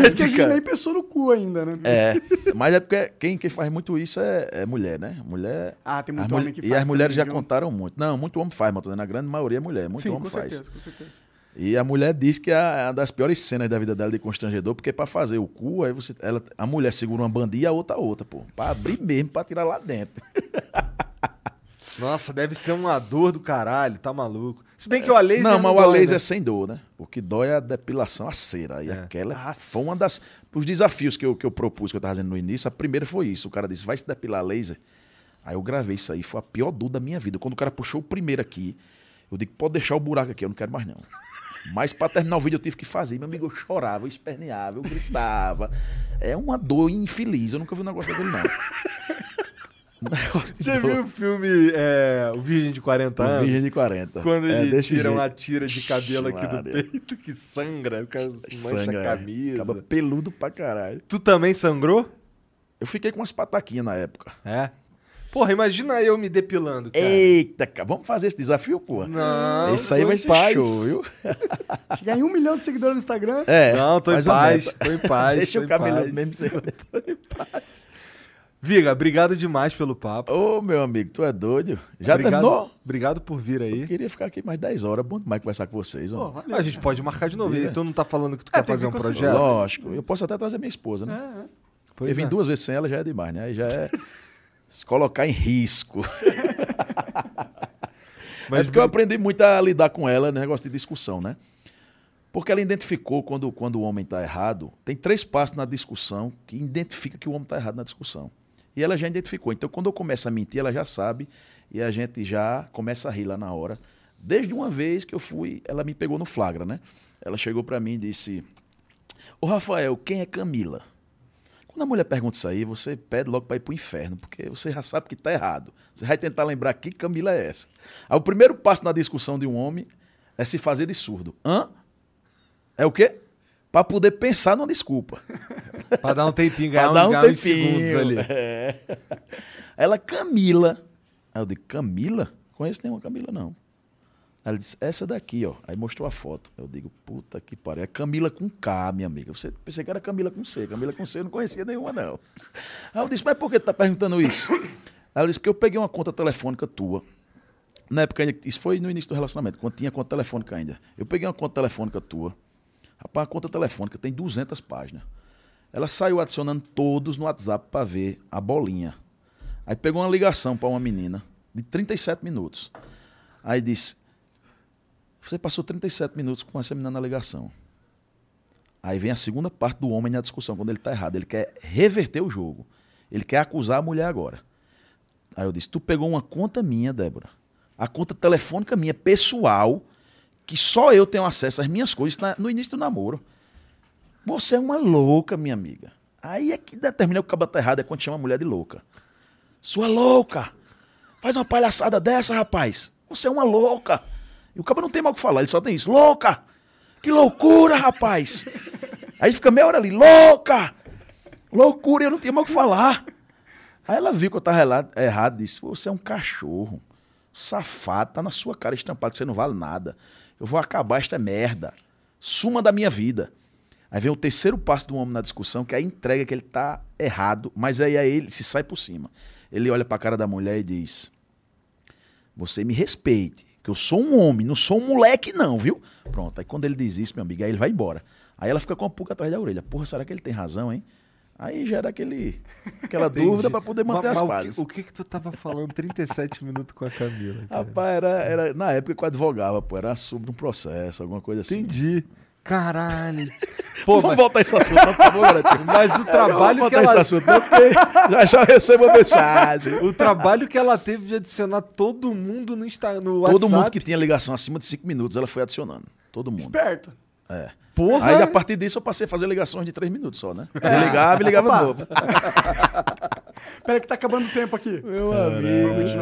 isso que a gente cara. nem pensou no cu ainda, né? É. Mas é porque quem, quem faz muito isso é, é mulher, né? Mulher. Ah, tem muito as homem mulher- que E faz as mulheres também, já viu? contaram muito. Não, muito homem faz, Matona. Na grande maioria é mulher. Muito homem com faz. certeza, com certeza. E a mulher diz que é a- é uma das piores cenas da vida dela de constrangedor, porque pra fazer o cu, aí você, ela, a mulher segura uma bandinha e a outra outra, pô. Pra abrir mesmo, pra tirar lá dentro. Nossa, deve ser uma dor do caralho, tá maluco. Se bem que o a laser É. não, mas o dói, a laser né? É. é sem dor, né? O que dói é a depilação, a cera. E aquela Nossa. foi uma das... Os desafios que eu, que eu propus, que eu tava fazendo no início, a primeira foi isso. O cara disse, vai se depilar a laser? Aí eu gravei isso aí, foi a pior dor da minha vida. Quando o cara puxou o primeiro aqui, eu digo, pode deixar o buraco aqui, eu não quero mais não. Mas pra terminar o vídeo eu tive que fazer. Meu amigo, eu chorava, eu esperneava, eu gritava. É uma dor infeliz, eu nunca vi um negócio daquele não. Um negócio de Já dor. viu o filme é, O Virgem de 40 Um anos? virgem de 40. Quando É ele desse tira jeito. uma tira de cabelo aqui do Maria. peito que sangra, o cara mancha é. a camisa. Acaba peludo pra caralho. Tu também sangrou? Eu fiquei com umas pataquinhas na época. É. Porra, imagina eu me depilando, cara. Eita, cara, vamos fazer esse desafio, pô? Não, Isso aí tô vai em ser paz. show, viu? Chegar em um milhão de seguidores no Instagram. É. Não, tô em faz a paz, meta. tô em paz. Deixa tô o em cabelo paz. mesmo. sem- Viga, obrigado demais pelo papo. Ô, meu amigo, tu é doido? Já obrigado, terminou? Obrigado por vir aí. Queria ficar aqui mais 10 horas. É Bom demais conversar com vocês. Pô, Ó. valeu. A gente pode marcar de novo. E tu não tá falando que tu É, quer tem fazer um que conseguir. projeto? Lógico. Eu posso até trazer minha esposa, né? É, é. Pois eu vim é. duas vezes sem ela, já é demais, né? Aí já é se colocar em risco. Mas é porque eu aprendi muito a lidar com ela, né? negócio de discussão, né? Porque ela identificou quando, quando o homem está errado. Tem três passos na discussão que identifica que o homem está errado na discussão. E ela já identificou. Então, quando eu começo a mentir, ela já sabe. E a gente já começa a rir lá na hora. Desde uma vez que eu fui, ela me pegou no flagra, né? Ela chegou para mim e disse: Ô Rafael, quem é Camila? Quando a mulher pergunta isso aí, você pede logo para ir pro inferno, porque você já sabe que tá errado. Você vai tentar lembrar que Camila é essa. Aí o primeiro passo na discussão de um homem é se fazer de surdo. Hã? É o quê? Para poder pensar numa desculpa. Pra dar um tempinho, Pra ganhar dar um, um ganhar uns tempinho. É. segundos ali. Ela, Camila. Aí eu digo, Camila? Conheço nenhuma Camila, não. Ela disse, essa daqui, ó. Aí mostrou a foto. Eu digo, puta que pariu. É Camila com K, minha amiga. Você pensei que era Camila com C. Camila com C eu não conhecia nenhuma, não. Aí eu disse, mas por que tu tá perguntando isso? Ela disse, porque eu peguei uma conta telefônica tua. Na época ainda, isso foi no início do relacionamento, quando tinha conta telefônica ainda. Eu peguei uma conta telefônica tua. Rapaz, a conta telefônica tem 200 páginas. Ela saiu adicionando todos no WhatsApp para ver a bolinha. Aí pegou uma ligação para uma menina de 37 minutos. Aí disse: Você passou 37 minutos com essa menina na ligação. Aí vem a segunda parte do homem na discussão, quando ele tá errado. Ele quer reverter o jogo. Ele quer acusar a mulher agora. Aí eu disse: Tu pegou uma conta minha, Débora. A conta telefônica minha, pessoal, que só eu tenho acesso às minhas coisas na- no início do namoro. Você é uma louca, minha amiga. Aí é que determina que o cabo tá errado é quando chama a mulher de louca. Sua louca! Faz uma palhaçada dessa, rapaz! Você é uma louca! E o cabo não tem mal o que falar, ele só tem isso. Louca! Que loucura, rapaz! Aí fica meia hora ali, louca! Loucura, eu não tenho mais o que falar. Aí ela viu que eu tava ela- errado e disse: Você é um cachorro. Safado, tá na sua cara estampado, que você não vale nada. Eu vou acabar esta é merda. Suma da minha vida. Aí vem o terceiro passo do homem na discussão, que é a entrega que ele tá errado, mas aí, aí ele se sai por cima. Ele olha pra cara da mulher e diz: Você me respeite, que eu sou um homem, não sou um moleque, não, viu? Pronto. Aí quando ele diz isso, meu amigo, aí ele vai embora. Aí ela fica com a pulga atrás da orelha. Porra, será que ele tem razão, hein? Aí gera aquele, aquela dúvida pra poder manter Mas- mas o as que- pazes. O que que tu tava falando 37 minutos com a Camila? cara? Rapaz, era, era- na época que eu advogava, pô, era sobre um processo, alguma coisa assim. Entendi. Caralho. Pô, Vamos voltar a esse assunto, por favor, Garotinho. Mas o trabalho Vamos que voltar a esse ela assunto, não tem. Já já recebo uma mensagem. O trabalho que ela teve de adicionar todo mundo no, Insta, no WhatsApp. Todo mundo que tinha ligação acima de 5 minutos, ela foi adicionando. Todo mundo. é. Esperta. Porra! É. Aí, a partir disso, eu passei a fazer ligações de 3 minutos só, né? Eu ligava e ligava de novo. Pera que tá acabando o tempo aqui. Meu amigo.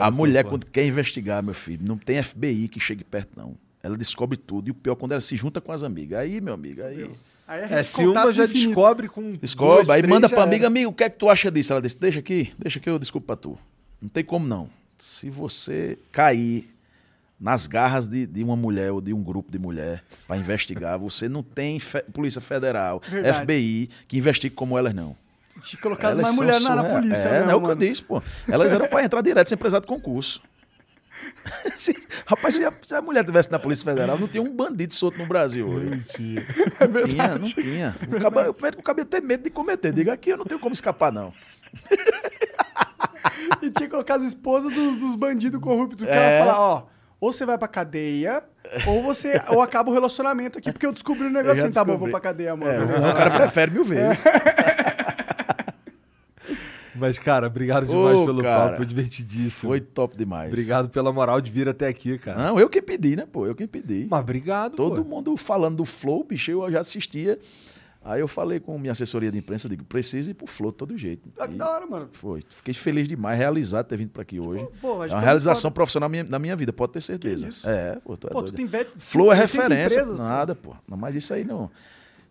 A mulher, quando quer investigar, meu filho, não tem FBI que chegue perto, não. Ela descobre tudo. E o pior, quando ela se junta com as amigas. Aí, meu amigo, aí. Aí É, rede de se uma contatos já infinito. descobre com. Descobre, duas, aí três, manda já pra era. amiga, amigo, o que é que tu acha disso? Ela disse, deixa aqui, deixa que eu desculpo pra tu. Não tem como não. Se você cair nas garras de, de uma mulher ou de um grupo de mulher pra investigar, você não tem fe- Polícia Federal, Verdade. FBI, que investigue como elas não. Se colocar Elas mais são mulher na, na surre- polícia, É, né, não é o que eu mano? disse, pô. Elas eram pra entrar direto sem precisar de concurso. Se- rapaz, se a, se a mulher tivesse na Polícia Federal, não tinha um bandido solto no Brasil. hoje. Não tinha, não tinha. É O caba, eu pego o cabelo tem medo de cometer. Diga aqui, eu não tenho como escapar, não. E tinha que colocar as esposas dos, dos bandidos corruptos. Que É. ela falar, ó, ou você vai pra cadeia, ou você ou acaba o relacionamento aqui, porque eu descobri um negocinho. Tá bom, eu vou descobri. É, pra cadeia, mano. O cara prefere mil vezes. É. Mas, cara, obrigado demais Ô, pelo cara. papo. Foi divertidíssimo. Foi top demais. Obrigado pela moral de vir até aqui, cara. Não, eu que pedi, né, pô? Eu que pedi. Mas obrigado, Todo pô. mundo falando do Flow, bicho, eu já assistia. Aí eu falei com minha assessoria de imprensa, eu digo, preciso ir pro Flow de todo jeito. Ah, que E- da hora, mano. Foi. Fiquei feliz demais, realizado ter vindo pra aqui hoje. pô, a gente é tá uma realização muito profissional minha- na minha vida, pode ter certeza. isso? É, pô, tu é Pô, tu doido. tem vet- Flow é 80 referência, empresas, pô. nada, pô. Não, mas isso aí não.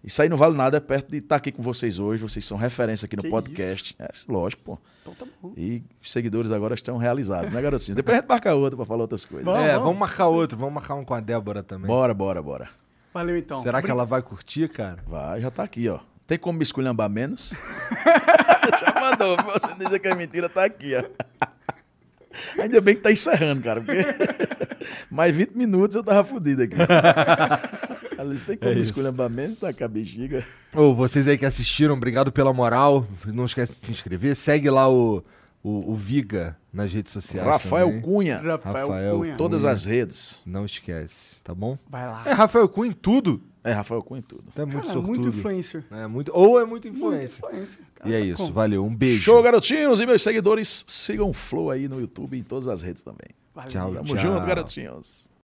Isso aí não vale nada é perto de estar aqui com vocês hoje. Vocês são referência aqui no Que podcast. É, lógico, pô. Então tá bom. E os seguidores agora estão realizados, né, garotinhos? Depois a gente marca outra pra falar outras coisas. É. Vamos, É, vamos. vamos marcar outro. Vamos marcar um com a Débora também. Bora, bora, bora. Valeu então. Será que ela vai curtir, cara? Vai, já tá aqui, ó. Tem como me esculhambar menos? Já mandou. Você dizer que é mentira, tá aqui, ó. Ainda bem que tá encerrando, cara. Porque... Mais 20 minutos eu tava fudido aqui. Alice, tem É como me esculhambar menos? Tá com a bexiga. Ô, vocês aí que assistiram, obrigado pela moral. Não esquece de se inscrever. Segue lá o, o, o Viga nas redes sociais. Rafael também. Cunha. Rafael, Rafael Cunha. Todas as redes. Não esquece, tá bom? Vai lá. É Rafael Cunha em tudo. É, Rafael Cunha em tudo. Tá muito Cara, é sortudo. muito influencer. É muito, ou é muito Muito influência. influencer. cara. E é Tá isso, com- valeu. Um beijo. Show, garotinhos! E meus seguidores, sigam o Flow aí no YouTube e em todas as redes também. Valeu. Tchau, Tamo tchau. junto, garotinhos.